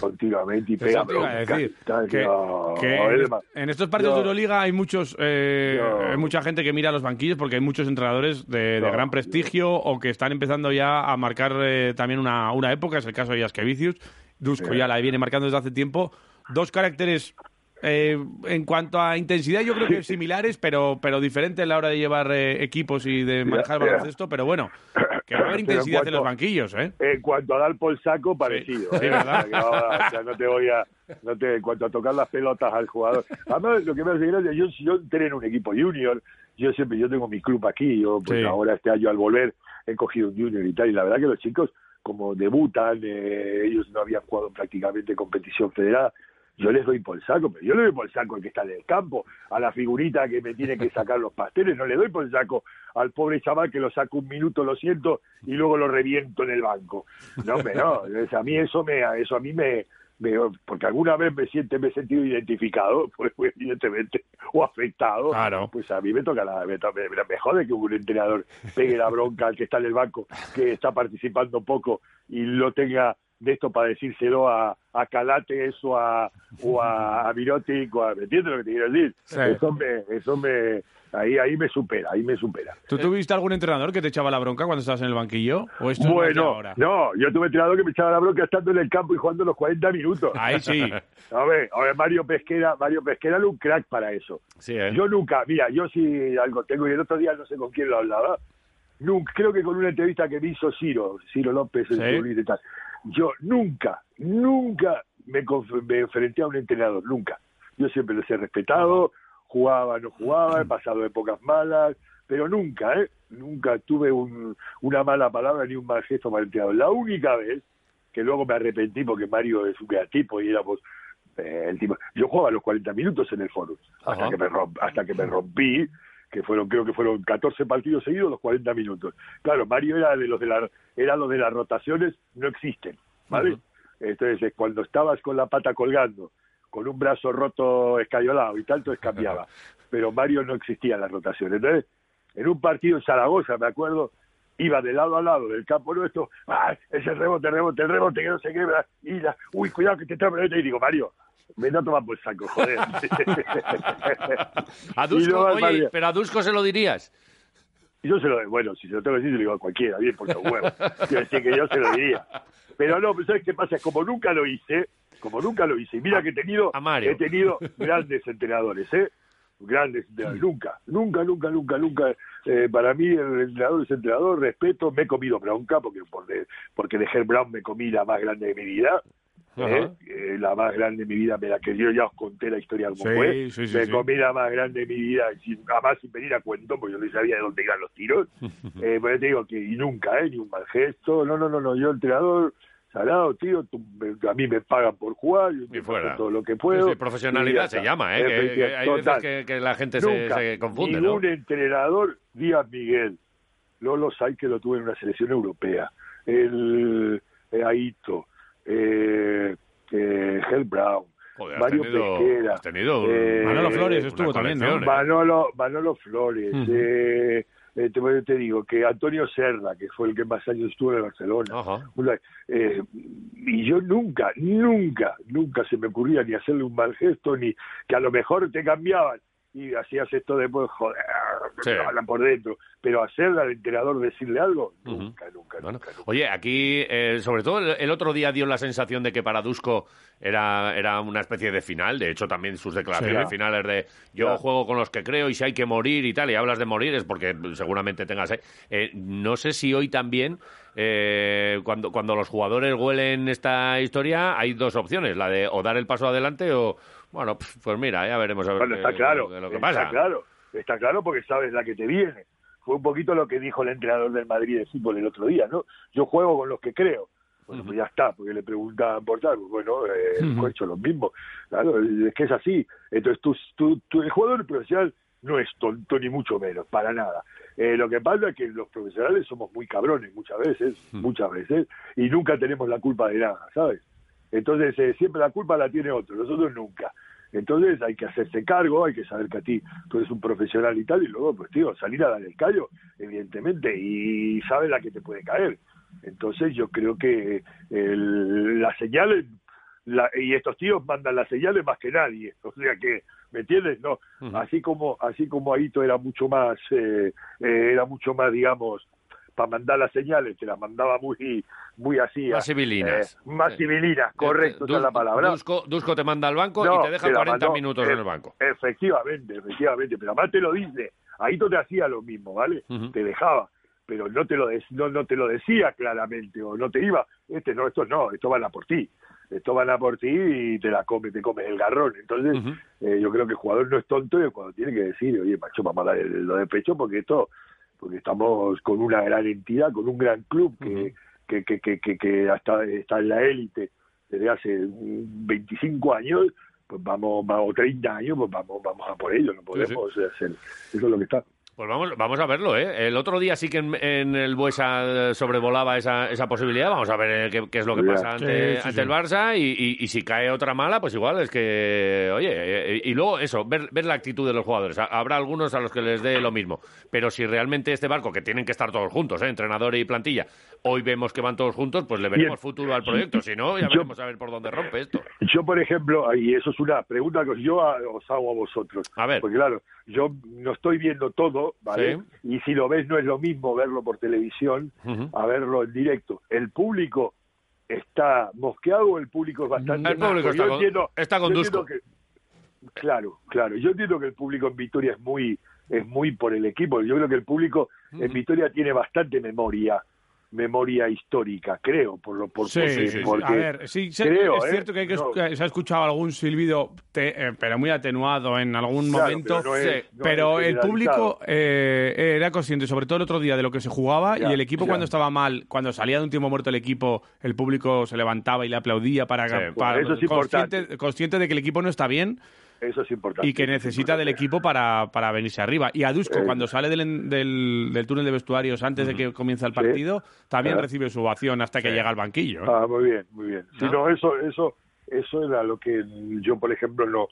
continuamente y Eso pega te iba a broncas y decir, tal. que- No, que es en, más, en estos partidos yo- de Euroliga hay muchos eh, hay mucha gente que mira los banquillos porque hay muchos entrenadores de, de gran prestigio o que están empezando ya a marcar eh, también una, una época, es el caso de Jaskevicius, Dusko Sí. ya la viene marcando desde hace tiempo, dos caracteres eh, en cuanto a intensidad yo creo que similares, pero, pero diferentes a la hora de llevar eh, equipos y de manejar mira. baloncesto, pero bueno, que va a haber Pero en intensidad en cuanto- los banquillos, ¿eh? En cuanto a dar por saco, parecido. Sí, ¿eh? ¿verdad? O sea, que ahora, o sea, no te voy a. No te, en cuanto a tocar las pelotas al jugador. Además, lo que me hace gracia, yo, yo entré en un equipo junior, yo siempre yo tengo mi club aquí, yo pues Sí. ahora este año al volver he cogido un junior y tal, y la verdad que los chicos, como debutan, eh, ellos no habían jugado prácticamente competición federada. Yo les doy por saco, pero yo le doy por saco al que está en el campo, a la figurita que me tiene que sacar los pasteles, no le doy por saco al pobre chaval que lo saco un minuto, lo siento, y luego lo reviento en el banco. No, hombre, no, es- a mí eso me, a- eso a mí me, me- porque alguna vez me siente, me he sentido identificado, [laughs] pues evidentemente, o afectado. Pues a mí me toca la, me, to- me, me jode que un entrenador pegue la bronca al que está en el banco, que está participando poco y lo tenga de esto para decírselo a, a Calate eso a, o a, a Mirotic, o a, ¿me entiendes lo que te quiero decir? Sí. Eso me, eso me, ahí, ahí me supera, ahí me supera. ¿Tú tuviste algún entrenador que te echaba la bronca cuando estabas en el banquillo? ¿O esto es más de Bueno, ahora? no, yo tuve entrenador que me echaba la bronca estando en el campo y jugando los 40 minutos. Ahí sí. [laughs] A ver, a ver, Mario Pesquera, Mario Pesquera era un crack para eso. ¿eh? ¿eh? Yo nunca, mira, yo sí algo tengo, y el otro día no sé con quién lo hablaba, nunca, creo que con una entrevista que me hizo Ciro, Ciro López, el Sí. futbolista y tal, yo nunca, nunca me, conf- me enfrenté a un entrenador, nunca. Yo siempre los he respetado, jugaba, no jugaba, he pasado épocas malas, pero nunca, ¿eh? Nunca tuve un- una mala palabra ni un mal gesto para el entrenador. La única vez que luego me arrepentí porque Mario es un gran tipo y éramos eh, el tipo. Yo jugaba los 40 minutos en el foro hasta que, me romp- hasta que me rompí, que fueron creo que fueron 14 partidos seguidos los 40 minutos. Claro, Mario era de los de la, era los de las rotaciones no existen, ¿vale? Entonces eh, cuando estabas con la pata colgando, con un brazo roto escayolado y tal, entonces cambiaba. Pero Mario no existía en las rotaciones. Entonces, en un partido en Zaragoza, me acuerdo, iba de lado a lado del campo nuestro, ¡ah! ese rebote, rebote, el rebote, que no sé qué, ¿verdad? y la, uy, cuidado que te está poniendo, y digo, Mario, me no tomas por saco, joder. A Y Dusko, luego al oye, Mario- pero a Dusko se lo dirías. yo se lo, bueno, si se lo tengo que decir, se lo digo a cualquiera, bien por [laughs] los huevos. Quiero decir que yo se lo diría. Pero no, pues ¿sabes qué pasa? Como nunca lo hice, como nunca lo hice, y mira que he tenido, Mario. he tenido grandes entrenadores, ¿eh? Grandes entrenadores. Nunca, nunca, nunca, nunca, nunca. eh, para mí el entrenador es entrenador, respeto, me he comido bronca, porque por de- porque de Herb Brown me comí la más grande de mi vida. ¿eh? Ajá. Eh, la más grande de mi vida, me la que yo ya os conté la historia como Sí, fue. sí, sí, me sí. comí la más grande de mi vida, sin, jamás sin venir a cuento, porque yo no sabía de dónde iban los [laughs] tiros. Eh, pues te digo que y nunca, ¿eh? Ni un mal gesto. No, no, no, no. Yo, entrenador, salado, tío, tú- me- a mí me pagan por jugar. Yo Y intento fuera. hacer todo lo que puedo. Sí, sí, profesionalidad Y ya se está. llama, ¿eh? Que- que hay veces Total. que, que la gente se, Nunca se confunde, ¿no? ningún entrenador, Díaz Miguel, Lolo Sai, que lo tuve en una selección europea, el eh, Aito, eh, eh, Hel Brown, Joder, has Mario tenido- Pesquera. eh, has tenido un- Manolo Flores una estuvo también, ¿no? colección, ¿eh? Manolo, Manolo Flores. Ujú. eh, eh, te, voy- te digo que Antonio Serra, que fue el que más años estuvo en el Barcelona. Una- eh, y yo nunca, nunca, nunca se me ocurría ni hacerle un mal gesto, ni que a lo mejor te cambiaban y hacías esto después, joder, Sí. hablan por dentro. Pero hacerle al entrenador decirle algo, Nunca, nunca, Oye, aquí, eh, sobre todo el, el otro día dio la sensación de que para Dusko era, era una especie de final. De hecho, también sus declaraciones Sí. finales de yo juego con los que creo y si hay que morir y tal, y hablas de morir es porque seguramente tengas... eh, eh, no sé si hoy también, eh, cuando, cuando los jugadores huelen esta historia, hay dos opciones, la de o dar el paso adelante o... Bueno, pf, pues mira, ya veremos a ver Bueno, qué- está claro, lo que está pasa. claro, está claro porque sabes la que te viene. Fue un poquito lo que dijo el entrenador del Madrid de fútbol el otro día, ¿no? Yo juego con los que creo. Bueno, pues ya está, porque le preguntaban por tal, pues bueno, eh, Ujú. he hecho lo mismo. Claro, es que es así. Entonces, tú, tú- tú- el jugador profesional no es tonto ni mucho menos, para nada. Eh, lo que pasa es que los profesionales somos muy cabrones muchas veces, muchas veces, y nunca tenemos la culpa de nada, ¿sabes? Entonces, eh, siempre la culpa la tiene otro, nosotros nunca. Entonces hay que hacerse cargo, hay que saber que a ti tú eres un profesional y tal, y luego, pues tío, salir a dar el callo, evidentemente, y sabes la que te puede caer. Entonces yo creo que el- las señales, la- y estos tíos mandan las señales más que nadie, [laughs] o sea que, ¿me entiendes? No, así como así como Aito era mucho más, eh, eh, era mucho más, digamos, para mandar las señales, te las mandaba muy, muy así. Más eh, civilinas. más Sí. Eh, civilinas, correcto, esa es la palabra. Dusko, Dusko te manda al banco No, y te deja te la 40 mandó, minutos eh, en el banco. Efectivamente, efectivamente, pero además te lo dice, ahí tú te hacía lo mismo, ¿vale? Te dejaba, pero no te lo de- no, no te lo decía claramente o no te iba, este no, estos no, estos van a por ti. Esto van a por ti y te la come, te comes el garrón. Entonces, eh, yo creo que el jugador no es tonto y cuando tiene que decir, oye, macho, vamos a dar el- lo de pecho porque esto, porque estamos con una gran entidad, con un gran club que, que, que, que, que, que hasta está en la élite desde hace mm, 25 años, pues vamos, va- o 30 años, pues vamos, vamos a por ello, no podemos hacer. Eso es lo que está. Pues vamos, vamos a verlo, ¿eh? El otro día sí que en, en el Buesa eh, sobrevolaba esa, esa posibilidad. Vamos a ver eh, qué, qué es lo que Ya. pasa Sí, ante, sí, sí. ante el Barça. Y, y- y si cae otra mala, pues igual es que. Oye, eh, y luego eso, ver, ver la actitud de los jugadores. Ha- Habrá algunos a los que les dé lo mismo. Pero si realmente este barco, que tienen que estar todos juntos, ¿eh? entrenador y plantilla, hoy vemos que van todos juntos, pues le Bien. veremos futuro al proyecto. Si no, ya Yo- veremos a ver por dónde rompe esto. Yo, por ejemplo, y eso es una pregunta que yo a- os hago a vosotros. Porque claro, yo no estoy viendo todo, ¿vale? Y si lo ves no es lo mismo verlo por televisión a verlo en directo. ¿El público está mosqueado o el público es bastante... El público Yo está con- está con yo entiendo Dusko. que- claro, claro. Yo entiendo que el público en Vitoria es muy, es muy por el equipo. Yo creo que el público en Vitoria tiene bastante memoria memoria histórica, creo, por lo por, Sí, porque- sí, sí. porque a ver, sí, sí, creo, es ¿eh? cierto que, hay que No. escu- se ha escuchado algún silbido, te- eh, pero muy atenuado en algún Claro, momento. pero no es- Sí. no Pero es el público eh, era consciente, sobre todo el otro día, de lo que se jugaba Ya, y el equipo ya. cuando estaba mal, cuando salía de un tiempo muerto el equipo, el público se levantaba y le aplaudía para, Sí, para- pues eso es consciente, consciente de que el equipo no está bien Eso es importante. y que necesita del equipo para, para venirse arriba. Y a Dusko, Eh. cuando sale del, del, del túnel de vestuarios antes de que comienza el Sí. partido, también Ajá. recibe su ovación hasta que llega al banquillo. ¿eh? Ah, muy bien, muy bien. Si ¿No? no, eso, eso, eso era lo que yo, por ejemplo, no.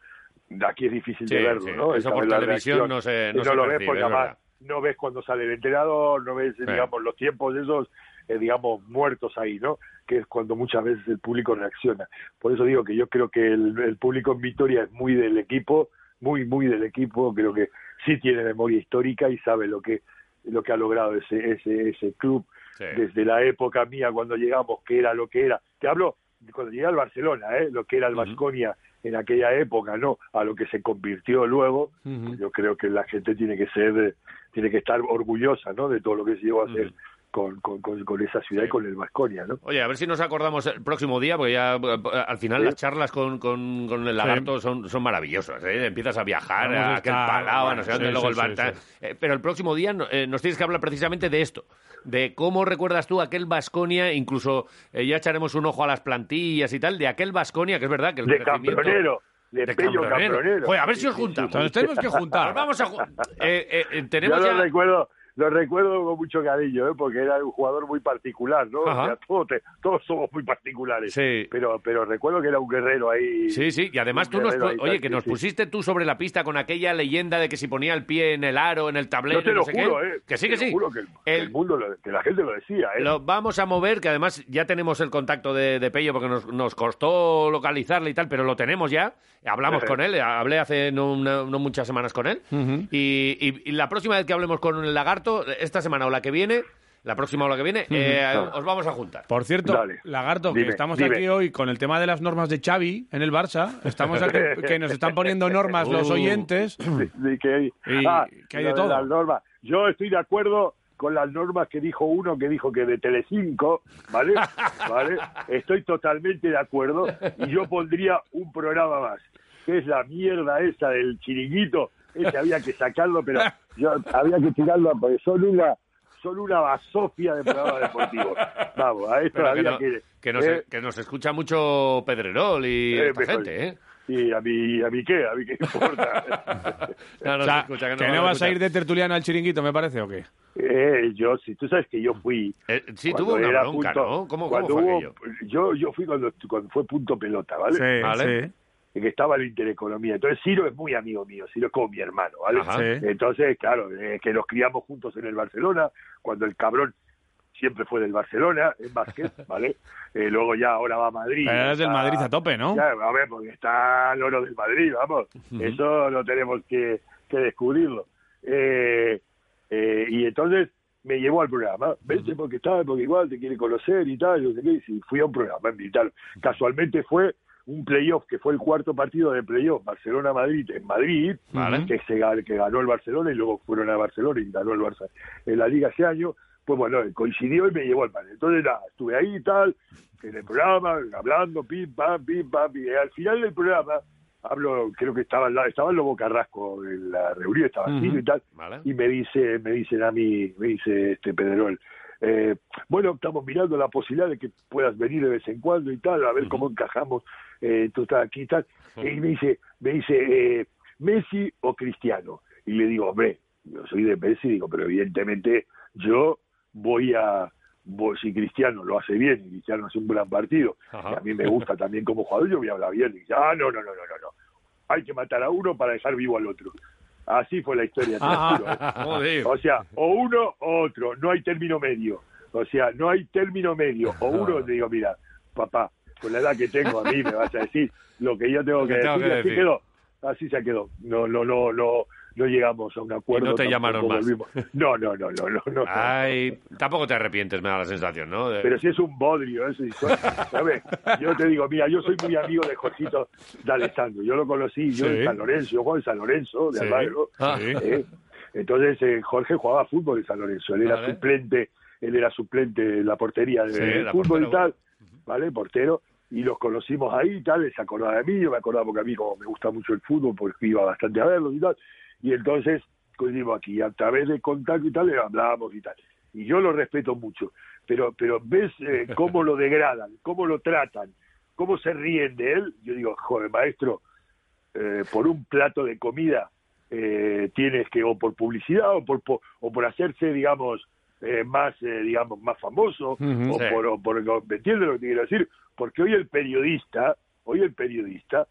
Aquí es difícil Sí, de verlo, sí. Eso ¿no? Esa por es la televisión reacción. no se- Y no se lo ves percibe, porque es además verdad. no ves cuando sale el entrenador, no ves, digamos, los tiempos de esos, eh, digamos, muertos ahí, ¿no? Que es cuando muchas veces el público reacciona. Por eso digo que yo creo que el, el público en Vitoria es muy del equipo, muy, muy del equipo. Creo que sí tiene memoria histórica y sabe lo que lo que ha logrado ese, ese, ese club Sí. desde la época mía cuando llegamos, que era lo que era. Te hablo de cuando llegué al Barcelona, ¿eh? lo que era el Vasconia en aquella época, ¿no? A lo que se convirtió luego. Ujú. Yo creo que la gente tiene que ser, eh, tiene que estar orgullosa, ¿no? De todo lo que se llegó a hacer con, con, con, con esa ciudad y con el Vasconia, ¿no? Oye, a ver si nos acordamos el próximo día, porque ya eh, al final Sí. las charlas con, con- con el lagarto son, son maravillosas. ¿eh? Empiezas a viajar Vamos a a aquel estar- palau, a no bueno, sé dónde, sí, luego sí, el sí, Barça. Eh, pero el próximo día no- eh, nos tienes que hablar precisamente de esto, de cómo recuerdas tú aquel Vasconia, incluso eh, ya echaremos un ojo a las plantillas y tal, de aquel Vasconia, que es verdad que el De crecimiento- Cambronero, de Pello Cambronero. Joder, a ver si Sí, os sí, sí. juntamos. Nos tenemos que juntar. Nos vamos a ju- [laughs] eh, eh, eh, tenemos Yo ya... lo recuerdo, lo recuerdo con mucho cariño, ¿eh? porque era un jugador muy particular, ¿no? O sea, Ajá. todos, te- todos somos muy particulares. Sí. Pero, pero recuerdo que era un guerrero ahí. Sí, sí, y además un tú nos, guerrero pu- ahí, oye, tal, que sí, nos sí. pusiste tú sobre la pista con aquella leyenda de que si ponía el pie en el aro, en el tablero, Yo te y no lo sé juro, qué, ¿eh? que sí, Te que lo sí. juro que el, el mundo, lo- que la gente lo decía, ¿eh? Lo vamos a mover, que además ya tenemos el contacto de, de Pello porque nos, nos costó localizarle y tal, pero lo tenemos ya. Hablamos con él, hablé hace no, una- no muchas semanas con él. Ujú. y, y- y la próxima vez que hablemos con el lagarto, esta semana o la que viene, la próxima o la que viene, Ujú. eh, Claro. os vamos a juntar. Por cierto, Dale. Lagarto, que Dime, estamos dime. aquí hoy con el tema de las normas de Xavi en el Barça. Estamos [laughs] aquí, que nos están poniendo normas los Uh. oyentes. de que hay, Y ah, que hay lo de de todo. las normas. Yo estoy de acuerdo con las normas que dijo uno que dijo que de Telecinco, [laughs] ¿vale? ¿Vale? Estoy totalmente de acuerdo y yo pondría un programa más, que es la mierda esa del chiringuito, ese había que sacarlo, pero yo había que tirarlo porque son una son una basofia de programas deportivos. Vamos, a esto Pero que, había no- que que nos, eh, que nos escucha mucho Pedrerol y Eh, esta mejor. gente, ¿eh? y a mí a mí qué, a mí qué importa. [laughs] No, no O sea, se escucha, que no, que no no se vas a escucha. ir de tertuliano al chiringuito, me parece, ¿o qué? Eh, yo, si tú sabes que yo fui. Eh, sí, cuando tuvo una era bronca, ¿no? ¿Cómo- cómo cuando fue hubo- aquello? Yo, yo fui cuando, cuando fue punto pelota, ¿vale? Sí, Vale. sí. que estaba en Intereconomía. Entonces Ciro es muy amigo mío, Ciro es como mi hermano, ¿vale? Ajá. Sí. Entonces, claro, eh, que nos criamos juntos en el Barcelona, cuando el cabrón siempre fue del Barcelona, en básquet, [laughs] ¿vale? Eh, luego ya ahora va a Madrid. Pero ahora es del está- Madrid a tope, ¿no? Ya, a ver, porque está el oro del Madrid, vamos. Ujú. Eso no tenemos que, que descubrirlo. Eh, eh, y entonces me llevó al programa. Vente porque está, porque igual te quiere conocer y tal. Yo sé qué. Y sí, fui a un programa militar. Casualmente fue un playoff, que fue el cuarto partido de playoff Barcelona-Madrid en Madrid, Vale. que, se, ga- que ganó el Barcelona y luego fueron a Barcelona y ganó el Barça en la liga ese año. Pues bueno, coincidió y me llevó al panel. Entonces nada, estuve ahí y tal, en el programa, hablando, pim, pam, pim, pam. Y al final del programa, hablo, creo que estaba, al lado- estaba en Lobo Carrasco en la reunión, estaba Ujú. así y tal. Y me dice, me dicen a mí, me dice este Pedrerol, eh, bueno, estamos mirando la posibilidad de que puedas venir de vez en cuando y tal, a ver cómo encajamos, eh, tú estás aquí y tal. Y me dice, me dice, eh, Messi o Cristiano. Y le digo, hombre, yo soy de Messi, digo, pero evidentemente yo voy a, voy- si Cristiano lo hace bien, y Cristiano hace un gran partido, y a mí me gusta también como jugador, yo voy a hablar bien. Y dice, ah, no, no, no, no, no, no. Hay que matar a uno para dejar vivo al otro. Así fue la historia. te lo Ah, juro, [laughs] ¿eh? joder. O sea, o uno o otro, no hay término medio. O sea, no hay término medio. [laughs] O uno te digo, mira, papá, con la edad que tengo a mí me vas a decir lo que yo tengo Lo que, que tengo decir. que y así decir. quedó. Así se quedó. No, no, no, no, no llegamos a un acuerdo. te tampoco llamaron más. Ah, volvimos. No, no, no, no, no, [laughs] no. Ay, tampoco te arrepientes, me da la sensación, ¿no? De- Pero si es un bodrio eso. y son- ¿sabes? Yo te digo, mira, yo soy muy amigo de Jorgito D'Alessandro. Yo lo conocí, yo Sí. en San Lorenzo, yo jugaba en San Lorenzo, de Sí. Almagro. Ah. ¿eh? Entonces eh, Jorge jugaba fútbol en San Lorenzo. Él era Vale. suplente, él era suplente en la portería de Sí, era fútbol portero, y tal, ¿vale? Portero. Y los conocimos ahí y tal, él se acordaba de mí, yo me acordaba porque a mí como me gusta mucho el fútbol, porque iba bastante a verlo y tal. Y entonces coincidimos aquí, a través de contacto y tal, le hablábamos y tal. Y yo lo respeto mucho, pero pero ves [laughs] eh, cómo lo degradan, cómo lo tratan, cómo se ríen de él. Yo digo, joder, maestro, eh, por un plato de comida eh, tienes que, o por publicidad, o por, po- o por hacerse, digamos, eh, más, eh, digamos, más famoso, Ujú, o, sí. por, o por- ¿me entiendes lo que te quiero decir? Porque hoy el periodista, hoy el periodista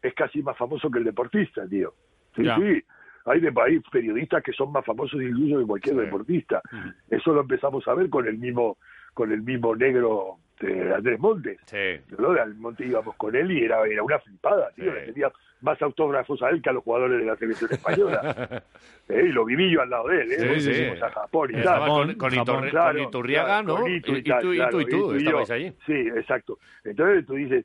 es casi más famoso que el deportista, tío. Sí, Ya. sí. Hay, de, hay periodistas que son más famosos incluso que cualquier deportista. Eso lo empezamos a ver con el mismo, con el mismo negro eh, Andrés Montes. Yo de Monte íbamos con él y era, era una flipada, tío. Le tenía más autógrafos a él que a los jugadores de la selección [laughs] española. Eh, y lo viví yo al lado de él, ¿eh? Sí, Porque sí. fuimos a Japón y Estaba tal. con- con Iturri- con Iturriaga, ¿no? con Itu Y- y tú- y tú- y tú, yo. estabais allí. Sí, exacto. Entonces tú dices,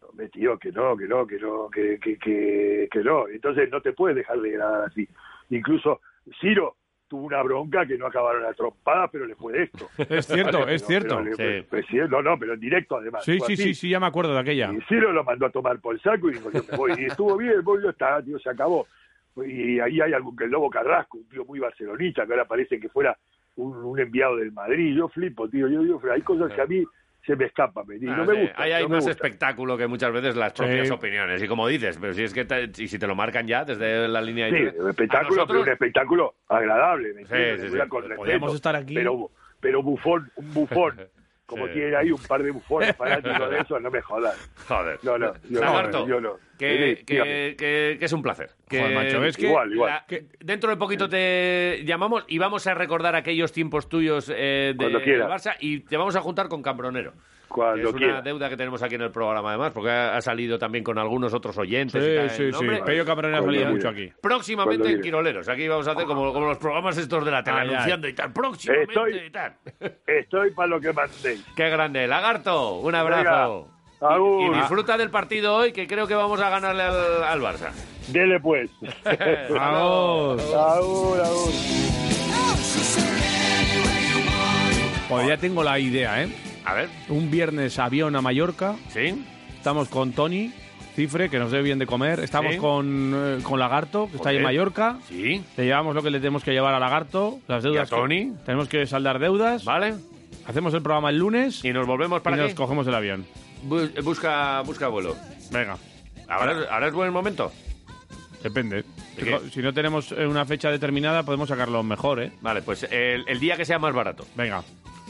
hombre, tío, que no, que no, que no, que, que, que, que no. Entonces no te puedes dejar de grabar así. Incluso Ciro tuvo una bronca que no acabaron las trompadas, pero le fue [laughs] de esto. Es cierto, Vale, es pero- cierto. pero le- Sí. pues sí, no, no, pero en directo además. Sí, fue sí, así. sí, sí, ya me acuerdo de aquella. Y Ciro lo mandó a tomar por el saco y dijo, yo me voy. Y estuvo bien, voy, yo está, tío, se acabó. Y ahí hay algún que el Lobo Carrasco, un tío muy barcelonista, que ahora parece que fuera un, un enviado del Madrid. Yo flipo, tío, yo, yo, hay cosas que a mí se me escapan, y Ah, no me sí. gusta. Ahí hay no me más gusta. espectáculo que muchas veces las Sí. propias opiniones. Y como dices, pero si es que te, y si te lo marcan ya desde la línea Sí, editorial. un A espectáculo, nosotros- pero un espectáculo agradable, ¿me Sí, entiendes? sí, Que sí. dura con Podríamos respeto, estar aquí. Pero, pero bufón, un bufón. [laughs] Como Sí. tiene ahí un par de bufones fanáticos de eso, no me jodas. [laughs] Joder. No, no, yo no, Lagarto, yo no. Que, Sí, que- dígame. que- que es un placer. Que Joder, macho, es que- Igual, igual. la- dentro de poquito te llamamos y vamos a recordar aquellos tiempos tuyos eh, de Cuando quiera. Barça y te vamos a juntar con Cambronero. Cuando es quiera. una deuda que tenemos aquí en el programa, además, porque ha ha salido también con algunos otros oyentes. y tal, Sí, el sí, sí. nombre. Pello Cabrera ha Cuando salido quiera. mucho aquí. Próximamente en mire. Quiroleros. Aquí vamos a hacer como, como los programas estos de la tele, Ay, ay. anunciando y tal. Próximamente Estoy- y tal. Estoy para lo que mandéis. Qué grande. Lagarto, un abrazo. Venga, Y agur. disfruta del partido hoy, que creo que vamos a ganarle al, al Barça. Dele pues. Vamos. Agur, agur. Pues ya tengo la idea, ¿eh? A ver. Un viernes avión a Mallorca. Sí. Estamos con Tony, Cifre, que nos dé bien de comer. Estamos Sí. con, eh, con Lagarto, que está ahí en Joder. Mallorca. Sí. Le llevamos lo que le tenemos que llevar a Lagarto, las deudas. ¿Y a que- Tony? tenemos que saldar deudas. Vale. Hacemos el programa el lunes. Y nos volvemos para Y aquí. nos cogemos el avión. Bu- Busca, busca vuelo. Venga. Ahora, es- ahora es buen momento. Depende. ¿De qué? Si no tenemos eh, una fecha determinada, podemos sacarlo mejor, ¿eh? Vale, pues el, el día que sea más barato. Venga.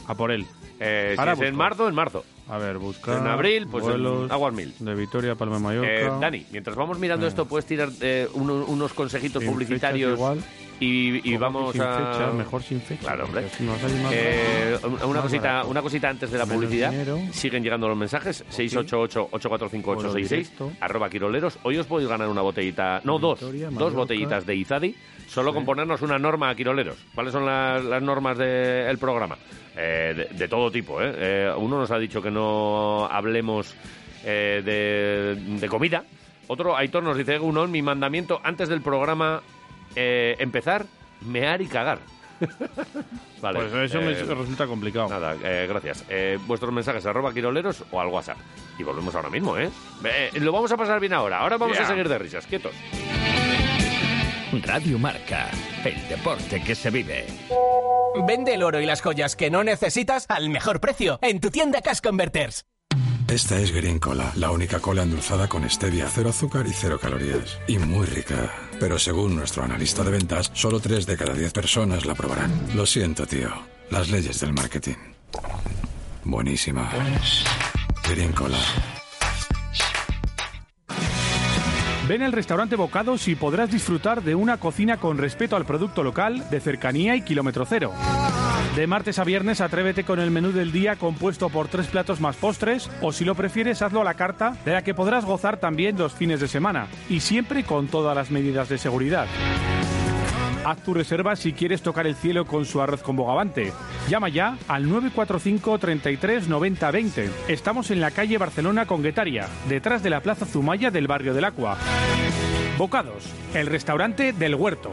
A por él. Eh, si Ahora es en busco. marzo, en marzo. A ver, buscar. En abril, pues en vuelos Aguas Mil. De Vitoria, Palma de Mallorca. Eh, Dani, mientras vamos mirando Venga. esto, puedes tirar eh, uno- unos consejitos Sin publicitarios fechas igual. y, y Ojo, vamos sin a... fecha, mejor sin fecha. Claro, hombre. porque si nos sale más Eh, barato, una- más una, cosita, barato. una cosita antes de la Menos publicidad. dinero. Siguen llegando los mensajes. 688-845866. Bueno, directo. Arroba Quiroleros. Hoy os podéis ganar una botellita... No, dos. Victoria, dos Mallorca. botellitas de Izadi. Solo con ponernos una norma a Quiroleros. ¿Cuáles son las, las normas del programa? Eh, de, de todo tipo. ¿eh? Eh, uno nos ha dicho que no hablemos eh, de, de comida. Otro, Aitor, nos dice, Egunon, mi mandamiento antes del programa eh, empezar, mear y cagar. Vale. Pues eso me eh, resulta complicado. Nada, eh, gracias. Eh, vuestros mensajes arroba quiroleros o al WhatsApp. Y volvemos ahora mismo, ¿eh? Eh, lo vamos a pasar bien ahora. Ahora vamos Ya. a seguir de risas. Quietos. Radio Marca, el deporte que se vive. Vende el oro y las joyas que no necesitas al mejor precio en tu tienda Cash Converters. Esta es Green Cola, la única cola endulzada con stevia, cero azúcar y cero calorías. Y muy rica. Pero según nuestro analista de ventas, solo 3 de cada 10 personas la probarán. Lo siento, tío. Las leyes del marketing. Buenísima. Pues- Green Cola. Ven al restaurante Bocados y podrás disfrutar de una cocina con respeto al producto local, de cercanía y kilómetro cero. De martes a viernes atrévete con el menú del día compuesto por tres platos más postres o si lo prefieres hazlo a la carta de la que podrás gozar también los fines de semana y siempre con todas las medidas de seguridad. Haz tu reserva si quieres tocar el cielo con su arroz con bogavante. Llama ya al 945 33 90 20. Estamos en la calle Barcelona con Guetaria, detrás de la Plaza Zumaya del barrio del Acua. Bocados, el restaurante del huerto.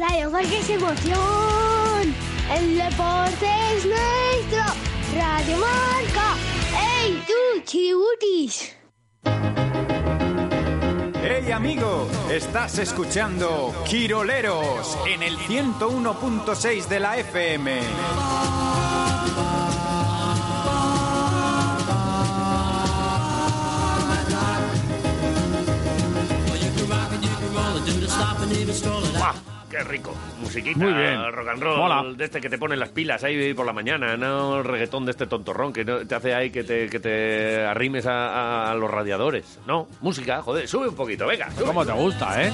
Radio Marca es emoción. El deporte es nuestro. Radio Marca. ¡Ey, tú, chibutis! ¡Hey amigo! Estás escuchando Quiroleros en el 101.6 de la FM. ¡Guau! ¡Qué rico! Musiquita, Muy bien. rock and roll, Mola. de este que te pone las pilas ahí por la mañana, no el reggaetón de este tontorrón que no- te hace ahí que te, que te arrimes a, a- a los radiadores. No, música, joder, sube un poquito, venga. sube. ¿Cómo te gusta, eh?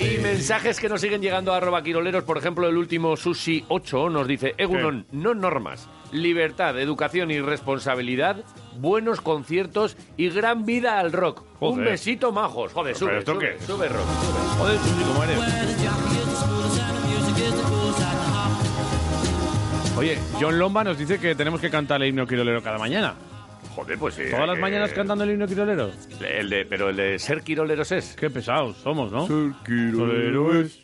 Y mensajes que nos siguen llegando a arroba quiroleros, por ejemplo, el último Sushi 8 nos dice, Egunon, no normas, libertad, educación y responsabilidad, buenos conciertos y gran vida al rock. Un Joder. besito majos. Joder, ¿Pero sube, esto sube, qué? sube, rock. Joder, Susi, ¿cómo eres? Oye, John Lomba nos dice que tenemos que cantar el himno quirolero cada mañana. Joder, pues sí. ¿Todas las eh, mañanas cantando el himno quirolero? El de, pero el de ser quiroleros es. Qué pesados somos, ¿no? quirolero es.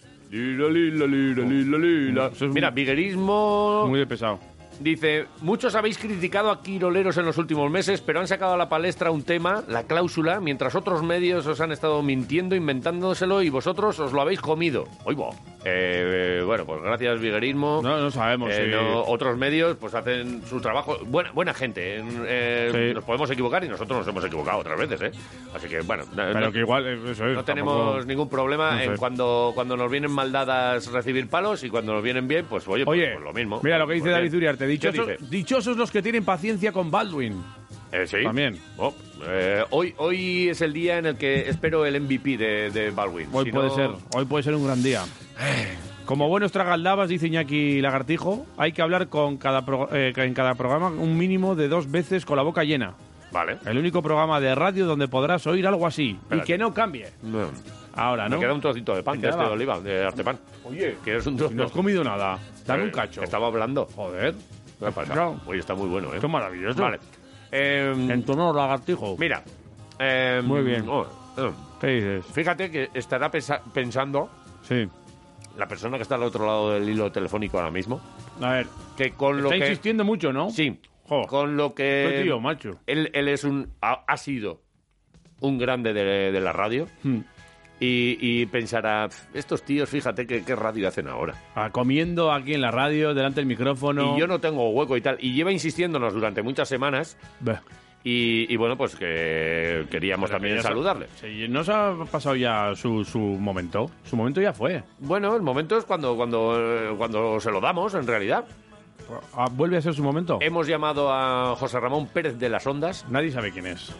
Mira, viguerismo... Muy de pesado. Dice, muchos habéis criticado a Quiroleros en los últimos meses, pero han sacado a la palestra un tema, la cláusula, mientras otros medios os han estado mintiendo, inventándoselo y vosotros os lo habéis comido. Oy, bo. Eh, eh, bueno, pues gracias, Viguerismo. No, no sabemos. si- Eh, no, otros medios pues hacen su trabajo. Buena, buena gente. eh, eh, Sí. Nos podemos equivocar y nosotros nos hemos equivocado otras veces. ¿eh? Así que bueno, no- Pero no- que igual, eh, eso es, no tampoco- tenemos ningún problema No en sé. cuando, cuando nos vienen maldadas recibir palos y cuando nos vienen bien, pues oye, pues, pues lo mismo. Mira lo que Pues dice bien. David Uriarte. ¿Qué Dichosos, dice? dichosos los que tienen paciencia con Baldwin. Eh, sí. También. Oh, eh, hoy, hoy es el día en el que espero el MVP de, de Baldwin. Hoy Si puede no- ser, hoy puede ser un gran [sighs] día. Como buenos tragaldabas, dice Iñaki Lagartijo, hay que hablar con cada pro- eh, en cada programa un mínimo de dos veces con la boca llena. Vale. El único programa de radio donde podrás oír algo así. Y Espérate. que no cambie. No. Ahora, Ah, ¿no? Me queda un trocito de pan Me de este quedaba. de oliva, de artepan. Oye, ¿quieres un trozo? No has comido nada. Dame un Eh, cacho. Estaba hablando. Joder. ¿Qué ha pasado? Claro. Oye, está muy bueno, ¿eh? Qué maravilloso. Vale. Eh, En torno al lagartijo. Mira. eh, Muy bien. oh, ¿Qué dices? Fíjate que estará pensa- pensando Sí. la persona que está al otro lado del hilo telefónico ahora mismo. A ver. Que con lo Está que. insistiendo mucho, ¿no? Sí. Con lo que. Qué tío, macho. Él, él es un. Ha, ha sido un grande de, de la radio. Hmm. Y, y pensará, "Pf, estos tíos, fíjate qué, qué radio hacen ahora. Ah, comiendo aquí en la radio, delante del micrófono. Y yo no tengo hueco y tal. Y lleva insistiéndonos durante muchas semanas. Bah. Y, y bueno, pues que queríamos también ya sa- saludarle. Sí, nos ha pasado ya su, su momento. Su momento ya fue. Bueno, el momento es cuando, cuando, eh, cuando se lo damos, en realidad. Ah, ¿Vuelve a ser su momento? Hemos llamado a José Ramón Pérez de las Ondas. Nadie sabe quién es.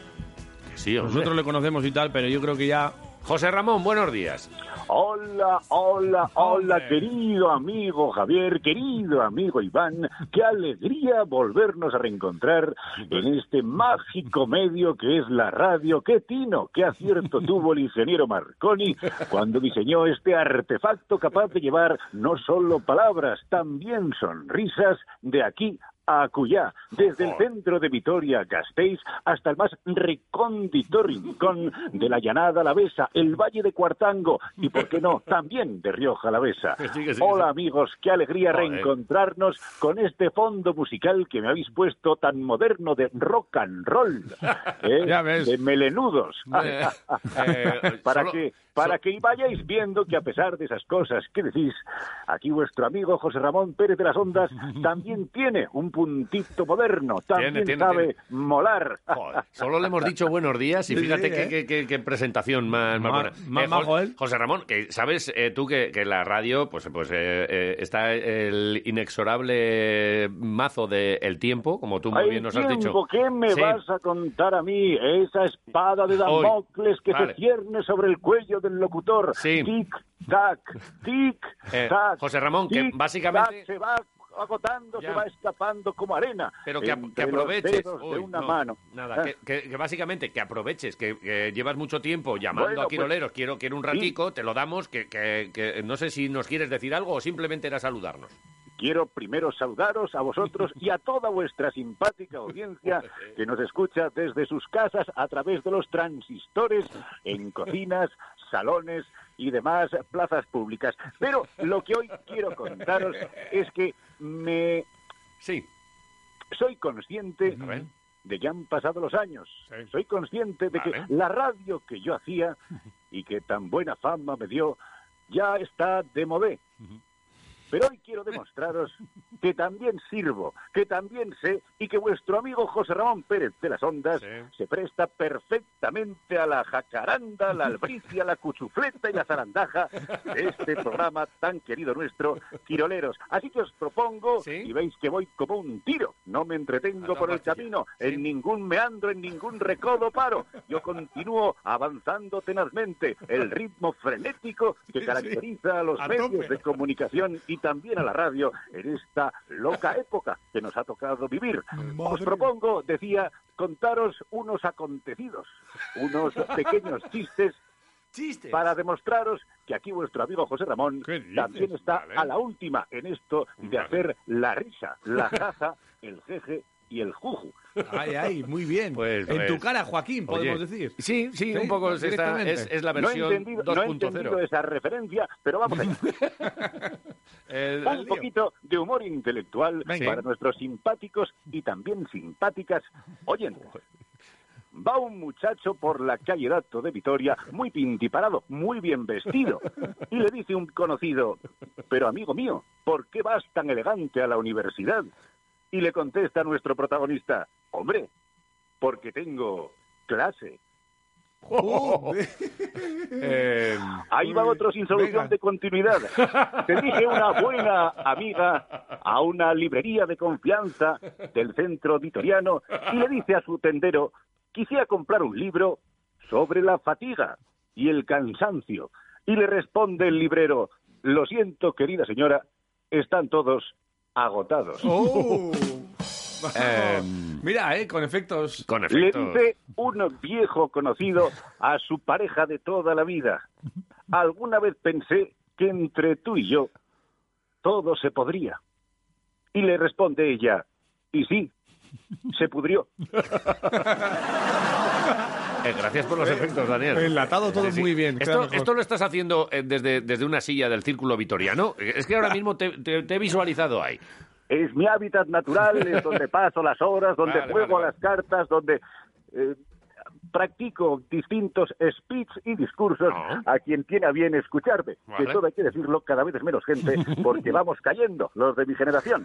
Sí, hombre. Nosotros le conocemos y tal, pero yo creo que ya... José Ramón, buenos días. Hola, hola, hola, querido amigo Javier, querido amigo Iván, qué alegría volvernos a reencontrar en este mágico medio que es la radio. Qué tino, qué acierto tuvo el ingeniero Marconi cuando diseñó este artefacto capaz de llevar no solo palabras, también sonrisas de aquí a Acuyá, desde el centro de Vitoria, Gasteiz, hasta el más recóndito rincón de la Llanada Alavesa, el Valle de Cuartango y, por qué no, también de Rioja [laughs] Alavesa. que sí, que Hola, sí. amigos, qué alegría Joder. reencontrarnos con este fondo musical que me habéis puesto tan moderno de rock and [laughs] roll, ¿eh? de melenudos. [laughs] Eh, eh, para solo- que para solo- que vayáis viendo que a pesar de esas cosas que decís, aquí vuestro amigo José Ramón Pérez de [laughs] las Ondas también tiene un puntito moderno, también Tiene, tiene, sabe tiene. molar. Solo le hemos dicho buenos días y Sí, fíjate sí, qué, ¿eh? qué- qué- qué presentación más, más Más- buena. más Eh, majo Jo- José Ramón, que sabes eh, tú que, que la radio, pues, pues eh, eh, está el inexorable mazo de El Tiempo, como tú muy Ay, bien nos has tiempo, dicho. ¿Qué me Sí. vas a contar a mí? Esa espada de Hoy. Damocles que Vale. se cierne sobre el cuello del locutor. Sí. Tic, tac, tic, Eh, tac. José Ramón, que tic, básicamente- tac, se va agotando, se va escapando como arena. Pero que, entre que los aproveches. dedos Uy, de una no, mano. Ah. Nada, que, que- que básicamente que aproveches, que, que llevas mucho tiempo llamando Bueno, a pues- Quiroleros, quiero, quiero un ratico, te lo damos, que, que- que no sé si nos quieres decir algo o simplemente era saludarnos. Quiero primero saludaros a vosotros y a toda vuestra simpática audiencia que nos escucha desde sus casas a través de los transistores en cocinas, salones y demás plazas públicas. Pero lo que hoy quiero contaros es que me... Sí. Soy consciente de que han pasado los años. Soy consciente de Vale. que la radio que yo hacía y que tan buena fama me dio ya está de modé. Pero hoy quiero demostraros que también sirvo, que también sé y que vuestro amigo José Ramón Pérez de las Ondas se presta perfectamente a la jacaranda, la albricia, la cuchufleta y la zarandaja de este programa tan querido nuestro, Tiroleros. Así que os propongo, y veis que voy como un tiro, no me entretengo por el camino, en ningún meandro, en ningún recodo paro. Yo continúo avanzando tenazmente el ritmo frenético que caracteriza a los A medios tope. de comunicación y también a la radio en esta loca época que nos ha tocado vivir. Os propongo, decía, contaros unos acontecidos, unos pequeños chistes. Para demostraros que aquí vuestro amigo José Ramón también está a la última en esto de hacer la risa, la jaja, el jeje y el juju. Ay, ay, muy [laughs] bien. En tu cara, Joaquín, podemos decir. Pues, Sí, sí, un poco es, esta- Directamente. es- es la No versión he entendido, no he 2.0. entendido esa referencia, pero vamos allá. [laughs] Un poquito de humor intelectual Eh, Venga. para nuestros simpáticos y también simpáticas oyentes. Va un muchacho por la calle Dato de Vitoria, muy pintiparado, muy bien vestido, y le dice un conocido, pero amigo mío, ¿por qué vas tan elegante a la universidad? Y le contesta nuestro protagonista, hombre, porque tengo clase. [laughs] Eh, Ahí va otro sin solución de continuidad. Te dije una buena amiga a una librería de confianza del centro vitoriano y le dice a su tendero, quisiera comprar un libro sobre la fatiga y el cansancio. Y le responde el librero, lo siento, querida señora, están todos agotados. [laughs] Em, Mira, eh, con efectos. Con Le dice un viejo conocido a su pareja de toda la vida. Alguna vez pensé que entre tú y yo todo se podría. Y le responde ella, y sí, se pudrió. Eh, gracias por los Eh, efectos, Daniel. enlatado todo muy bien, queda Esto, mejor. esto lo estás haciendo eh, desde, desde una silla del círculo vitoriano. Eh, Es que ahora mismo te, te- te he visualizado ahí. Es mi hábitat natural, [laughs] es donde paso las horas, donde Vale, juego a las cartas, donde eh, practico distintos speech y discursos a quien tiene a bien escucharme. Ah. Vale. Que todo hay que decirlo, cada vez es [laughs] menos gente, porque vamos cayendo, los de mi generación.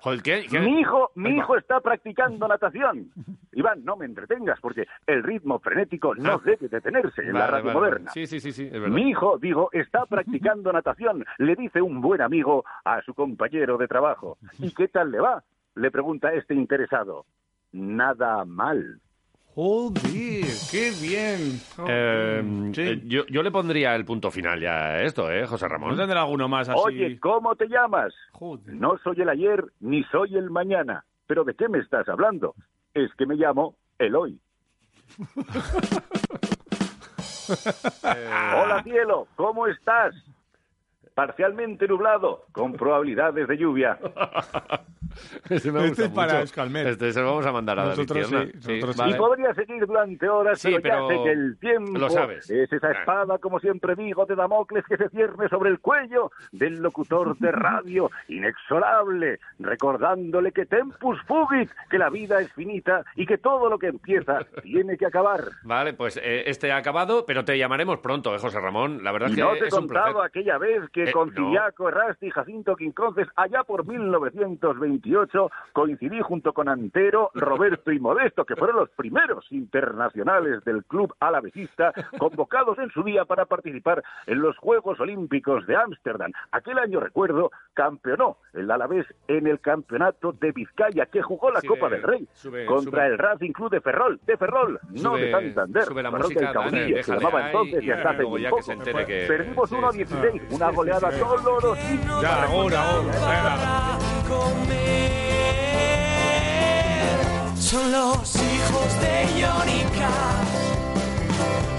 Joder, ¿qué- qué- Mi hijo, mi Ay, hijo está practicando natación. Iván, no me entretengas, porque el ritmo frenético no debe detenerse en la Vale, radio vale, vale. moderna. Sí, sí, sí, sí, es verdad. Mi hijo, digo, [laughs] está practicando natación, le dice un buen amigo a su compañero de trabajo. ¿Y qué tal le va? Le pregunta este interesado. Nada mal. Joder, qué bien. Oh, Eh, eh, yo, yo le pondría el punto final ya a esto, ¿eh, José Ramón? ¿No tendrá alguno más Oye, ¿cómo te llamas? No soy el ayer ni soy el mañana. ¿Pero de qué me estás hablando? Es que me llamo Eloy. Hola cielo, ¿cómo estás? Parcialmente nublado, con probabilidades de lluvia. Este me Este gusta es para mucho. Euskalmet. Este se lo vamos a mandar a David Nosotros Tierna. sí, nosotros Pues Sí, vale. Y podría seguir durante horas, Sí, pero, ya pero sé que el tiempo lo sabes. es esa espada, como siempre digo, de Damocles que se cierne sobre el cuello del locutor [laughs] de radio, inexorable, recordándole que tempus fugit, que la vida es finita y que todo lo que empieza tiene que acabar. Vale, pues eh, este ha acabado, pero te llamaremos pronto, ¿eh, José Ramón? La verdad Y es que no te he es un placer. contado aquella vez que Eh, no. con Mm. Cillaco, Errasti y Jacinto Quinconces, allá por 1928, coincidí junto con Antero, Roberto y Modesto, que fueron los primeros internacionales del club [laughs] alavesista, convocados en su día para participar en los Juegos Olímpicos de Ámsterdam. Aquel año, recuerdo, campeonó el Alavés en el campeonato de Vizcaya, que jugó la Sí, Copa eh, del Rey sube, contra sube. el Racing Club de Ferrol, de Ferrol, no Sube- de Santander, sube la Ferrol del música, Daniel, Caudillo, se déjale llamaba ahí entonces y y hasta hace luego muy ya que poco. se entere que- Perdimos 1 a 16, una goleada dolorosísima. Ya, ahora, ahora. Son los hijos de Johnny Cash.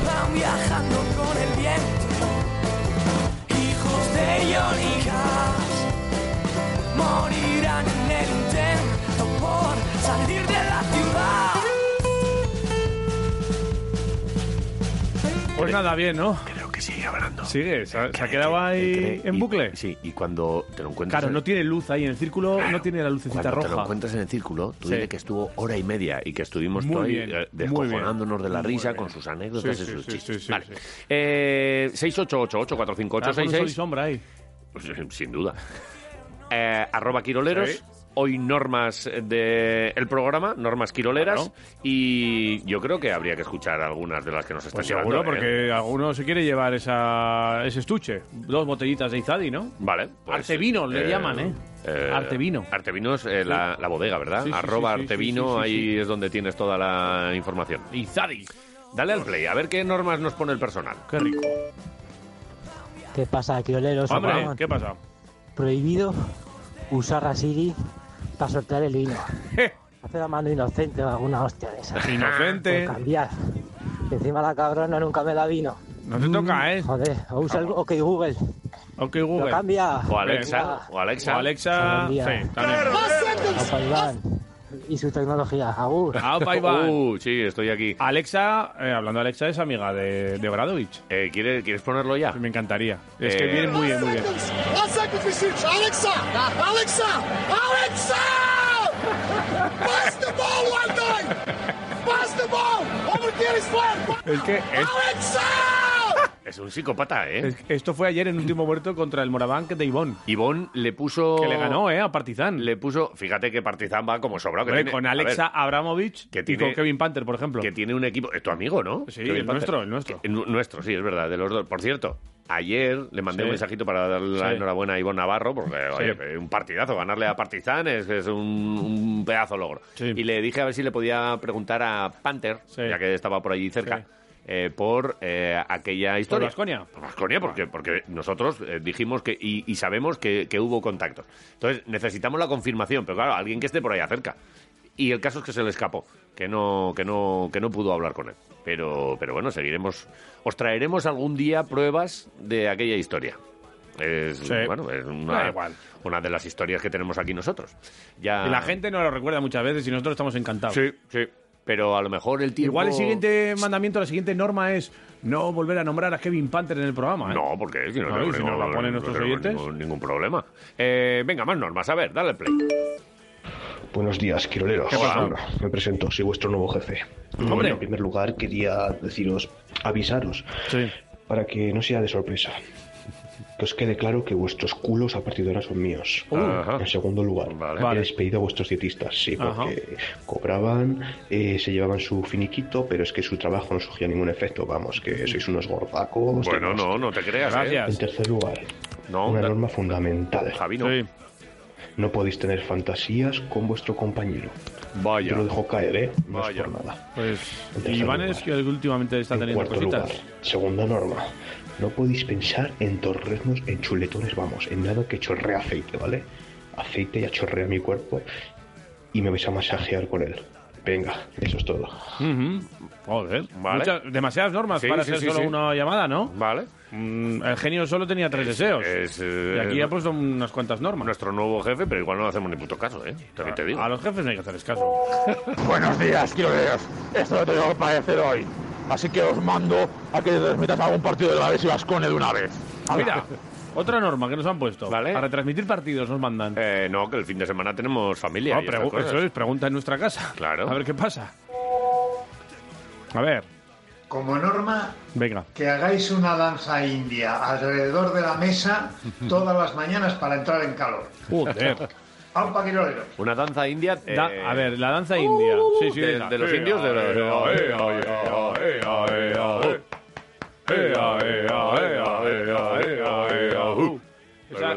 Van viajando con el viento. Hijos de Johnny Cash. Morirán en el intento por salir de la ciudad. Pues nada, bien, ¿no? Creo que sigue hablando. Sigue, se ha, se ha quedado ahí en bucle. sí, y cuando te lo encuentras... Claro, no tiene luz ahí en el círculo, no tiene la lucecita Cuando te lo roja. encuentras en el círculo, tú Sí. dile que estuvo hora y media y que estuvimos Muy todos ahí bien, eh, muy descojonándonos de la bien, muy risa bien. con sus anécdotas Sí, y sí, sus sí, chistes. sí, sí, vale. Eh, 688 Está con un sol y 458 sombra ahí. Pues [laughs] Sin duda. Eh, arroba Quiroleros. Sí. Hoy normas de el programa, normas quiroleras, y yo creo que habría que escuchar algunas de las que nos están Pues llevando. seguro, porque alguno se quiere llevar esa, ese estuche. Dos botellitas de Izadi, ¿no? Vale. pues, Artevino le llaman, ¿eh? Artevino. Artevino es eh, la, la bodega, ¿verdad? Sí, sí, Arroba sí, sí, Artevino, sí, sí, sí, ahí es donde tienes toda la información. Izadi. Dale al play, a ver qué normas nos pone el personal. Qué rico. ¿Qué pasa, crioleros? Hombre, Ramón? ¿qué pasa? Prohibido usar la Siri para soltar el hilo. Hace la mano inocente o alguna hostia de esas. Inocente. Por cambiar. Encima la cabrona nunca me la vino. Mm, No te toca, ¿eh? Joder, o usa el OK Google. Ok, Google. Lo cambia. O Alexa, Venga. o Alexa. O Alexa, Buen día. sí, también. Aupa Iván. Y su tecnología. Agur. Aupa Iván. Uh, sí, estoy aquí. Ah, Alexa, eh, hablando de Alexa, es amiga de, de Obradovich. Eh, ¿quieres, ponerlo ya? Me encantaría. Es que Eh, viene muy bien, muy bien. One second for future. Alexa! Alexa! Alexa! Pass the ball one night! Pass the ball! Over there is one! Es que es- Alexa! Ah, Es un psicópata, ¿eh? es- esto fue ayer en último muerto contra el Morabank de Ivón. Ivón le puso. Que le ganó, ¿eh? A Partizan. Le puso. Fíjate que Partizan va como sobrado. que Hombre, tiene- con a Alexa ver, Abramovich que y con tiene- Kevin Panther, por ejemplo. que tiene un equipo. Es tu amigo, ¿no? Sí, Kevin el Panther. nuestro, el nuestro. Que- nu- nuestro, sí, es verdad, de los dos. Por cierto, ayer le Sí. mandé un mensajito para darle la Sí. enhorabuena a Ivonne Navarro, porque, oye, que un partidazo, ganarle a Partizan es, es un, un pedazo de logro. Y le dije a ver si le podía preguntar a Panther, ya que estaba por allí cerca. eh, por eh, aquella historia. Baskonia? Por Baskonia, porque, porque nosotros eh, dijimos que y, y sabemos que, que hubo contactos. Entonces, necesitamos la confirmación, pero claro, alguien que esté por allá cerca. Y el caso es que se le escapó, que no, que no, que no pudo hablar con él. Pero, pero bueno, seguiremos. Os traeremos algún día pruebas de aquella historia. Es, Sí. bueno, es Da una, igual. una de las historias que tenemos aquí nosotros. Ya... Y la gente no lo recuerda muchas veces y nosotros estamos encantados. Sí, sí. pero a lo mejor el tiempo... Igual el siguiente mandamiento, la siguiente norma es no volver a nombrar a Kevin Panther en el programa. ¿eh? No, porque si no, Claro, tengo y si nos ningún- la ponen nuestros tengo oyentes. Ningún, ningún problema. Eh, venga, más normas. A ver, dale play. Buenos días, quiroleros. ¿Qué pasa? Hola, me presento, soy vuestro nuevo jefe. Hombre. Bueno, en primer lugar, quería deciros, avisaros, para que no sea de sorpresa. Que os quede claro que vuestros culos a partir de ahora son míos. Uh. Ajá. En segundo lugar, he Vale. despedido a vuestros dietistas, sí, Ajá. porque cobraban, eh, se llevaban su finiquito, pero es que su trabajo no surgía ningún efecto, vamos, que sois unos gordacos. Bueno, tenemos- no, no te creas. ¿eh? En tercer lugar, No, una da- norma fundamental. Javi, no. Sí. No podéis tener fantasías con vuestro compañero. Vaya. Te lo dejo caer, ¿eh? No es Vaya. por nada. Pues En tercer Iván lugar. es que últimamente está En teniendo cuarto lugar, cositas. segunda norma. No podéis pensar en torreznos, en chuletones, vamos, en nada que chorrea aceite, ¿vale? Aceite ya chorrea mi cuerpo y me vais a masajear con él. Venga, eso es todo. Ujú. Joder. Vale. Muchas- demasiadas normas Sí, para sí, ser sí, solo sí. una llamada, ¿no? Mm, Vale. el genio solo tenía tres deseos. y aquí es- ha puesto unas cuantas normas. Nuestro nuevo jefe, pero igual no le hacemos ni puto caso, ¿eh? También te digo. A los jefes no hay que hacerles caso. Buenos días, quiroleros. Esto lo tengo que padecer hoy. Así que os mando a que transmitas algún partido de la vez y Vascone de una vez. Mira, otra norma que nos han puesto. ¿Vale? A retransmitir partidos nos mandan. Eh, no, que el fin de semana tenemos familia. Ah, y estas pregu- cosas. eso es, pregunta en nuestra casa. Claro. A ver qué pasa. A ver, Como norma, venga. que hagáis una danza india alrededor de [laughs] la mesa todas las mañanas para entrar en calor. Joder. ¡Aupa, Quiroleros! Una danza india. Da- eh, a ver, la danza india. Sí, sí, de, venga. de los indios, de Eh, los. eh, Esa,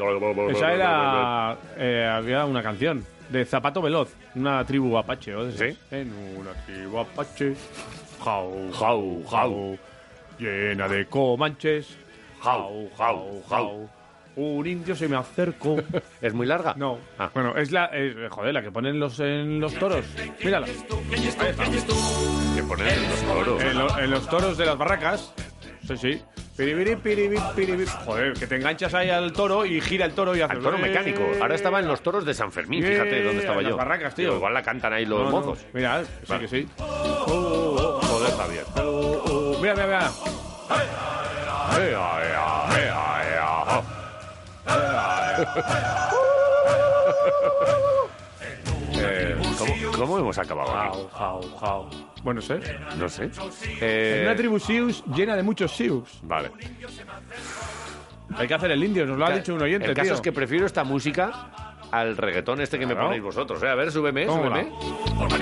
esa era. eh, había una canción de Zapato Veloz, una tribu apache. ¿o? ¿Sí? En una tribu apache. Jau, jau, jau. Llena de comanches. Jau, jau, jau. Un indio se me acercó. ¿Es muy larga? No. Bueno, es la. es- joder, la que ponen los, en los toros. Mírala. Que ponen en los toros. En, lo- en los toros de las barracas. Sí, sí. Piribiri, piribiri, piribiri. Joder, que te enganchas ahí al toro y gira el toro y hace. Al toro mecánico. Ahora estaba en los toros de San Fermín. Yeah, Fíjate dónde estaba en yo. las barracas, tío. Digo, Igual la cantan ahí los No, no. mozos. Mira, sí que sí. Joder, Javier. Mira, mira, mira. Eh, ¿cómo, cómo hemos acabado aquí? Bueno, sé. No sé. Es Eh, una tribu Sius llena de muchos Sius. Vale. Hay que hacer el indio, nos lo ha Ca- dicho un oyente, El caso tío. es que prefiero esta música al reggaetón este que me Claro. ponéis vosotros. ¿eh? A ver, súbeme, Tómala. súbeme.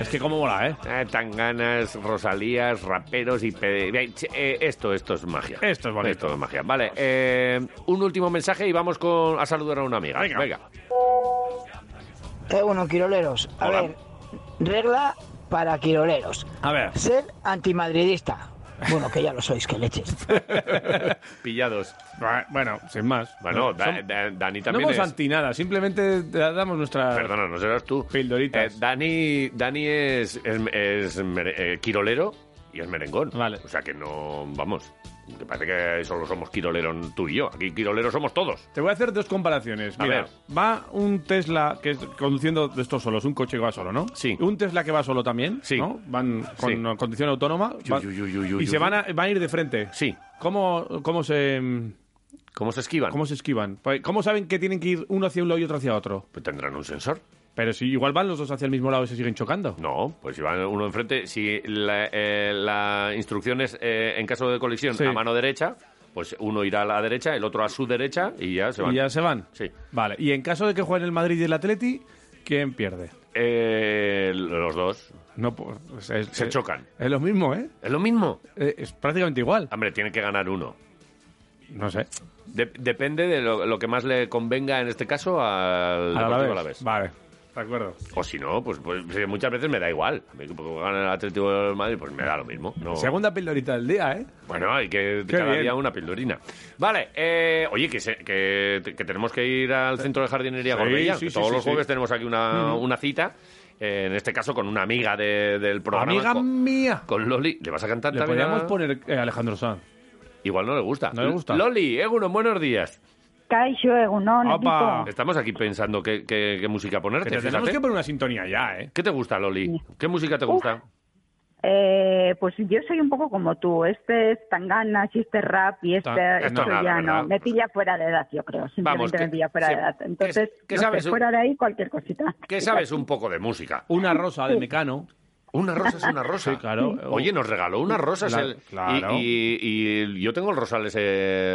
Es que cómo mola, ¿eh? Ah, Tanganas, rosalías, raperos y... pe- eh, esto, esto es magia. Esto es bonito. Esto es magia. Vale, eh, un último mensaje y vamos con, a saludar a una amiga. Venga. Eh, bueno, quiroleros, a Hola. ver, regla para quiroleros. A ver. Ser antimadridista. Bueno, que ya lo sois, que leches. Pillados. Bueno, sin más. Bueno, No, Da- son- Da- Dani No también hemos es... anti nada, simplemente damos nuestra. Perdona, no serás tú. Pildoritas. Eh, Dani, Dani es, es, es mere- eh, quirolero y es merengón. Vale. O sea que no, vamos, que parece que solo somos quiroleros tú y yo. Aquí quiroleros somos todos. Te voy a hacer dos comparaciones. A Mira, ver. va un Tesla que es conduciendo de estos solos, un coche que va solo, ¿no? Sí. Un Tesla que va solo también, sí. ¿no? Van con Sí. condición autónoma Yu, va- yu, yu, yu, yu, y yu. se van a, van a ir de frente. Sí. ¿Cómo, cómo se mm, cómo se esquivan? ¿Cómo se esquivan? Pues, ¿Cómo saben que tienen que ir uno hacia un lado y otro hacia otro? Pues tendrán un sensor. Pero si igual van los dos hacia el mismo lado y se siguen chocando. No, pues si van uno enfrente, si la, eh, la instrucción es eh, en caso de colisión Sí. a mano derecha, pues uno irá a la derecha, el otro a su derecha y ya se van. Y ya se van. Sí. Vale. Y en caso de que jueguen el Madrid y el Atleti, ¿quién pierde? Eh, los dos. No, pues, es- se eh, chocan. Es lo mismo, ¿eh? ¿Es lo mismo? es prácticamente igual. Hombre, tiene que ganar uno. No sé. depende de lo, lo que más le convenga en este caso al Al Deportivo Alavés. Alavés. Vale, de acuerdo. O si no, pues, pues, eh, muchas veces me da igual. A mí que gane el Atlético de Madrid, pues me da lo mismo. No. Segunda pildorita del día, ¿eh? Bueno, hay que Qué cada bien. día una pildorina. Vale, eh, oye, que, se- que, que tenemos que ir al centro de jardinería Sí, Gorbella. sí, sí, Todos sí, los sí. jueves tenemos aquí una, Ujú. una cita. eh, en este caso con una amiga de- del programa. Amiga con, mía. con Loli. ¿Le vas a cantar Le también? a- podríamos poner eh, Alejandro Sanz. Igual no le gusta. No le gusta. Loli, Eguno, buenos días. Caixo, Egunon, equipo. Estamos aquí pensando qué, qué- qué música ponerte. Que te tenemos que poner una sintonía ya, ¿eh? ¿Qué te gusta, Loli? ¿Qué música te gusta? Eh, pues yo soy un poco como tú. Este es tangana, y este es rap y este Tan- esto Tangana, ya ¿verdad? no. Me pilla fuera de edad, yo creo. Simplemente Vamos, que- me pilla fuera sí. de edad. Entonces, ¿Qué no sé, sabes? fuera de ahí cualquier cosita. ¿Qué sabes un poco de música? Una rosa de Mecano. Una rosa es una rosa. Mm. claro. [laughs] Oye, nos regaló unas rosas. Claro, el- claro. Y, y- y yo tengo el rosal ese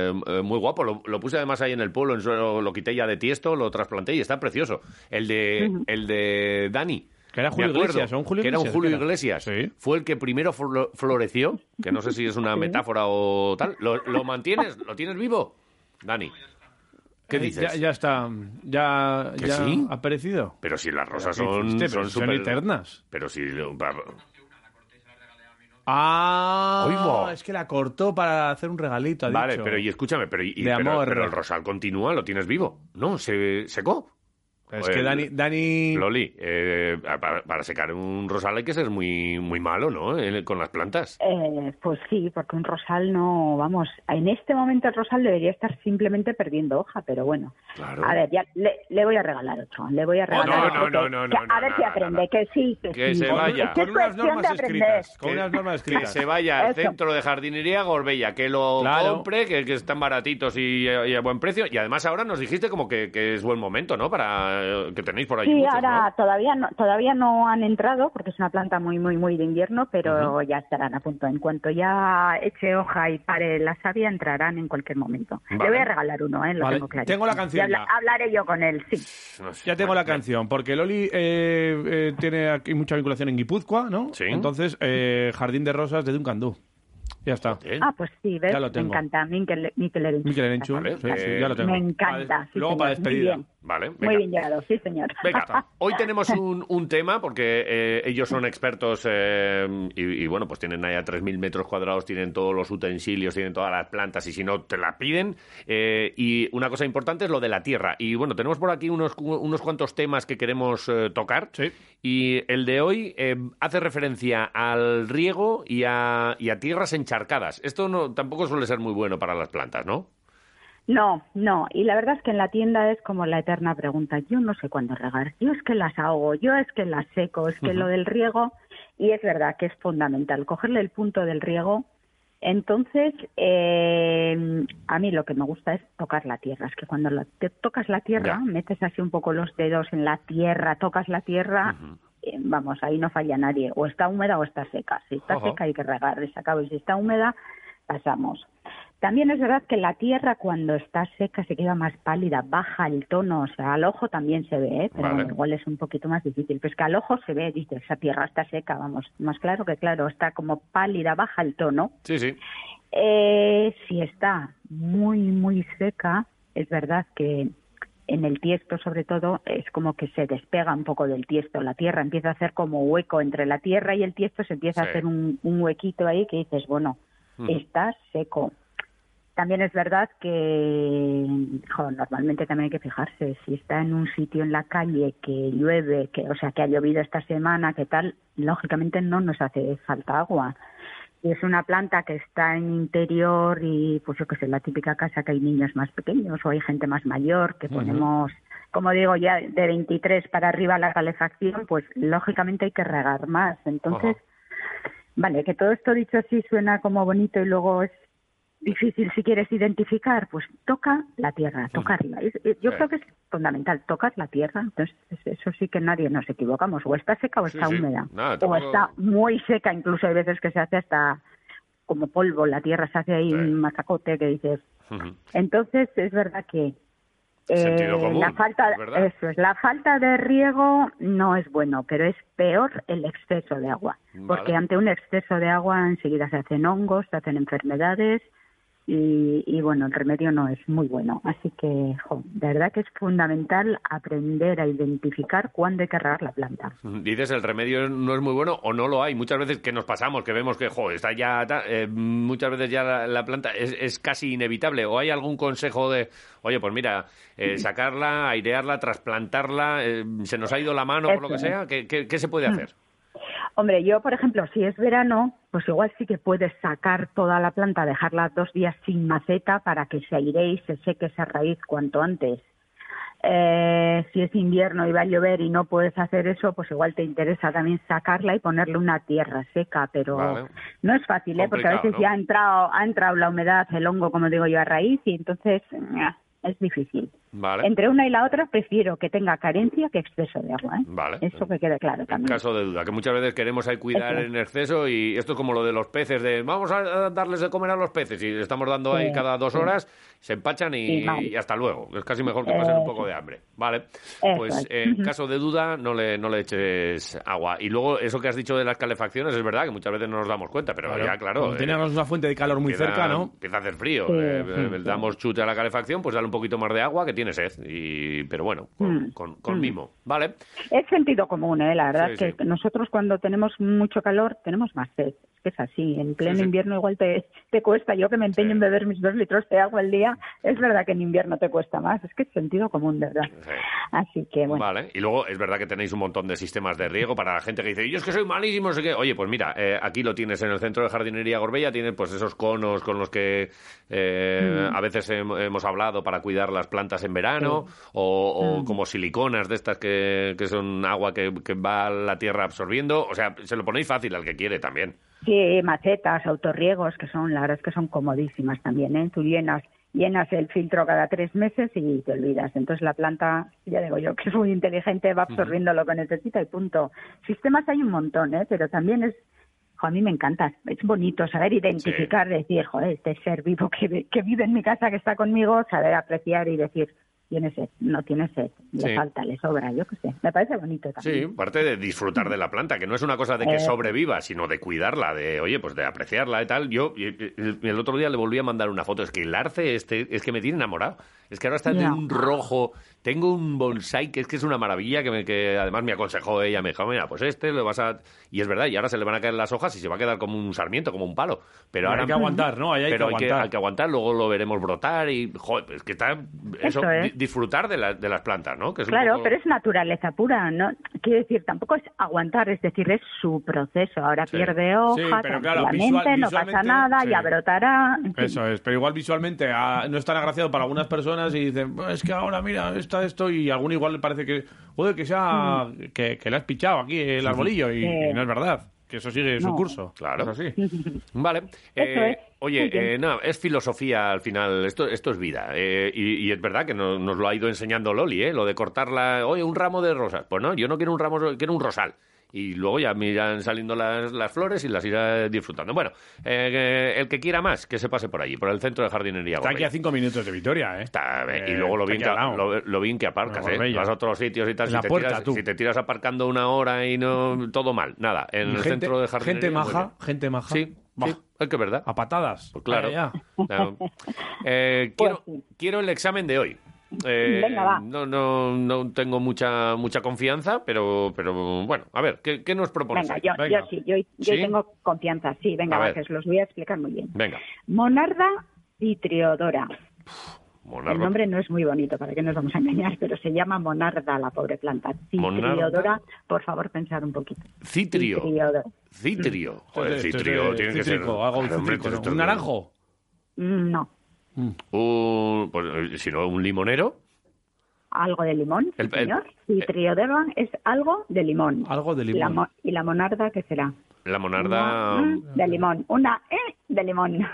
eh, muy guapo. Lo, lo puse además ahí en el pueblo, en suelo, lo quité ya de tiesto, lo trasplanté y está precioso. El de, el de Dani. Que era me Julio acuerdo, Iglesias, ¿o un Julio que era un Iglesias? Julio ¿Qué era? Iglesias. Fue el que primero flo- floreció, que no sé si es una metáfora o tal. ¿Lo, lo mantienes? ¿Lo tienes vivo? Dani. ¿Qué Eh, dices? Ya, ya está. Ya, ¿Que ya sí? ha aparecido. Pero si las rosas Pero, ¿qué son, hiciste? son, Pero si son súper- eternas. Pero si... Ah, Oigo. es que la cortó para hacer un regalito. Ha Vale, dicho. pero y escúchame, pero, y- De pero- amor. pero el rosal continúa, lo tienes vivo. No, se secó. Es Joder, que Dani, Dani Loli, eh, para, para secar un rosal hay que ser muy, muy malo, ¿no? Eh, con las plantas. Eh, pues sí, porque un rosal no, vamos, en este momento el rosal debería estar simplemente perdiendo hoja, pero bueno. Claro. A ver, ya le, le voy a regalar otro, le voy a Oh, no, regalar no, otro. no, que- no, que no, no, a ver no, si no, aprende, que sí, que, Que sí. se vaya. Es que es Con unas cuestión de normas aprender. escritas, con que- unas normas Que escritas. se vaya eh, al Eso. centro de jardinería Gorbella, que lo Claro. compre, que, que están baratitos y, y a buen precio. Y además ahora nos dijiste como que, que es buen momento, ¿no? Para eh, que tenéis por ahí. Sí, muchos, ahora todavía no, todavía no han entrado porque es una planta muy, muy, muy de invierno, pero Ujú. ya estarán a punto. En cuanto ya eche hoja y pare la savia, entrarán en cualquier momento. Vale. Le voy a regalar uno, ¿eh? lo Vale. tengo claro. Tengo la canción Y habla- ya. Hablaré yo con él, sí. pues Ya tengo la canción, porque Loli eh, eh, tiene aquí mucha vinculación en Guipúzcoa, ¿no? Sí. Entonces, eh, Jardín de Rosas de Duncandú. Ya está. Ah, pues sí, ¿ves? ¿Eh? Ya lo tengo. Me encanta, Mikel, Mikel Erentxun. Mikel Erenchu, sí, sí, ya lo tengo. Me encanta. Vale, sí, luego para señor, muy despedida. bien. Vale, Muy venga. bien llegado, sí, señor. Venga, hoy tenemos un, un tema porque eh, ellos son expertos eh, y, y, bueno, pues tienen ahí a 3.000 metros cuadrados, tienen todos los utensilios, tienen todas las plantas y si no, te la piden. Eh, y una cosa importante es lo de la tierra. Y bueno, tenemos por aquí unos, cu- unos cuantos temas que queremos eh, tocar. Y el de hoy eh, hace referencia al riego y a, y a tierras encharcadas. Esto no, tampoco suele ser muy bueno para las plantas, ¿no? No, no. Y la verdad es que en la tienda es como la eterna pregunta. Yo no sé cuándo regar. Yo es que las ahogo, yo es que las seco, es que Ujú. lo del riego. Y es verdad que es fundamental cogerle el punto del riego. Entonces, eh, a mí lo que me gusta es tocar la tierra. Es que cuando la- te tocas la Ya. tierra, metes así un poco los dedos en la tierra, tocas la tierra, eh, vamos, ahí no falla nadie. O está húmeda o está seca. Si está Ojo. seca hay que regar, se acaba. Y si está húmeda, pasamos. También es verdad que la tierra cuando está seca se queda más pálida, baja el tono, o sea, al ojo también se ve, ¿eh? pero Vale. bueno, igual es un poquito más difícil. Pues que al ojo se ve, dice, esa tierra está seca, vamos, más claro que claro, está como pálida, baja el tono. Sí, sí. Eh, si está muy, muy seca, es verdad que en el tiesto sobre todo es como que se despega un poco del tiesto la tierra, empieza a hacer como hueco entre la tierra y el tiesto, se empieza Sí. a hacer un, un huequito ahí que dices, bueno, Mm. Ujú. está seco. También es verdad que jo, normalmente también hay que fijarse si está en un sitio en la calle que llueve, que o sea que ha llovido esta semana, que tal, lógicamente no nos hace falta agua. Si es una planta que está en interior y pues yo que sé, la típica casa que hay niños más pequeños o hay gente más mayor que Ujú. ponemos, como digo, ya de 23 para arriba la calefacción, pues lógicamente hay que regar más. Entonces, vale, que todo esto dicho así suena como bonito y luego es difícil si quieres identificar, pues toca [laughs] la tierra, toca arriba. Es- es- Yo Sí. creo que es fundamental tocar la tierra, entonces es- eso sí que nadie nos equivocamos, o está seca o Sí, está sí. húmeda, Nada, o tampoco- está muy seca, incluso hay veces que se hace hasta como polvo, la tierra se hace ahí un mazacote que dices. Entonces es verdad que eh, Sentido común, la falta es verdad. eso es la falta de riego no es bueno, pero es peor el exceso de agua, porque Vale. ante un exceso de agua enseguida se hacen hongos, se hacen enfermedades y, y, bueno, el remedio no es muy bueno. Así que, jo, de verdad que es fundamental aprender a identificar cuándo hay que regar la planta. Dices, el remedio no es muy bueno o no lo hay. Muchas veces que nos pasamos, que vemos que, jo, está ya, ta- eh, muchas veces ya la, la planta es, es casi inevitable. O hay algún consejo de, oye, pues mira, Mm. eh, sacarla, airearla, trasplantarla, eh, se nos ha ido la mano por lo que Eso Mm. es. sea, ¿qué, qué- qué se puede hacer? Hombre, yo, por ejemplo, si es verano, pues igual sí que puedes sacar toda la planta, dejarla dos días sin maceta para que se aire y se seque esa raíz cuanto antes. Eh, si es invierno y va a llover y no puedes hacer eso, pues igual te interesa también sacarla y ponerle una tierra seca, pero Vale. no es fácil, ¿eh? porque a Complicado, veces ¿no? ya ha entrado, ha entrado la humedad, el hongo, como digo yo, a raíz y entonces ña, es difícil. Vale. Entre una y la otra prefiero que tenga carencia que exceso de agua. ¿eh? Vale. Eso que quede claro En también. caso de duda, que muchas veces queremos ahí cuidar Eso. en exceso y esto es como lo de los peces, de vamos a darles de comer a los peces y le estamos dando ahí Sí, cada dos sí. horas, se empachan y, Sí, vale. y hasta luego. Es casi mejor que pasen un Eso. poco de hambre. Vale, Eso pues es. eh, en Ujú. caso de duda no le, no le eches agua. Y luego eso que has dicho de las calefacciones es verdad que muchas veces no nos damos cuenta, pero ya claro. como eh, Tenemos una fuente de calor muy empieza- cerca, ¿no? Empieza a hacer frío. Sí. eh, eh, Sí. damos chute a la calefacción, pues dale un poquito más de agua que tiene sed. Y, pero bueno, con, Mm. con- con Mm. mimo. Vale. Es sentido común, ¿eh? la verdad Sí, es que sí. nosotros cuando tenemos mucho calor tenemos más sed. Es que es así. En pleno sí. invierno igual te, te cuesta. Yo que me empeño en beber mis dos litros de agua al día, es verdad que en invierno te cuesta más. Es que es sentido común, de verdad. Así que bueno. Vale, y luego es verdad que tenéis un montón de sistemas de riego para la gente que dice, yo es que soy malísimo, no sé qué. Oye, pues mira, eh, aquí lo tienes en el centro de jardinería Gorbella, tienes pues esos conos con los que eh, Mm. a veces hem- hemos hablado para cuidar las plantas en verano, o, o Mm. como siliconas de estas que, que son agua que, que va la tierra absorbiendo. O sea, se lo ponéis fácil al que quiere también. Sí, macetas, autorriegos, que son, la verdad es que son comodísimas también, ¿eh? Tú llenas, llenas el filtro cada tres meses y te olvidas. Entonces la planta, ya digo yo, [laughs] que es muy inteligente, va absorbiendo lo que necesita y punto. Sistemas hay un montón, ¿eh? Pero también es, jo, a mí me encanta, es bonito saber identificar, decir, joder, este ser vivo que, vi- que vive en mi casa, que está conmigo, saber apreciar y decir, tiene sed, no tiene sed, le Sí. falta, le sobra, yo qué sé. Me parece bonito también. Sí, parte de disfrutar de la planta, que no es una cosa de que Eh. sobreviva, sino de cuidarla, de, oye, pues de apreciarla y tal. Yo y- y- el el otro día le volví a mandar una foto, es que el arce este, es que me tiene enamorado. Es que ahora está de Ya. un rojo, tengo un bonsai que es que es una maravilla, que, me- que además me aconsejó ella, me dijo, mira, pues este lo vas a... Y es verdad, y ahora se le van a caer las hojas y se va a quedar como un sarmiento, como un palo. Pero Pero ahora hay que aguantar, ¿no? Ahí hay pero que hay, que, aguantar. hay que aguantar, luego lo veremos brotar y, joder, pues es que está... Eso, Eso es. di- disfrutar de, la- de las plantas, ¿no? Que es un Claro, poco- pero es naturaleza pura, ¿no? Quiero decir, tampoco es aguantar, es decir, es su proceso. Ahora Sí. pierde hoja, Sí, pero claro, tranquilamente, visual- no pasa visualmente, nada, sí. ya brotará. en fin. Eso es, pero igual visualmente ah, no es tan agraciado para algunas personas y dicen, "Buah, es que ahora mira, está esto y a alguno igual le parece que, joder, que, sea, que, que le has pichado aquí el arbolillo y, Mm. Sí. Eh. y no es verdad, que eso sigue su No. curso. Claro. Es así. Vale. Eso es. Muy Oye, bien. eh, nada, es filosofía al final, esto, esto es vida. Eh, y, y es verdad que no- nos lo ha ido enseñando Loli, ¿eh? lo de cortarla, oye, un ramo de rosas. Pues no, yo no quiero un ramo, quiero un rosal. Y luego ya me irán saliendo las, las flores y las irá disfrutando. Bueno, eh, eh, el que quiera más, que se pase por allí, por el centro de jardinería. Está aquí Gorbella. a cinco minutos de Vitoria, ¿eh? Eh, Eh, y luego lo está bien, que, aquí al lado. lo, lo bien que aparcas, Bueno, ¿eh? Marbella. Vas a otros sitios y tal. En la si, te puerta, tiras, tú. si te tiras aparcando una hora y no... Todo mal, nada. En Y el gente, centro de jardinería... gente muy maja, bien. gente maja. Sí, sí, es que es verdad. A patadas. Pues claro. Allá. Claro. Eh, quiero, quiero el examen de hoy. Eh, Venga, va. No, no, no tengo mucha mucha confianza, pero, pero bueno, a ver, ¿qué, qué nos propones? Venga, hoy? yo, yo sí, yo, yo ¿Sí? tengo confianza, sí, venga, A va, ver. que os los voy a explicar muy bien. Venga, Monarda citriodora. El Monardo- nombre no es muy bonito, para que nos vamos a engañar, pero se llama monarda la pobre planta. Monarda. Citriodora, por favor, pensar un poquito. Citrio. Citriodora. Citrio. Mm. Joder, Esto es de- citrio, de- tiene que ser. cítrico, algo Claro, cítrico, hombre, esto ¿no? es de- ¿Un naranjo? Mm. Mm, No, Un- pues, eh, si no, un limonero. algo de limón, sí, El- el- señor. Citriodora es algo de limón. Algo de Y la, mo- y la monarda, ¿qué será? La monarda. Mm, de limón. Una eh, de limón.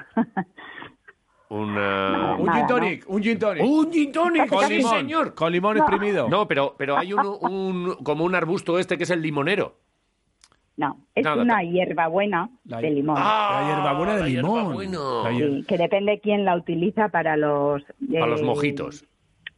Una. Un gin tonic, un gin tonic. Un gin [laughs] tonic, con sí, limón, señor. Con limón No. exprimido. No, pero, pero hay un, un- como un arbusto este que es el limonero. [laughs] No, es Nada, una hierbabuena La- de limón. Ah, la hierbabuena de la limón. La hier- Sí, que depende quién la utiliza para los... eh, Para los mojitos.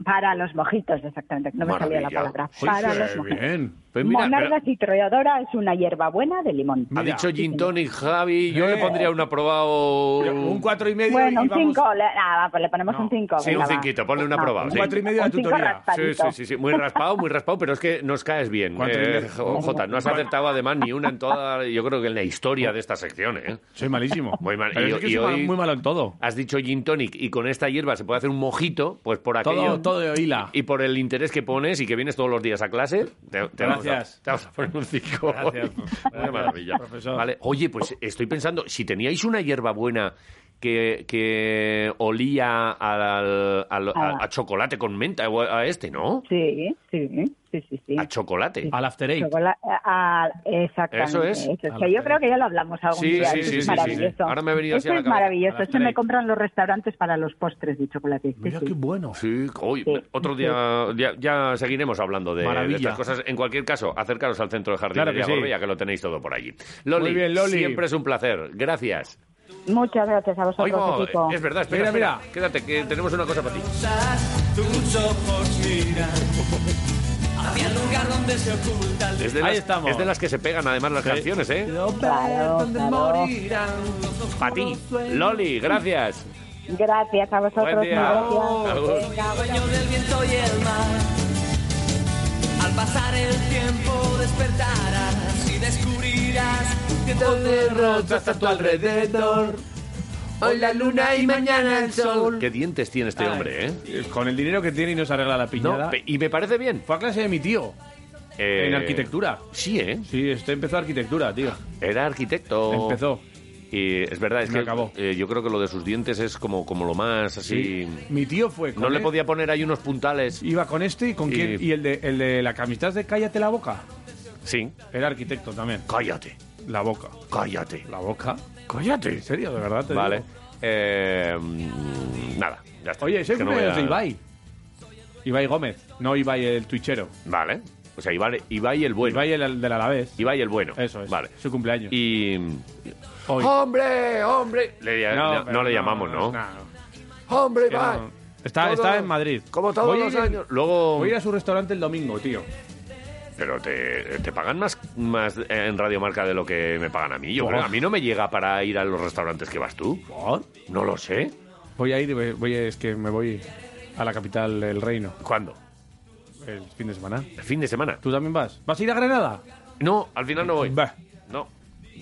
Para los mojitos, exactamente. No me salía la Maravilla. palabra. Sí, para sí, los bien. mojitos. Pues mira, monarda pero citriodora es una hierbabuena de limón. ha dicho gin tonic, Javi. Yo le pondría un aprobado. Un Eh. cuatro y medio. Bueno, un 5, le, ah, va, pues le ponemos un 5. Sí, un cinquito, ponle un aprobado. sí. Un cinco Sí, raspadito. sí, sí, sí, muy raspado, muy raspado, pero es que nos caes bien. Cuatro y Eh, medio. jo- Jota, no has acertado además ni una en toda, yo creo que en la historia de esta sección. ¿eh? Soy malísimo. Muy mal. Pero y, es que y soy hoy mal- muy malo en todo. has dicho gin tonic y con esta hierba se puede hacer un mojito, pues por Todo- aquello todo todo de oíla. Y por el interés que pones y que vienes todos los días a clase, te, te vamos a- Gracias. te vamos a, poner un 5. Gracias. Una maravilla. Profesor. Vale. Oye, pues estoy pensando, si teníais una hierbabuena que, que olía al, al- al- Ah. a chocolate con menta, o a este, ¿no? Sí, sí, sí, sí. sí. A chocolate. Al after eight. Chocola- a- a- eh, ah, exactamente. Eso es. O sea, yo creo que ya lo hablamos algún Sí, día. sí, eso sí, es sí, maravilloso. sí. Ahora me ha venido así Eso a la es cabeza. maravilloso. Al Eso after me eight. compran los restaurantes para los postres de chocolate. Sí, sí. bueno. Sí, oye, otro día ya, ya seguiremos hablando de, Maravilla. de estas cosas. En cualquier caso, acercaros al centro de jardinería Claro que sí. Gorbea, que lo tenéis todo por allí. Loli, Muy bien, Loli. siempre es un placer. Gracias. Muchas gracias a vosotros, Oigo, eh, equipo. es verdad, espera, Mira, espera. Quédate, que tenemos una cosa para ti. Tus ojos miran hacia el lugar donde se oculta el Es de, Ahí las, estamos. es de las que se pegan además las canciones, ¿eh? Claro, claro. Para ti. Loli, gracias. Gracias a vosotros. Buen día. muy gracias. Agur. Dueño del viento y el mar. Al pasar el tiempo despertarás y descubrirás cientos de rosas a tu alrededor. Hoy la luna y mañana el sol. Qué dientes tiene este hombre, ¿eh? Con el dinero que tiene y nos arregla la piñada. pe- y me parece bien. Fue a clase de mi tío. Eh, En arquitectura. Sí, ¿eh? Sí, este empezó arquitectura, tío. Era arquitecto. Empezó. Y es verdad, es Me que acabó. eh, yo creo que lo de sus dientes es como, como lo más así. Mi tío fue con No le él. podía poner ahí unos puntales. Iba con este y con Y- quién. Y el de, el de la camiseta de Cállate la boca. Sí. Era arquitecto también. Cállate. La boca. Cállate. La boca. Cállate. En serio, de verdad. te Vale. digo. Eh, mm, nada, ya está. Oye, ese Es que no cumpleaños voy a- de Ibai. Ibai Gómez. No Ibai el tuichero. Vale. O sea, Ibai, Ibai el bueno. Ibai el del Alavés. Ibai el bueno. Eso es. Vale. Su cumpleaños. Y. Hoy. ¡Hombre! ¡Hombre! Le- no, pero no le llamamos, ¿no? ¡Hombre, Es que Ibai! no. Está, Todo- está en Madrid. Como todos Voy a los ir- [laughs] años. Luego. Voy a ir a su restaurante el domingo, tío. Pero te, te pagan más, más en Radio Marca de lo que me pagan a mí. Yo Buah. creo. A mí no me llega para ir a los restaurantes que vas tú. Oh, No lo sé. Voy a ir, voy, voy a- es que me voy a la capital del reino ¿Cuándo? el fin de semana. El fin de semana. ¿Tú también vas? ¿Vas a ir a Granada? No, al final no voy. Bah. No.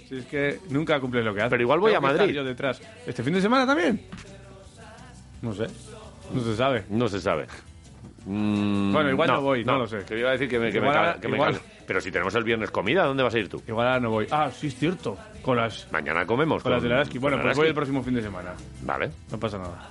Si es que nunca cumples lo que haces. Pero igual voy Tengo a que Madrid. estar yo detrás. ¿Este fin de semana también? No sé. No se sabe. No se sabe. Bueno, igual no voy, no lo sé. Te iba a decir que me, que Igual me, ahora- cal- que me igual- cal- Pero si tenemos el viernes comida, ¿dónde vas a ir tú? Igual ahora no voy. Ah, sí, es cierto. Con las, Mañana comemos. con las de la Araski. Bueno, con pues Araski. voy el próximo fin de semana. Vale. No pasa nada.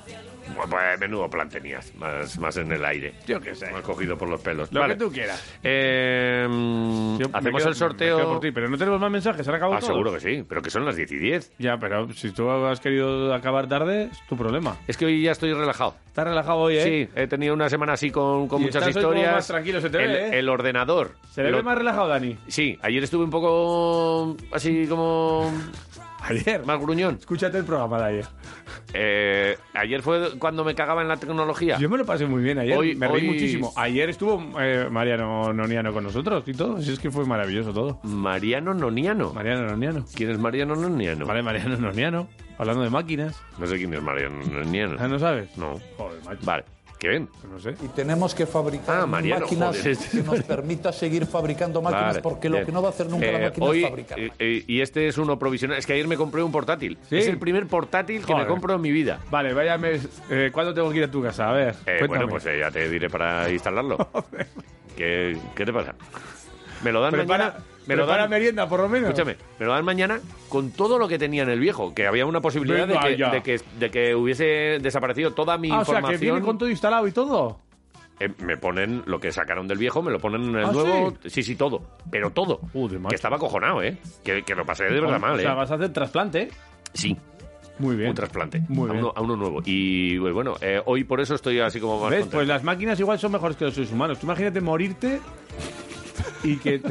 Bueno, pues menudo plan tenías. Más, más en el aire. Yo qué sé. Me has cogido por los pelos. Lo Vale. que tú quieras. Eh, Yo me quedo- hacemos el me quedo por sorteo. ti, pero no tenemos más mensajes. ¿Se han acabado Ah, todos? seguro que sí. Pero que son las 10 y 10. Ya, pero si tú has querido acabar tarde, es tu problema. Es que hoy ya estoy relajado. Estás relajado hoy, ¿eh? Sí, he tenido una semana así con, con Y muchas estás hoy como historias. más tranquilo, se te ve, el, ¿eh? el ordenador. ¿Se le Lo- ve más relajado, Dani? Sí, ayer estuve un poco así como Ayer. más gruñón. Escúchate el programa de ayer. Eh, ayer fue cuando me cagaba en la tecnología. Yo me lo pasé muy bien ayer. Hoy- me reí hoy- muchísimo. Ayer estuvo eh, Mariano Noniano con nosotros y todo. Así es que fue maravilloso todo. Mariano Noniano. Mariano Noniano. ¿Quién es Mariano Noniano? Vale, Mariano Noniano. Hablando de máquinas. No sé quién es Mariano Noniano. Ah, ¿no sabes? No. Joder, macho. Vale. ¿Qué bien. No sé. Y tenemos que fabricar Ah, Mariano, máquinas joder. que nos permita seguir fabricando máquinas, Vale, porque bien. lo que no va a hacer nunca la Eh, máquina hoy, es fabricar. eh, eh, y este es uno provisional. Es que ayer me compré un portátil. ¿Sí? Es el primer portátil que Joder. me compro en mi vida. Vale, vaya mes. Eh, ¿Cuándo tengo que ir a tu casa? A ver. Eh, cuéntame. bueno, pues eh, ya te diré para [laughs] instalarlo. ¿Qué, qué te pasa? Me lo dan Prepara, mañana. Me lo prepara dan, merienda, por lo menos. escúchame, me lo dan mañana con todo lo que tenía en el viejo, que había una posibilidad de Venga que, ya. de, que, de que hubiese desaparecido toda mi Ah, o sea, información. que viene con todo instalado y todo. Eh, me ponen lo que sacaron del viejo, me lo ponen en el ¿Ah, nuevo. ¿sí? sí, todo. Pero todo. Joder, macho. pues que estaba acojonado, ¿eh? Que, que lo pasé de verdad mal, o ¿eh? sea, vas a hacer trasplante. Sí, Muy bien. un trasplante. Muy a, bien. uno, a uno nuevo. Y pues, bueno, eh, hoy por eso estoy así como más ¿Ves? contento. Pues las máquinas igual son mejores que los seres humanos. Tú imagínate morirte y [laughs] que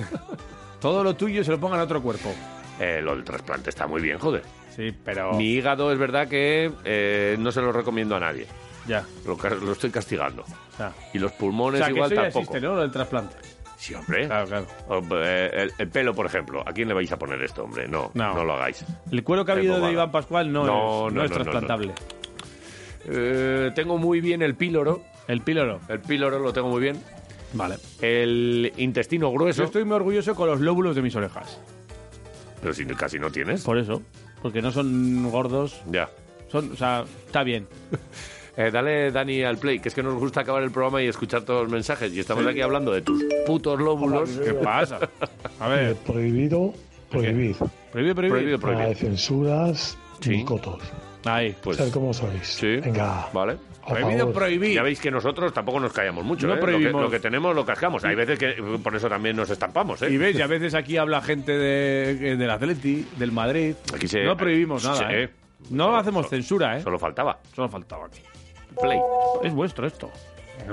todo lo tuyo se lo pongan a otro cuerpo. Eh, lo del trasplante está muy bien, joder. Sí, pero... Mi hígado es verdad que eh, no se lo recomiendo a nadie. Ya. Lo, ca- lo estoy castigando. ya. Y los O pulmones sea, que igual eso ya tampoco. existe, ¿no? Lo del trasplante. Sí, hombre. Claro, claro. O, eh, el, el pelo, por ejemplo. ¿A quién le vais a poner esto, hombre? No, no, No. lo hagáis. El cuero Es cabelludo de bobada. Iván Pascual no, No, es, no, no es no, no, trasplantable. Eh, tengo muy bien el píloro. El píloro. El píloro lo tengo muy bien. Vale. El intestino grueso. Yo estoy muy orgulloso con los lóbulos de mis orejas. Pero si casi no tienes. Por eso. Porque no son gordos. Ya. Son, o sea, está bien. [laughs] Eh, dale, Dani, al play, que es que nos gusta acabar el programa y escuchar todos los mensajes. Y estamos Sí. aquí hablando de tus putos lóbulos. ¿Qué [laughs] pasa? A ver. Eh, Prohibido, prohibir. Prohibido, prohibido. Prohibido, prohibido. Nada de censuras, ni cotos. Ahí, pues. Ser como sois. Sí. Venga. Vale. Por Prohibido, favor. prohibir. Ya veis que nosotros tampoco nos callamos mucho. No ¿eh? Lo que- Lo prohibimos. que, tenemos lo cascamos. Hay veces que eh, por eso también nos estampamos. ¿eh? Y ves, y a veces aquí habla gente de, del Atleti, del Madrid. Aquí se- no prohibimos nada. Sí. ¿eh? No hacemos censura, ¿eh? Solo faltaba. Solo faltaba aquí. Play. Es vuestro esto.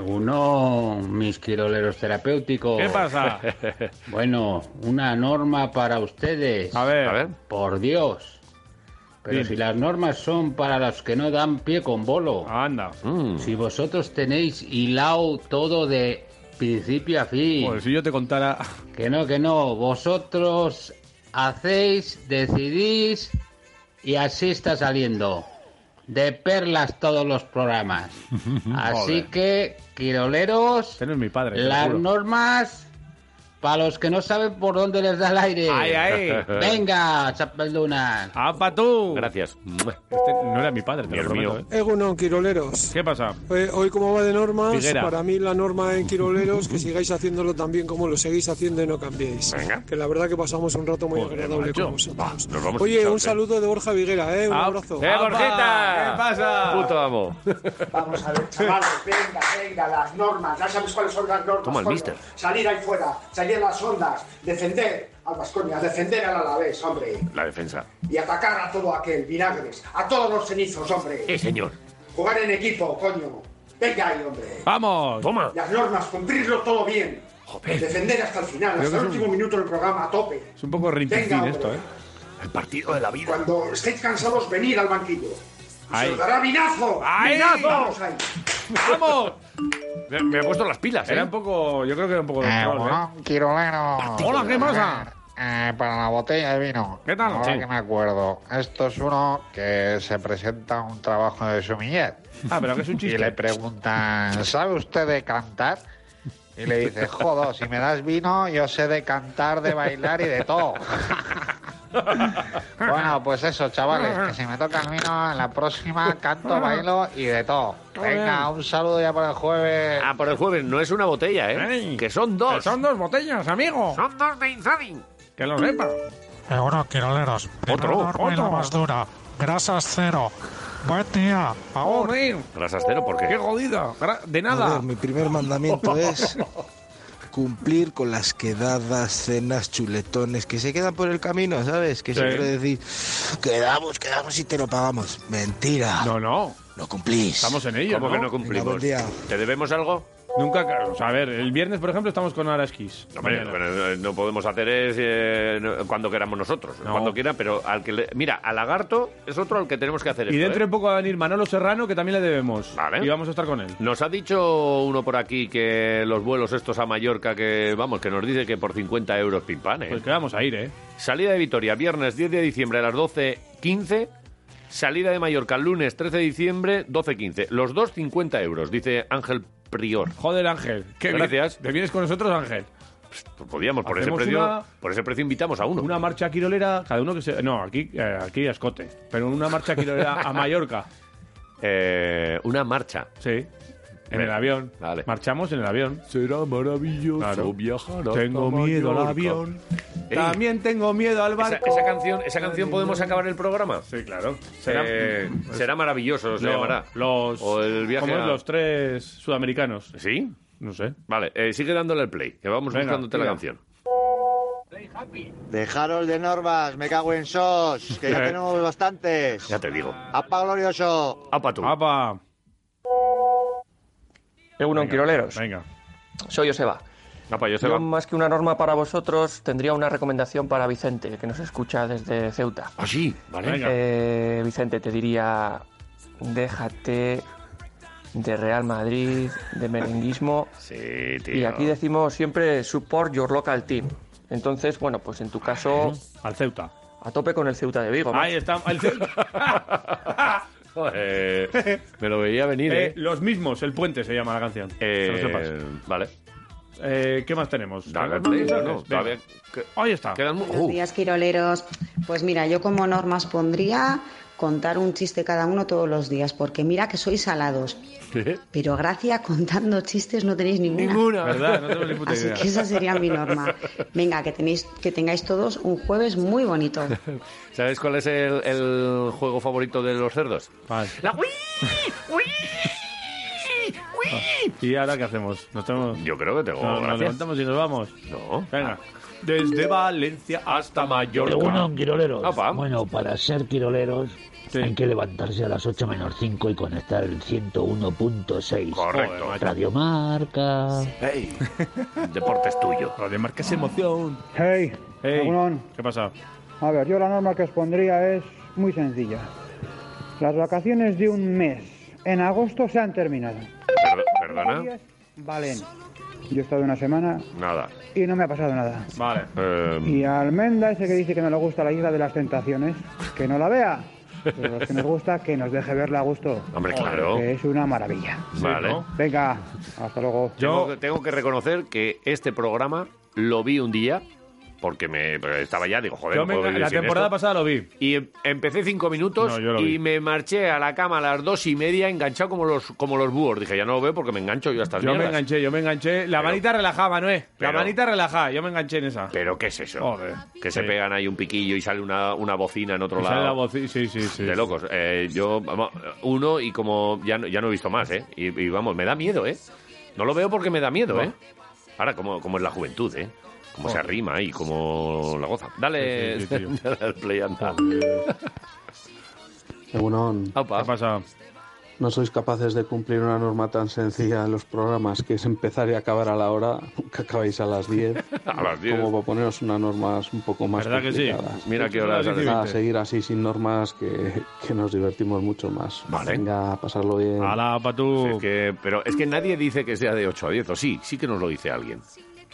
Alguno, mis quiroleros terapéuticos. ¿Qué pasa? [laughs] [laughs] bueno, una norma para ustedes. A ver. Por Dios. Pero Dime. si las normas son para los que no dan pie con bolo. Anda. Si vosotros tenéis hilado todo de principio a fin. Joder, Pues si yo te contara. [laughs] Que no, que no. Vosotros hacéis, decidís y así está saliendo. De perlas todos los programas. Así Joder. que, quiroleros. Este no es mi padre. te lo Las juro. normas para los que no saben por dónde les da el aire. Ay, ay. [laughs] Venga, chapeldunas. ¡Apa tú! Ah. Gracias. Este no era mi padre, te lo prometo. ¿eh? Egunon, Quiroleros. ¿Qué pasa? Eh, hoy como va de normas, Figuera. para mí la norma en Quiroleros que sigáis haciéndolo tan bien como lo seguís haciendo y no cambiéis. Que la verdad que pasamos un rato muy agradable macho. con vosotros. Nos vamos eh. Oye, a- un saludo de Borja Viguera, ¿eh? Un Ah, abrazo. ¡Eh, Borjita! Puto amo. Vamos a ver, chavales, venga, venga, las normas, ya sabéis cuáles son las normas. Toma el coño. mister. Salir ahí fuera, salir a las ondas, defender al Vasconia, defender al Alavés, hombre. La defensa. Y atacar a todo aquel, vinagres, a todos los cenizos, hombre. Eh, señor. Jugar en equipo, coño. Venga ahí, hombre. ¡Vamos! ¡Toma! Las normas, cumplirlo todo bien. Defender hasta el final, Creo que hasta el es un- último minuto del programa, a tope. Es un poco rintintín Venga, esto, ¿eh? El partido de la vida. Cuando estéis cansados, venid al banquillo. [laughs] Y se Ahí. os dará vinazo. Ahí. ¡Vinazo! Vamos ahí. ¡Vamos! Me, me he puesto las pilas, ¿eh? Era un poco. Yo creo que era un poco. Eh, troll, ¿eh? bueno, Quirolero. Hola, ¿qué pasa? Eh, para la botella de vino. ¿Qué tal? Ahora Sí. que me acuerdo. Esto es uno que se presenta a un trabajo de sumiller. Ah, pero que es un chiste. [laughs] Y le preguntan, ¿sabe usted de cantar? Y le dice, jodo, si me das vino, yo sé de cantar, de bailar y [laughs] de todo. bueno, pues eso, chavales, que si me toca el vino, en la próxima canto, bailo y de todo. Venga, un saludo ya para el jueves. Ah, por el jueves no es una botella, ¿eh? Que son dos. Que son dos botellas, amigo. Son dos de Inzadin. Que lo sepa. Euro Quiroleros. Otro, Primera norma y otro. la más dura. Grasas cero. Buen día. Aur. Gracias, cero, ¿por qué? jodida! De Joder, mi primer [laughs] mandamiento es cumplir con las quedadas, cenas, chuletones que se quedan por el camino, ¿sabes? Que Sí. siempre decís, quedamos, quedamos y te lo pagamos. Mentira. No, no. No cumplís. Estamos en ello. ¿Cómo que no cumplimos? Venga, buen día. ¿Te debemos algo? Nunca. O sea, a ver, el viernes, por ejemplo, estamos con Araskis. Hombre, Mañana. pero, eh, no podemos hacer es eh, no- cuando queramos nosotros, No. cuando quiera, pero al que le- mira, al lagarto es otro al que tenemos que hacer y esto, dentro ¿eh? de poco va a venir Manolo Serrano, que también le debemos. Vale. Y vamos a estar con él. Nos ha dicho uno por aquí que los vuelos estos a Mallorca, que vamos, que nos dice que por 50 euros pim pam, ¿eh? Pues que vamos a ir, ¿eh? Salida de Vitoria, viernes 10 de diciembre a las 12.15. Salida de Mallorca, lunes 13 de diciembre, 12.15. Los dos 50 euros, dice Ángel Prior. Joder, Ángel. Qué bien. Gracias. ¿Te vienes con nosotros, Ángel? Pues podíamos, por ese, Hacemos precio, una- por ese precio invitamos a uno. Una marcha quirolera, cada uno que se. No, aquí, eh, aquí a escote. Pero una marcha quirolera a [laughs] Mallorca. Eh, una marcha. Sí. En el avión. Marchamos en el avión. Será maravilloso viajar Tengo miedo al avión. También tengo miedo al Esa, barco. esa canción, esa canción podemos acabar el programa. Sí, claro. Será- Será, Eh, pues, será maravilloso, se Lo- llamará. Los, O el viaje ¿Cómo es? a- Los tres sudamericanos. ¿Sí? No sé. Vale, eh, sigue dándole el play, que vamos Venga, buscándote la tira. canción. Dejaros de normas, me cago en sos, que ya Eh. tenemos bastantes. Ya te digo. ¡Apa glorioso! ¡Apa tú! ¡Apa! Egunon, Quiroleros. Venga. Soy Joseba. Apa, Yo, más que una norma para vosotros, tendría una recomendación para Vicente, que nos escucha desde Ceuta. Ah, sí, vale. Venga. Eh, Vicente, te diría, déjate de Real Madrid, de merenguismo. sí, tío. Y aquí decimos siempre support your local team. Entonces, bueno, pues en tu caso... Ah, Al Ceuta. A tope con el Ceuta de Vigo. macho. Ahí está. el [laughs] Ceuta. Eh, me lo veía venir, Eh, ¿eh? Los mismos, el puente se llama la canción. Eh, que lo Eh, sepas. Vale. Eh, ¿Qué más tenemos? Dale, ¿Tenemos Play, mensajes? no, todavía- que- Ahí está. Quedan mu- Buenos Uh, días, Quiroleros. Pues mira, yo como normas pondría contar un chiste cada uno todos los días, porque mira que sois salados. Pero gracia contando chistes no tenéis ninguna. Ninguna. ¿Verdad? No tenemos ni puta Así idea. que esa sería mi norma. Venga, que tenéis, que tengáis todos un jueves muy [laughs] bonito. ¿Sabes cuál es el, el juego favorito de los cerdos? [laughs] La Wii. Ah, ¿Y ahora qué hacemos? ¿Nos tenemos... Yo creo que tengo. No, nos gracias. levantamos y nos vamos. No. Venga. Desde Valencia hasta Mallorca. Pero bueno, quiroleros. Opa. Bueno, para ser quiroleros hay que levantarse a las 8 menos 5 y conectar el 101.6. Correcto. Joder, macho. Radio Marca. Hey, deporte es tuyo. Radio Marca es emoción. Hey, Hey, Ragunón. ¿Qué pasa? a ver, yo la norma que os pondría es muy sencilla. Las vacaciones de un mes en agosto se han terminado. Perdo- ¿Perdona? Valen. Yo he estado una semana Nada. Eh, y no me ha pasado nada. Vale. Em. Y a Almenda, ese que dice que no le gusta la isla de las tentaciones, que no la vea. Pero los que nos gusta, que nos deje verla a gusto. Hombre, claro. Que es una maravilla. Vale. Venga, hasta luego. Tengo, que- tengo que reconocer que este programa lo vi un día porque me porque estaba ya, digo, joder, Yo no me- puedo vivir la sin temporada esto. pasada lo vi. Y em- empecé cinco minutos No, yo lo vi. y me marché a la cama a las dos y media enganchado como los, como los búhos. Dije, ya no lo veo porque me engancho yo a estas Yo me mierdas. enganché, yo me enganché. La manita relajaba, ¿no es? La pero- manita relajada, yo me enganché en esa. ¿Pero qué es eso? Joder. Que se Sí. pegan ahí un piquillo y sale una, una bocina en otro Y lado. sale la voci- sí, sí, sí. De locos. Eh, yo, vamos, uno y como ya no, ya no he visto más, ¿eh? Y, y vamos, me da miedo, ¿eh? No lo veo porque me da miedo, ¿eh? Ahora, como, como es la juventud, ¿eh? Como se Joder. arrima y como la goza. Dale, Sí, sí, sí, [laughs] dale al play, anda. Egunon. ¿Qué pasa? No sois capaces de cumplir una norma tan sencilla en los programas que es empezar y acabar a la hora, que acabáis a las 10. [laughs] A las 10. Como para poneros unas normas un poco más ¿Verdad que sí? complicadas. Mira qué horas hace. Nada, seguir así sin normas que, que nos divertimos mucho más. Vale. Venga, pasarlo bien. Ala, pa' tú. Sí, es que- pero es que nadie dice que sea de 8 a 10, o sí, sí que nos lo dice alguien.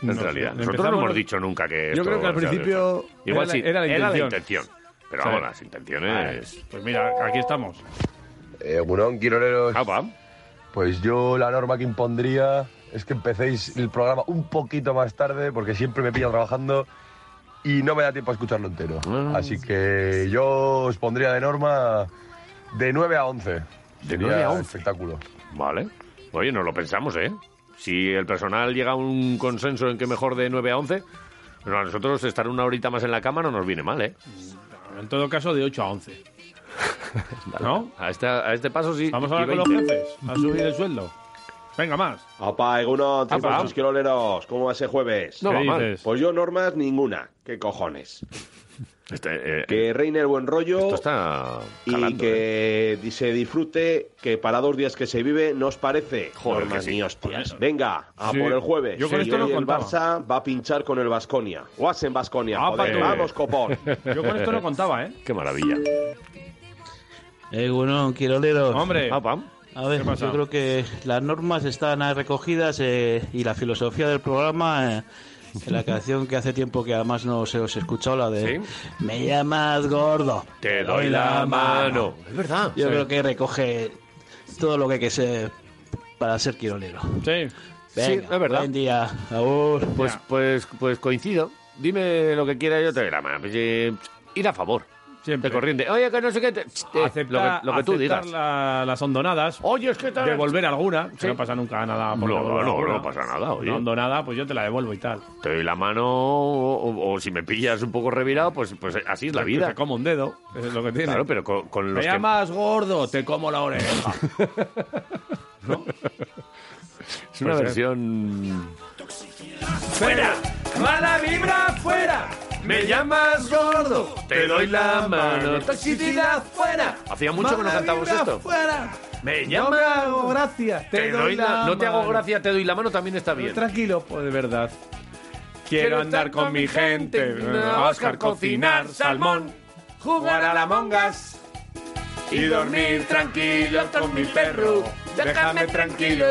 En No sé, realidad, nosotros empezamos no hemos lo- dicho nunca Yo que. esto creo que al sea de principio ocho. Igual era sí, la- era la intención. Pero Sí. vamos, las intenciones. Pues mira, aquí estamos. Egunon, quiroleros. Ah, Pues yo la norma que impondría es que empecéis el programa un poquito más tarde, porque siempre me pilla trabajando y no me da tiempo a escucharlo entero. Ah. Así que yo os pondría de norma de 9 a 11. De 9 a 11. Espectáculo. Vale. Oye, nos lo pensamos, ¿eh? Si el personal llega a un consenso en que mejor de 9 a 11, pero a nosotros estar una horita más en la cama no nos viene mal, ¿eh? Mm, En todo caso, de 8 a [laughs] 11. ¿No? A este, a este paso sí. Vamos a hablar con y los 20. jefes, a subir el sueldo. Venga, más. Apa, Egunon, Apa. tripas quiroleros, ¿cómo va ese jueves? No ¿Qué va mal. dices? Pues yo normas ninguna, qué cojones. [laughs] Este, eh, Que reine el buen rollo esto está y calando, eh. que di- se disfrute, que para dos días que se vive, ¿no os parece? Joder, normas que sí. ni hostias. Venga, a Sí. por el jueves. Yo con Y esto no hoy el contaba. Barça va a pinchar con el Vasconia. Guas en Vasconia, Ah, joder, pa' tú. vamos, [laughs] copón. Yo con esto no contaba, ¿eh? Qué maravilla. Egunon, Eh, quiroleros. Hombre. Ah, pam. A ver, ¿Qué pasa? yo creo que las normas están ahí recogidas eh, y la filosofía del programa [laughs] eh, en la canción que hace tiempo que además no se os escuchó, la de Me llamas gordo. Te doy la mano. Es verdad. Yo Sí. creo que recoge todo lo que hay que ser para ser quirolero. Sí. Venga, sí, es verdad. buen día. Pues, pues, pues coincido. Dime lo que quieras, yo te doy la mano. Pues, eh, ir a favor. Siempre. De corriente. Oye, que no sé qué. te- eh, Aceptar- lo que, lo que tú aceptar digas. la- las hondonadas. Oye, es que tal- Devolver alguna. que Sí. No pasa nunca nada. por No, devolver no, alguna. no pasa nada, oye. Una hondonada, pues yo te la devuelvo y tal. Te doy la mano o, o- o si me pillas un poco revirado, pues, pues así es la Porque vida. te como un dedo, es lo que tiene. Claro, pero con, con Me los que... llamas gordo, te como la [laughs] oreja. Es una Puede versión... Pues, eh. ¡Fuera! ¡Mala vibra, fuera! ¡Me llamas gordo! Te doy la mano. ¡Toxicidad, fuera! Hacía mucho que no Mala cantamos vibra, esto. fuera! Me No me hago gracia, te, doy, la, No te hago mano. gracia, te doy la mano, también está bien. Tranquilo, pues de verdad. Quiero, andar con mi gente, gente, a Oscar, cocinar salmón, jugar a la mongas y dormir tranquilo con mi perro. Déjame tranquilo.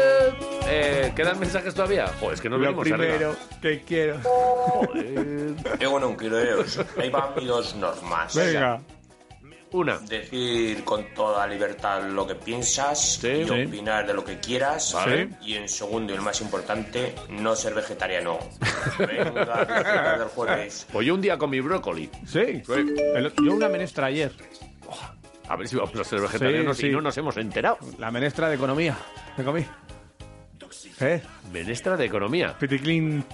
Eh, ¿Quedan mensajes todavía? Joder, es que no Lo venimos arriba. primero que quiero. Eh, Egunon, quiroleros. Ahí van mis dos normas. Venga. Una. Decir con toda libertad lo que piensas y Sí. opinar de lo que quieras. Vale. Y en segundo y [laughs] el más importante, no ser vegetariano. Venga, disfruta del jueves. Pues yo un día comí brócoli. Pues, Sí. El- yo una menestra ayer. A ver si vamos a ser vegetarianos Sí, y sí. no nos hemos enterado. La menestra de economía. Me comí. ¿Eh? Menestra de economía. Piticlin.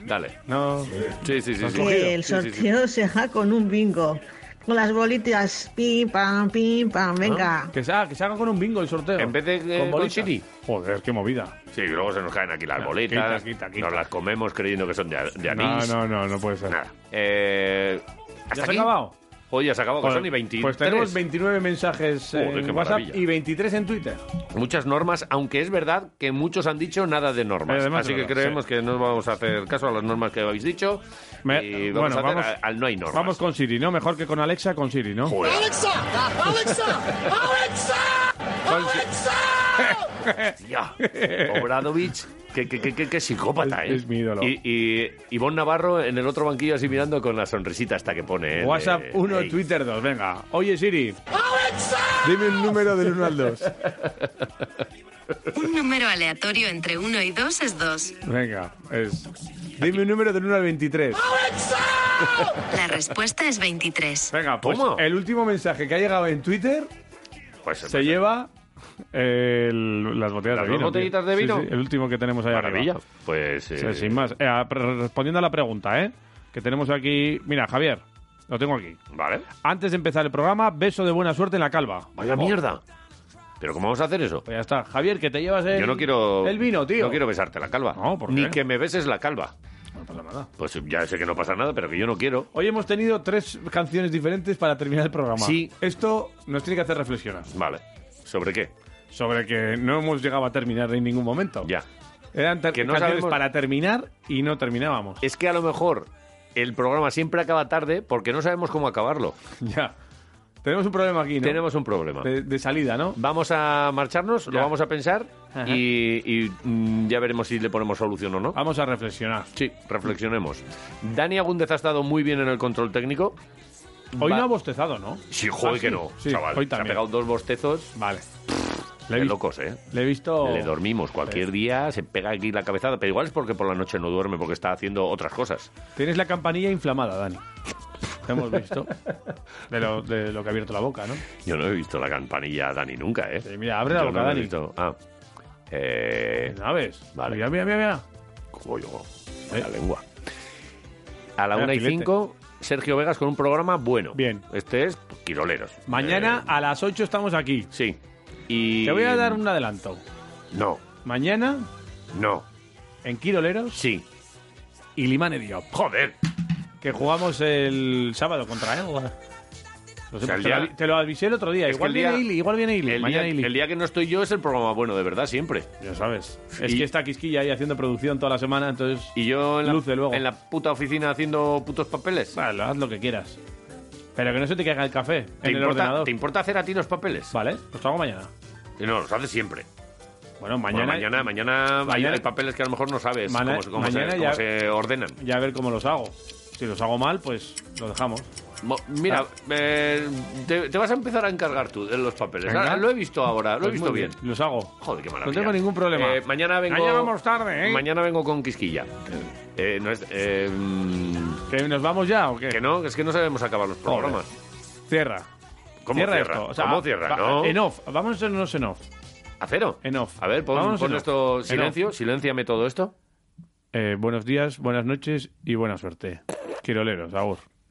Dale. No. Sí, sí, sí. sí. Que el Sí, sí, sí. sorteo [laughs] se haga con un bingo. Con las bolitas, pim, pam, pim, pam, Ah. venga. Que se, haga, que se haga con un bingo el sorteo. En vez de con, con bolitas. chili. Joder, qué movida. Sí, y luego se nos caen aquí las bolitas. quita, Nos las comemos creyendo que son de, a- de No, anís. no, no, no puede ser. Eh, se ¿Hasta ha aquí? acabado? Hoy ya se ha acabado, que Joder, son y 23. Pues tenemos 29 mensajes eh, Joder, qué en WhatsApp maravilla. y 23 en Twitter. Muchas normas, aunque es verdad que muchos han dicho nada de normas. Eh, además, Así es que verdad, creemos que no vamos a hacer caso a las normas que habéis dicho. y vamos bueno, a hacer vamos- a- al no hay normas. Vamos con Siri, ¿no? Mejor que con Alexa, con Siri, ¿no? Alexa, Alexa, Alexa, Alexa. [laughs] Ya. Obradovich, qué, qué, qué- qué- qué psicópata, Es- ¿eh? es mi ídolo. Y, y Ivonne Navarro en el otro banquillo así mirando con la sonrisita hasta que pone. ¿eh? De- WhatsApp 1, Ey. Twitter 2, venga. Oye, Siri. Dime un número del 1 al 2. Un número aleatorio entre 1 y 2 es 2. Venga, es... Dime un número del 1 al 23. La respuesta es 23. Venga, Pues el último mensaje que ha llegado en Twitter se pues, lleva eh, el- las botellas ¿Las de dos vino. botellitas tío. de Sí, vino? sí, el último que tenemos allá Maravilla. Pues... sin más. Eh, a- pre- respondiendo a la pregunta, ¿eh? Que tenemos aquí... Mira, Javier, lo tengo aquí. Vale. Antes de empezar el programa, beso de buena suerte en la calva. Oh, Vaya mierda. ¿Pero cómo vamos a hacer eso? Pues ya está. Javier, que te llevas el... Yo no quiero. El vino, tío. No quiero besarte la calva. No, ¿por Ni qué? que me beses la calva. No pasa nada. Pues ya sé que no pasa nada, pero que yo no quiero. Hoy hemos tenido tres canciones diferentes para terminar el programa. Sí. Esto nos tiene que hacer reflexionar. Vale. ¿Sobre qué? Sobre que no hemos llegado a terminar en ningún momento. Ya. Eran ter- Que no canciones sabemos- para terminar y no terminábamos. Es que a lo mejor el programa siempre acaba tarde porque no sabemos cómo acabarlo. [laughs] Ya. Tenemos un problema aquí, ¿no? Tenemos un problema. De, de salida, ¿no? Vamos a marcharnos, lo vamos a pensar Ajá. y, y, mm, ya veremos si le ponemos solución o no. Vamos a reflexionar. Sí, reflexionemos. Dani Agúndez ha estado muy bien en el control técnico. Hoy Va- no ha bostezado, ¿no? Sí, joder Ah, que sí, no, sí, chaval. hoy Se ha también. pegado dos bostezos. Vale. Le locos, ¿eh? Le he visto... Le dormimos cualquier día, se pega aquí la cabezada, pero igual es porque por la noche no duerme, porque está haciendo otras cosas. Tienes la campanilla inflamada, [laughs] Dani. Te hemos visto. De lo, de lo que ha abierto la boca, ¿no? Yo no he visto la campanilla a Dani nunca, ¿eh? mira, abre la Yo boca, no he Dani. visto. Ah. Eh... ¿No ves? Vale. Mira, mira, mira, mira. Eh. Coño, la lengua. A la Vaya 1 y filete. 5, Sergio Vegas con un programa bueno. Bien. Este es Quiroleros. Eh, Mañana a las 8 estamos aquí. Sí. Y... Te voy a dar un adelanto. No, Mañana, no. en Quiroleros. Sí. Y Limane Diop. ¡Joder! Que jugamos el sábado contra él. Lo sé, O sea, el te, lo, día- te lo avisé el otro día. Es que Igual el viene, día- Ili, igual viene Ili. El día, Mañana Ili. el día que no estoy yo es el programa bueno, de verdad, siempre. Ya sabes. Es que está Quisquilla ahí haciendo producción toda la semana, entonces... Y yo en la, Luce luego. en la puta oficina haciendo putos papeles. Vale, haz lo que quieras. Pero que no se te caiga el café en ¿Te el importa- ordenador. ¿Te importa hacer a ti los papeles? Vale, los hago mañana. Y No, los haces siempre. Bueno, Bueno, mañana... mañana, mañana, mañana- hay papeles que a lo mejor no sabes Mana- cómo, se- cómo se- mañana cómo ya- se ordenan. Ya a ver cómo los hago. Si los hago mal, pues los dejamos. Mo- Mira, Ah. eh, te, te vas a empezar a encargar tú de los papeles. Venga. Ah, Lo he visto ahora, lo Pues he visto muy bien. bien, Los hago. Joder, qué maravilla. No tengo ningún problema. Eh, mañana vengo. Mañana vamos tarde, ¿eh? Mañana vengo con Quisquilla. Eh, no es, eh, mm, ¿Que nos vamos ya o qué? que no, es que no sabemos acabar los Joder. programas. Cierra. ¿Cómo cierra, cierra? esto. O sea, ¿Cómo cierra? va- eh, No. En off. Vámonos en off. ¿A cero? En off. A ver, pon, Vámonos pon en off. En esto. off. Silencio, silenciame todo esto. Eh, buenos días, buenas noches y buena suerte. Quiroleros, agur.